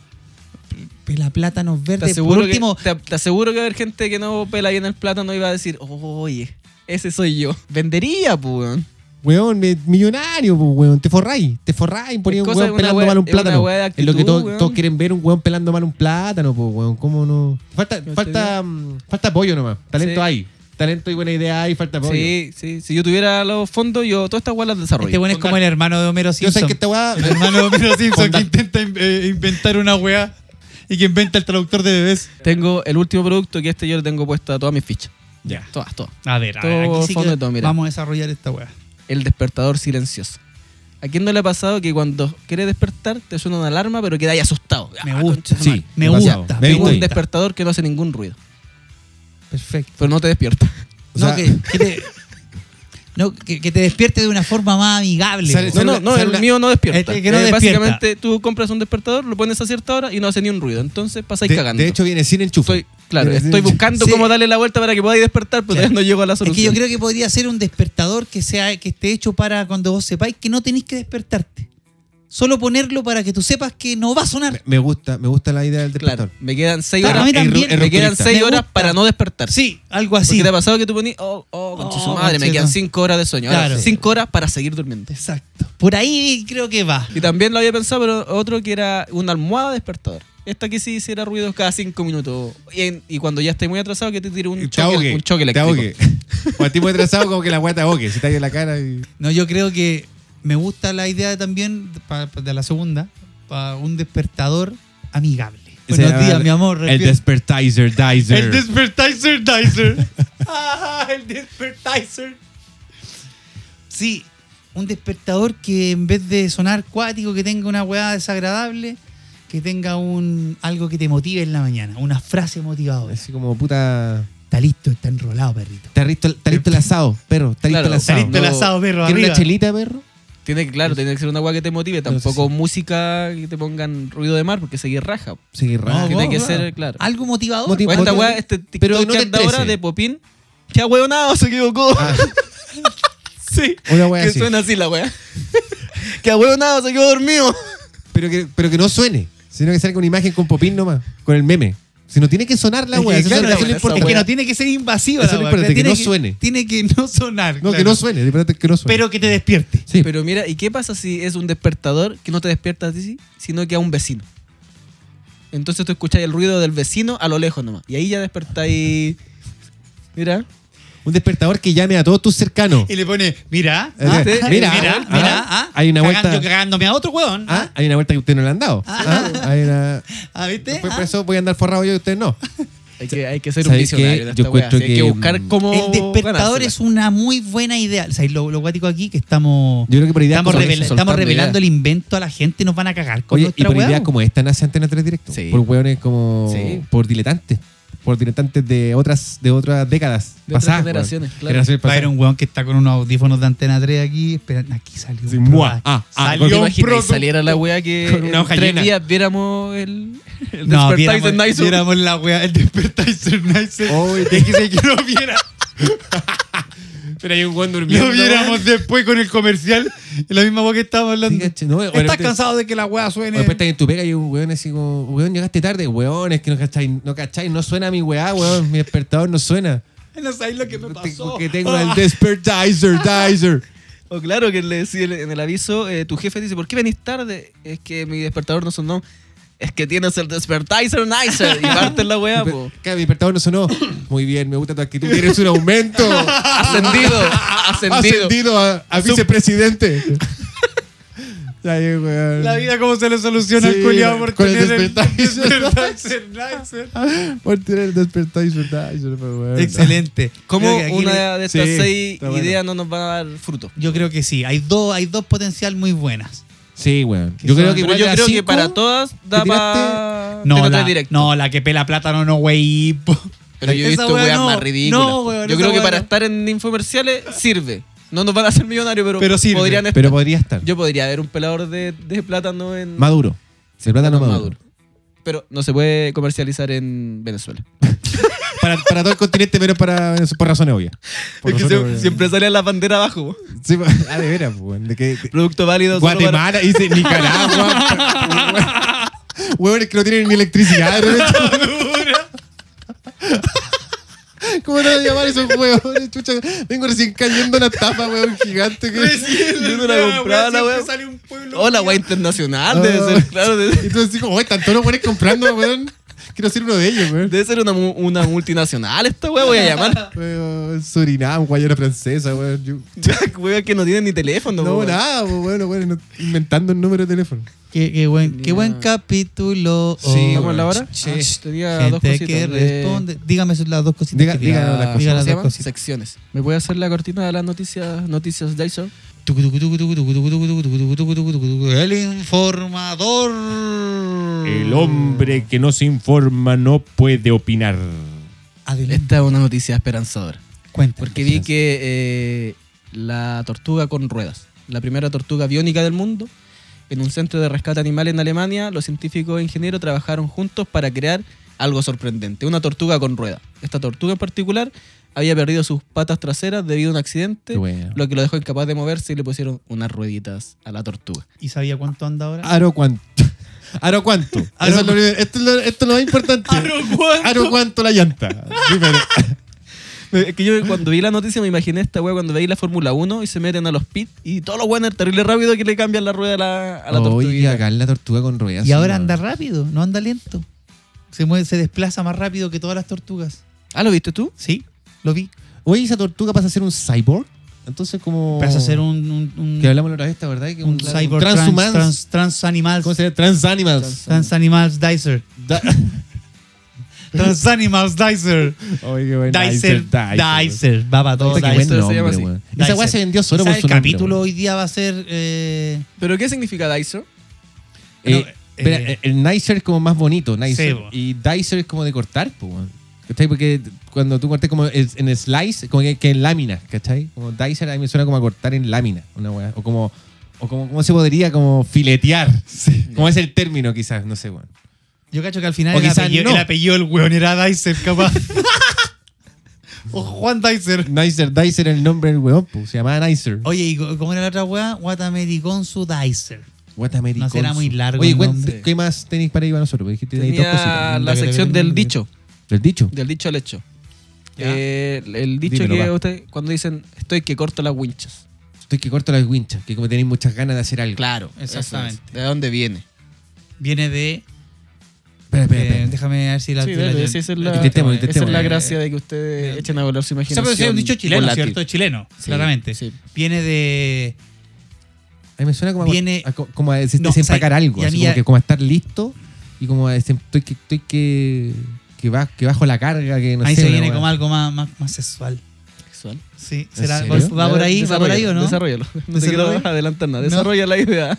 Speaker 5: pela plátanos
Speaker 4: Te
Speaker 5: verdes. Por
Speaker 4: aseguro,
Speaker 5: último,
Speaker 4: que, te, te aseguro que va a haber gente que no pela bien el plátano y va a decir, oye, ese soy yo. Vendería, pues.
Speaker 3: Weón, me- millonario, pues, weón. Te forráis, te forráis por ahí
Speaker 4: Es
Speaker 3: un
Speaker 4: cosa de
Speaker 3: weón
Speaker 4: una
Speaker 3: pelando
Speaker 4: wea-
Speaker 3: mal un
Speaker 4: es una
Speaker 3: plátano.
Speaker 4: wea de
Speaker 3: Es, lo que
Speaker 4: actitud,
Speaker 3: todos-
Speaker 4: weón.
Speaker 3: todos quieren ver, un weón pelando mal un plátano, pues, weón. ¿Cómo no? Falta, falta, mm, falta apoyo nomás. Talento
Speaker 4: Sí.
Speaker 3: hay. Talento y buena idea hay, falta apoyo.
Speaker 4: Sí, sí. Si yo tuviera los fondos, yo todas estas weas las desarrollo.
Speaker 2: Este bueno es como el hermano de Homero
Speaker 3: Yo sé
Speaker 2: Simpson.
Speaker 3: que esta weá.
Speaker 2: El hermano de Homero Simpson
Speaker 3: Onda.
Speaker 2: que intenta in- eh, inventar una weá y que inventa el traductor de bebés.
Speaker 4: Tengo el último producto que este yo le tengo puesta todas mis fichas.
Speaker 3: Ya.
Speaker 4: Todas, todas.
Speaker 2: A ver, a ver,
Speaker 4: Todo
Speaker 2: aquí sí
Speaker 4: fondo
Speaker 2: que
Speaker 4: de todo, mira.
Speaker 2: vamos a desarrollar esta weá.
Speaker 4: El despertador silencioso. ¿A quién no le ha pasado que cuando quieres despertar te suena una alarma pero quedáis asustado?
Speaker 2: Me
Speaker 4: Ah,
Speaker 2: gusta,
Speaker 4: concha de
Speaker 2: sí,
Speaker 4: madre.
Speaker 2: me
Speaker 3: me pasa.
Speaker 2: gusta.
Speaker 3: Me
Speaker 2: me
Speaker 4: Tengo
Speaker 3: gusta.
Speaker 4: un
Speaker 2: gusta.
Speaker 4: despertador que no hace ningún ruido,
Speaker 5: perfecto.
Speaker 4: pero no te despierta.
Speaker 3: O sea,
Speaker 5: no, que, que te, no, que- que te despierte de una forma más amigable.
Speaker 3: Sale-
Speaker 5: po.
Speaker 4: No,
Speaker 3: sale-
Speaker 4: no, no,
Speaker 3: sale
Speaker 4: el
Speaker 3: la-
Speaker 4: mío no despierta. Eh,
Speaker 2: Este que no despierta.
Speaker 4: Básicamente tú compras un despertador, lo pones a cierta hora y no hace ni un ruido. Entonces pasáis
Speaker 3: de,
Speaker 4: cagando.
Speaker 3: de hecho, viene sin enchufe.
Speaker 4: estoy, claro,
Speaker 3: Viene sin
Speaker 4: estoy
Speaker 3: enchufe.
Speaker 4: buscando
Speaker 5: Sí.
Speaker 4: cómo darle la vuelta para que podáis despertar, pero
Speaker 5: Claro.
Speaker 4: todavía no llego a la
Speaker 5: Es
Speaker 4: solución.
Speaker 5: que yo creo que podría ser un despertador que sea que esté hecho para cuando vos sepáis que no tenéis que despertarte. Solo ponerlo para que tú sepas que no va a sonar.
Speaker 3: Me gusta, me gusta la idea del despertador.
Speaker 4: Claro, me quedan seis
Speaker 5: Claro,
Speaker 4: horas.
Speaker 5: a mí también.
Speaker 3: Es ru- es
Speaker 4: Me quedan
Speaker 3: rupturista.
Speaker 4: seis
Speaker 5: Me
Speaker 4: horas
Speaker 5: gusta.
Speaker 4: para no despertar.
Speaker 5: Sí, algo
Speaker 4: Porque
Speaker 5: así.
Speaker 4: te ha pasado que tú ponías, oh, oh, con
Speaker 5: Oh,
Speaker 4: su madre, me
Speaker 5: concheta.
Speaker 4: quedan cinco horas de sueño. Ahora,
Speaker 5: Claro.
Speaker 4: cinco horas para seguir durmiendo.
Speaker 5: Exacto. Por ahí creo que va.
Speaker 4: Y también lo había pensado, pero otro que era una almohada despertador. Esta que sí hiciera ruidos cada cinco minutos. Y, en- y cuando ya estés muy atrasado, que te tire un,
Speaker 3: Te
Speaker 4: choque,
Speaker 3: ahogue,
Speaker 4: un choque
Speaker 3: te
Speaker 4: eléctrico.
Speaker 3: ahogue. O a ti muy atrasado, como que la weá te ahogue. Se te cae en la cara y.
Speaker 2: No, yo creo que me gusta la idea también pa- pa- de la segunda, para un despertador amigable.
Speaker 3: Se
Speaker 2: Buenos
Speaker 3: llama
Speaker 2: días, mi amor.
Speaker 3: El
Speaker 2: despierta.
Speaker 3: despertizer, dizer.
Speaker 2: El despertizer dicer. ah, el despertizer. Sí, un despertador que en vez de sonar cuático, que tenga una weá desagradable, que tenga un algo que te motive en la mañana, una frase motivadora.
Speaker 3: Así como puta.
Speaker 2: Está listo, está enrolado, perrito.
Speaker 3: Está listo, está listo el asado, perro. Está listo
Speaker 4: Claro,
Speaker 3: el asado.
Speaker 4: está listo
Speaker 2: El
Speaker 4: No,
Speaker 2: asado, perro,
Speaker 3: ¿Quieres
Speaker 2: arriba.
Speaker 3: una chelita, perro?
Speaker 4: Tiene que, claro, tiene que ser una agua que te motive.
Speaker 3: No sé
Speaker 4: Tampoco
Speaker 3: si-
Speaker 4: música que te pongan ruido de mar, porque seguir raja.
Speaker 3: Sí,
Speaker 2: No,
Speaker 3: raro.
Speaker 4: tiene que
Speaker 2: claro.
Speaker 4: ser, claro.
Speaker 5: Algo motivador.
Speaker 3: Motiv-
Speaker 4: O esta
Speaker 3: motiva-
Speaker 4: weá, este TikTok
Speaker 3: Pero no
Speaker 4: que
Speaker 3: te
Speaker 4: anda ahora
Speaker 3: estreses.
Speaker 4: de Popín. ¡Qué huevonado! Se equivocó.
Speaker 3: Ah,
Speaker 4: sí.
Speaker 3: una weá
Speaker 4: que
Speaker 3: así.
Speaker 4: suena así la weá. que huevonado! Se quedó dormido.
Speaker 3: Pero que, pero que no suene, sino que salga una imagen con popín nomás, con el meme. Si no tiene que sonar la
Speaker 2: Es que,
Speaker 3: weá. Eso,
Speaker 2: claro,
Speaker 3: es lo- eso es lo
Speaker 4: esa
Speaker 3: importante.
Speaker 2: es que
Speaker 4: weá.
Speaker 2: no tiene que ser invasiva
Speaker 3: Eso
Speaker 2: la
Speaker 3: es lo
Speaker 2: weá,
Speaker 3: importante, que
Speaker 2: tiene
Speaker 3: no suene.
Speaker 2: Tiene que no sonar.
Speaker 3: No, que
Speaker 2: claro.
Speaker 3: no suene, lo importante es que no suene.
Speaker 2: Pero que te despierte.
Speaker 3: sí.
Speaker 4: Pero mira, ¿y qué pasa si es un despertador que no te despierta a ti, sino que a un vecino? Entonces tú escuchás el ruido del vecino a lo lejos nomás. Y ahí ya despertáis. Mira.
Speaker 3: un despertador que llame a todos tus cercanos.
Speaker 2: Y le pone, mira,
Speaker 3: Ah,
Speaker 2: ah,
Speaker 4: sí.
Speaker 2: mira,
Speaker 4: Mira,
Speaker 2: mira,
Speaker 3: ah,
Speaker 2: ah,
Speaker 3: hay una
Speaker 2: cagando-
Speaker 3: vuelta.
Speaker 2: cagándome a otro huevón. Ah,
Speaker 3: Ah, hay una vuelta que ustedes no le han dado. Ah, hay una-
Speaker 2: ¿viste?
Speaker 3: Después
Speaker 2: Ah.
Speaker 3: por eso voy a andar forrado yo y ustedes no.
Speaker 4: Hay que, hay que ser un
Speaker 3: ¿Sabes qué?
Speaker 4: visionario. de
Speaker 3: Yo
Speaker 4: esta wea,
Speaker 3: encuentro
Speaker 4: así Hay que
Speaker 3: que,
Speaker 4: buscar
Speaker 3: mm,
Speaker 4: cómo.
Speaker 2: El despertador
Speaker 4: ganársela.
Speaker 2: es una muy buena idea. O sea, y lo, lo guático aquí que estamos,
Speaker 3: Yo creo que por ideas
Speaker 2: estamos,
Speaker 3: como
Speaker 2: revela-
Speaker 4: soltando
Speaker 2: estamos revelando
Speaker 4: ideas.
Speaker 2: el invento a la gente y nos van a cagar con
Speaker 3: Oye, y
Speaker 2: nuestra
Speaker 3: por
Speaker 2: weá,
Speaker 3: ideas
Speaker 2: po.
Speaker 3: como esta nace Antena 3 Directo.
Speaker 4: Sí.
Speaker 3: Por hueones como.
Speaker 4: Sí.
Speaker 3: Por diletantes. Por diletantes de otras, de otras décadas.
Speaker 4: De otras
Speaker 3: pasadas,
Speaker 4: generaciones,
Speaker 3: weón.
Speaker 4: claro.
Speaker 3: Generaciones
Speaker 2: Va a haber
Speaker 3: pasadas.
Speaker 2: un huevón que está con unos audífonos de antena 3 aquí. Espera, aquí salió.
Speaker 3: Sí,
Speaker 2: un
Speaker 3: mua,
Speaker 2: producto.
Speaker 3: ah, ah,
Speaker 4: ¿Te
Speaker 2: salió un
Speaker 4: imaginas? Y
Speaker 2: producto.
Speaker 4: saliera la wea que
Speaker 2: Con una
Speaker 4: en
Speaker 2: hoja
Speaker 4: tres
Speaker 2: llena.
Speaker 4: días viéramos el, el
Speaker 2: No,
Speaker 4: despertáis
Speaker 2: viéramos,
Speaker 4: en Nice.
Speaker 2: viéramos la weá, el despertizer nice.
Speaker 3: Oye,
Speaker 2: Es que se que lo viera.
Speaker 3: Pero hay un buen durmiendo.
Speaker 2: Lo viéramos después con el comercial. En la misma voz que estábamos
Speaker 3: Sí,
Speaker 2: hablando.
Speaker 3: caché, no,
Speaker 2: ¿Estás cansado de que la weá
Speaker 3: O
Speaker 2: suene?
Speaker 3: después estás en tu pega y hay un weón así como, weón, llegaste tarde, weón, es que no cacháis, no cacháis, no suena mi weá, weón, mi despertador no suena.
Speaker 2: No sabéis lo que me pasó.
Speaker 3: Porque tengo el despertizer, dizer.
Speaker 4: O Oh, claro que le decía el- en el aviso, eh, tu jefe dice, ¿por qué venís tarde? Es que mi despertador no sonó. Es que tienes el despertizer nicer. Y parte la wea, po.
Speaker 3: Claro, mi despertador no sonó. Muy bien, me gusta tu actitud, quieres un aumento.
Speaker 4: Ascendido, ascendido.
Speaker 3: Ascendido a, a vicepresidente. Ya, eh, weón.
Speaker 2: La vida cómo se le soluciona
Speaker 3: Sí,
Speaker 2: al culiado por
Speaker 3: con el
Speaker 2: tener el
Speaker 3: despertadizer.
Speaker 2: despertadizer nicer.
Speaker 3: Por tener el despertizer, dizer, pues, weón.
Speaker 2: Excelente.
Speaker 4: ¿Cómo
Speaker 2: Creo que aquí
Speaker 4: una
Speaker 2: le-
Speaker 4: de estas
Speaker 3: Sí,
Speaker 4: seis
Speaker 3: está bueno.
Speaker 4: ideas no nos va a dar fruto?
Speaker 2: Yo creo que sí. Hay dos, hay dos potencial muy buenas.
Speaker 3: Sí, weón.
Speaker 2: Que
Speaker 3: Yo
Speaker 2: son-
Speaker 3: creo que
Speaker 4: Pero
Speaker 3: igual
Speaker 4: yo
Speaker 3: de
Speaker 4: creo
Speaker 3: las
Speaker 4: que
Speaker 3: cinco,
Speaker 4: para todas da
Speaker 3: te tiraste-
Speaker 4: para...
Speaker 2: No, la, no, la que pela plátano, no, güey. po.
Speaker 4: Pero yo he
Speaker 2: Esa
Speaker 4: visto
Speaker 2: weá
Speaker 4: weas
Speaker 2: no.
Speaker 4: más ridículas.
Speaker 2: No,
Speaker 4: po.
Speaker 2: weón,
Speaker 4: yo
Speaker 2: esa
Speaker 4: creo que
Speaker 2: weá
Speaker 4: para
Speaker 2: no.
Speaker 4: estar en infomerciales sirve. No nos van a hacer millonarios, pero,
Speaker 2: Pero sirve.
Speaker 4: podrían estar.
Speaker 3: Pero podría estar.
Speaker 4: yo podría ver un pelador de, de plátano en
Speaker 3: Maduro. El plátano
Speaker 4: plátano
Speaker 3: maduro.
Speaker 4: Pero no se puede comercializar en Venezuela.
Speaker 3: para, para todo el continente, menos para Venezuela, por razones obvias. Por
Speaker 4: Porque
Speaker 3: razones obvias.
Speaker 4: siempre sale la bandera abajo.
Speaker 3: Sí, pa- ah, de veras, pues, weón, de que- de-
Speaker 4: Producto válido. solo para-
Speaker 3: Guatemala, dice Nicaragua. Huevones que no tienen ni electricidad. de repente. ¿Cómo te van a llamar esos huevones? Chucha, vengo recién cayendo una tapa, huevón, gigante. Que...
Speaker 4: Yo no la compraba la wea. Oh, la wea internacional,
Speaker 3: Ah.
Speaker 4: debe ser, claro. Debe,
Speaker 3: Y tú así como, oye, tanto los huevones comprando, huevón. Quiero ser uno de ellos, huevón.
Speaker 4: debe ser una, mu- una multinacional esta wea, voy a llamar.
Speaker 3: Huevón, Surinam, Guayana Francesa, huevón. yo-
Speaker 4: Wea que no tienen ni teléfono.
Speaker 3: No,
Speaker 4: po, wea.
Speaker 3: nada, pues, bueno, bueno, no- inventando el número de teléfono.
Speaker 2: Qué, qué buen, qué buen
Speaker 4: Ya.
Speaker 2: capítulo.
Speaker 3: Sí,
Speaker 2: Oh,
Speaker 4: ¿Estamos en la hora?
Speaker 2: Sí.
Speaker 4: Ah, tenía dos
Speaker 2: Gente
Speaker 4: cositas.
Speaker 2: que
Speaker 4: de-
Speaker 2: responde. Dígame sus- las dos cositas.
Speaker 3: Diga-
Speaker 2: que
Speaker 3: diga
Speaker 2: tiene.
Speaker 3: las
Speaker 4: Ah,
Speaker 3: cosas.
Speaker 2: Diga
Speaker 4: ¿cómo
Speaker 2: las
Speaker 4: se
Speaker 2: dos
Speaker 4: llama?
Speaker 2: cositas.
Speaker 4: Secciones. ¿Me puede hacer la cortina de las noticias, noticias de eso?
Speaker 2: Tucu, tucu, tucu, tucu, tucu, tucu, tucu, tucu, tucu, tucu, tucu. El informador.
Speaker 3: que no se informa no puede opinar.
Speaker 2: Adelante.
Speaker 4: Esta es una noticia esperanzadora.
Speaker 2: Cuenta.
Speaker 4: Porque vi que eh, la tortuga con ruedas, la primera tortuga biónica del mundo, en un centro de rescate animal en Alemania, los científicos e ingenieros trabajaron juntos para crear algo sorprendente, una tortuga con ruedas. Esta tortuga en particular había perdido sus patas traseras debido a un accidente,
Speaker 3: Bueno.
Speaker 4: lo que lo dejó incapaz de moverse y le pusieron unas rueditas a la tortuga.
Speaker 6: ¿Y sabía cuánto anda ahora?
Speaker 3: Aro cuánto. Aro cuánto. Eso es lo primero. esto, es lo, esto es lo más importante. Aro cuánto. la llanta. Primero.
Speaker 4: Es que yo cuando vi la noticia me imaginé esta weá cuando veis la Fórmula 1 y se meten a los pits y todos los weones terrible rápido que le cambian la rueda a la, a la
Speaker 3: Oye,
Speaker 4: tortuguita.
Speaker 3: acá es la tortuga con ruedas.
Speaker 2: Y ahora
Speaker 3: sí,
Speaker 2: anda
Speaker 3: weón.
Speaker 2: rápido, no anda lento. Se mueve, se desplaza más rápido que todas las tortugas.
Speaker 4: Ah, ¿lo viste tú?
Speaker 2: Sí, lo vi.
Speaker 3: Oye, esa tortuga pasa a ser un cyborg. Entonces, como.
Speaker 2: Vas a hacer un, un, un-
Speaker 3: Que hablamos la otra vez, ¿te acordás? Que
Speaker 2: un
Speaker 3: claro,
Speaker 2: cyborg
Speaker 3: transhumans.
Speaker 2: trans, trans, transanimals.
Speaker 3: ¿Cómo se llama? Transanimals.
Speaker 2: Transanimals Dicer.
Speaker 3: Da-
Speaker 2: Transanimals Dicer.
Speaker 3: Oye, qué buen
Speaker 2: Dicer. Dicer. Va para todo
Speaker 3: Puta, Este qué buen
Speaker 2: Dicer.
Speaker 4: Dicer se llama
Speaker 3: nombre,
Speaker 4: así.
Speaker 3: weón. Esa weá
Speaker 2: Dicer.
Speaker 3: se vendió solo por
Speaker 2: ¿Sabes?
Speaker 3: su
Speaker 2: El
Speaker 3: nombre,
Speaker 2: capítulo
Speaker 3: weón.
Speaker 2: hoy día va a ser. eh,
Speaker 4: ¿Pero qué significa Dicer?
Speaker 3: Eh,
Speaker 6: No,
Speaker 3: espera,
Speaker 6: eh,
Speaker 3: el nicer es como más bonito, nicer.
Speaker 6: Sí, po.
Speaker 3: y dicer es como de cortar, po, weón. ¿cachai? Porque cuando tú cortas como es- en slice, como que, que en lámina, ¿cachai? Como dicer a mí me suena como a cortar en lámina, una weá. O como, o como, ¿cómo se podría? Como filetear. Como es el término, quizás, no sé, weón.
Speaker 2: Yo cacho que al final
Speaker 3: O
Speaker 2: el
Speaker 3: quizás
Speaker 2: apellido,
Speaker 3: no.
Speaker 2: el apellido del weón era Dicer, capaz. o Juan Dicer.
Speaker 3: Nicer, dicer es el nombre del weón, po, se llamaba nicer.
Speaker 2: Oye, ¿y co- cómo era la otra weá? Guatamericón-su Dicer.
Speaker 3: What American
Speaker 2: no será muy
Speaker 3: Zoo.
Speaker 2: largo
Speaker 3: Oye,
Speaker 2: el
Speaker 3: cuenta-
Speaker 2: nombre.
Speaker 3: ¿qué más tenéis para ir a nosotros? Porque dijiste tenéis dos
Speaker 4: Tenía
Speaker 3: cositas.
Speaker 4: la sección del dicho,
Speaker 3: Del dicho.
Speaker 4: del dicho al hecho.
Speaker 2: Ya.
Speaker 4: Eh, el dicho
Speaker 3: Dímelo,
Speaker 4: que
Speaker 3: va.
Speaker 4: usted, cuando dicen estoy que corto las winchas.
Speaker 3: Estoy que corto las winchas, que como tenéis muchas ganas de hacer algo.
Speaker 4: Claro,
Speaker 2: exactamente.
Speaker 4: eso es. ¿De dónde viene?
Speaker 2: Viene de.
Speaker 3: Espera, espera,
Speaker 2: eh,
Speaker 3: espera.
Speaker 2: déjame ver si la.
Speaker 4: Sí,
Speaker 2: si la-
Speaker 4: dale, sí, esa es la,
Speaker 3: Intentémoslo,
Speaker 4: esa es
Speaker 3: intentémoslo.
Speaker 4: la gracia de que ustedes echen a volar su
Speaker 2: O sea,
Speaker 4: imaginación.
Speaker 2: pero sí, es un dicho chileno,
Speaker 4: volátil.
Speaker 2: ¿cierto? Es chileno,
Speaker 4: Sí,
Speaker 2: claramente.
Speaker 4: sí.
Speaker 2: Viene de.
Speaker 3: A mí me suena como
Speaker 2: Viene-
Speaker 3: a, a co- como a des-
Speaker 2: No,
Speaker 3: desempacar
Speaker 2: o sea,
Speaker 3: algo,
Speaker 2: y a
Speaker 3: así
Speaker 2: mí
Speaker 3: como,
Speaker 2: ya-
Speaker 3: que, como a estar listo y como a desem- estoy que estoy que, que, ba- que bajo la carga, que no
Speaker 2: ahí
Speaker 3: sé.
Speaker 2: se
Speaker 3: una
Speaker 2: viene
Speaker 3: weá.
Speaker 2: como algo más, más, más sexual.
Speaker 4: Sexual.
Speaker 2: Sí,
Speaker 3: ¿En
Speaker 2: será,
Speaker 3: serio?
Speaker 2: va, va por ahí, va por ahí o no?
Speaker 4: Desarrollalo. No te quiero
Speaker 2: ¿Desarrollo?
Speaker 4: adelantar nada.
Speaker 2: No.
Speaker 4: Desarrolla la idea.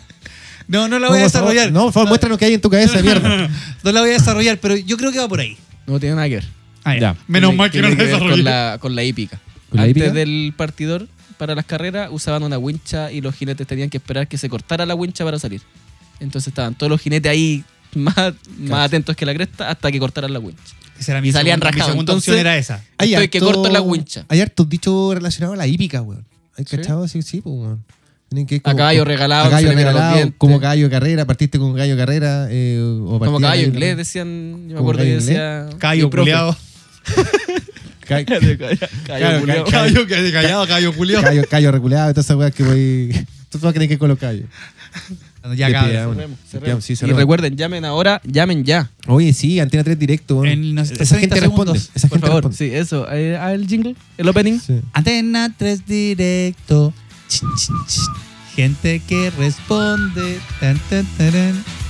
Speaker 2: No, no la
Speaker 3: No,
Speaker 2: voy a
Speaker 3: por favor,
Speaker 2: desarrollar.
Speaker 3: No, por favor, muéstranos qué hay en tu cabeza, mierda.
Speaker 2: No la voy a desarrollar, pero yo creo que va por ahí.
Speaker 4: No tiene nada que ver.
Speaker 6: Ah, ya.
Speaker 3: Ya.
Speaker 6: Menos
Speaker 4: Tiene-
Speaker 6: mal que no
Speaker 4: tiene
Speaker 6: lo
Speaker 4: ver Con
Speaker 6: desarrollé.
Speaker 4: la, con la hípica.
Speaker 3: ¿Con la
Speaker 4: Antes
Speaker 3: hípica?
Speaker 4: del partidor para las carreras usaban una wincha y los jinetes tenían que esperar que se cortara la wincha para salir. Entonces estaban todos los jinetes ahí más, más atentos que la cresta hasta que cortaran la wincha.
Speaker 2: Esa era
Speaker 4: Y
Speaker 2: mi
Speaker 4: salían
Speaker 2: segunda, mi
Speaker 4: rajados,
Speaker 2: segunda opción
Speaker 4: entonces-
Speaker 2: era esa.
Speaker 3: Hay
Speaker 4: Estoy que corto la wincha.
Speaker 3: Hay hartos dichos relacionados a la hípica, weón. ¿Hay
Speaker 4: ¿Sí?
Speaker 3: cachado? Sí, sí, pues, weón. Tienen que ir
Speaker 4: A caballo regalado,
Speaker 3: a
Speaker 4: se
Speaker 3: caballo
Speaker 4: le mira los
Speaker 3: regalado,
Speaker 4: dientes.
Speaker 3: como caballo de carrera, partiste con gallo de carrera. eh, o partiste
Speaker 4: Como
Speaker 3: de
Speaker 4: caballo
Speaker 3: de
Speaker 4: inglés
Speaker 3: carrera.
Speaker 4: decían, yo me
Speaker 3: Como
Speaker 4: acuerdo que
Speaker 3: caballo inglés.
Speaker 4: decía...
Speaker 6: Cayo
Speaker 4: mi profe.
Speaker 6: culeado.
Speaker 3: Ca-
Speaker 4: Caballo- caballo culiao.
Speaker 6: Cayo que- callado, cayo culeado.
Speaker 3: Callo, callo regulado, todas esas weas que voy. Tú vas a tener que ir con los callos.
Speaker 2: Ya
Speaker 3: Te
Speaker 2: cabrón.
Speaker 3: pidamos,
Speaker 4: Cerremos,
Speaker 3: te
Speaker 4: cerremos.
Speaker 3: pidamos, sí,
Speaker 4: y
Speaker 3: cerremos.
Speaker 4: recuerden, llamen ahora, llamen ya.
Speaker 3: Oye, sí, Antena 3 directo. weón.
Speaker 2: En los
Speaker 3: esa gente
Speaker 2: 30
Speaker 3: responde.
Speaker 2: segundos,
Speaker 3: Esa
Speaker 4: Por
Speaker 3: gente
Speaker 4: favor,
Speaker 3: responde.
Speaker 4: sí, eso. eh, ah, el jingle, el opening.
Speaker 3: Sí.
Speaker 2: Antena 3 directo. Ch, ch, ch. Gente que responde. Tan, tan, tarán.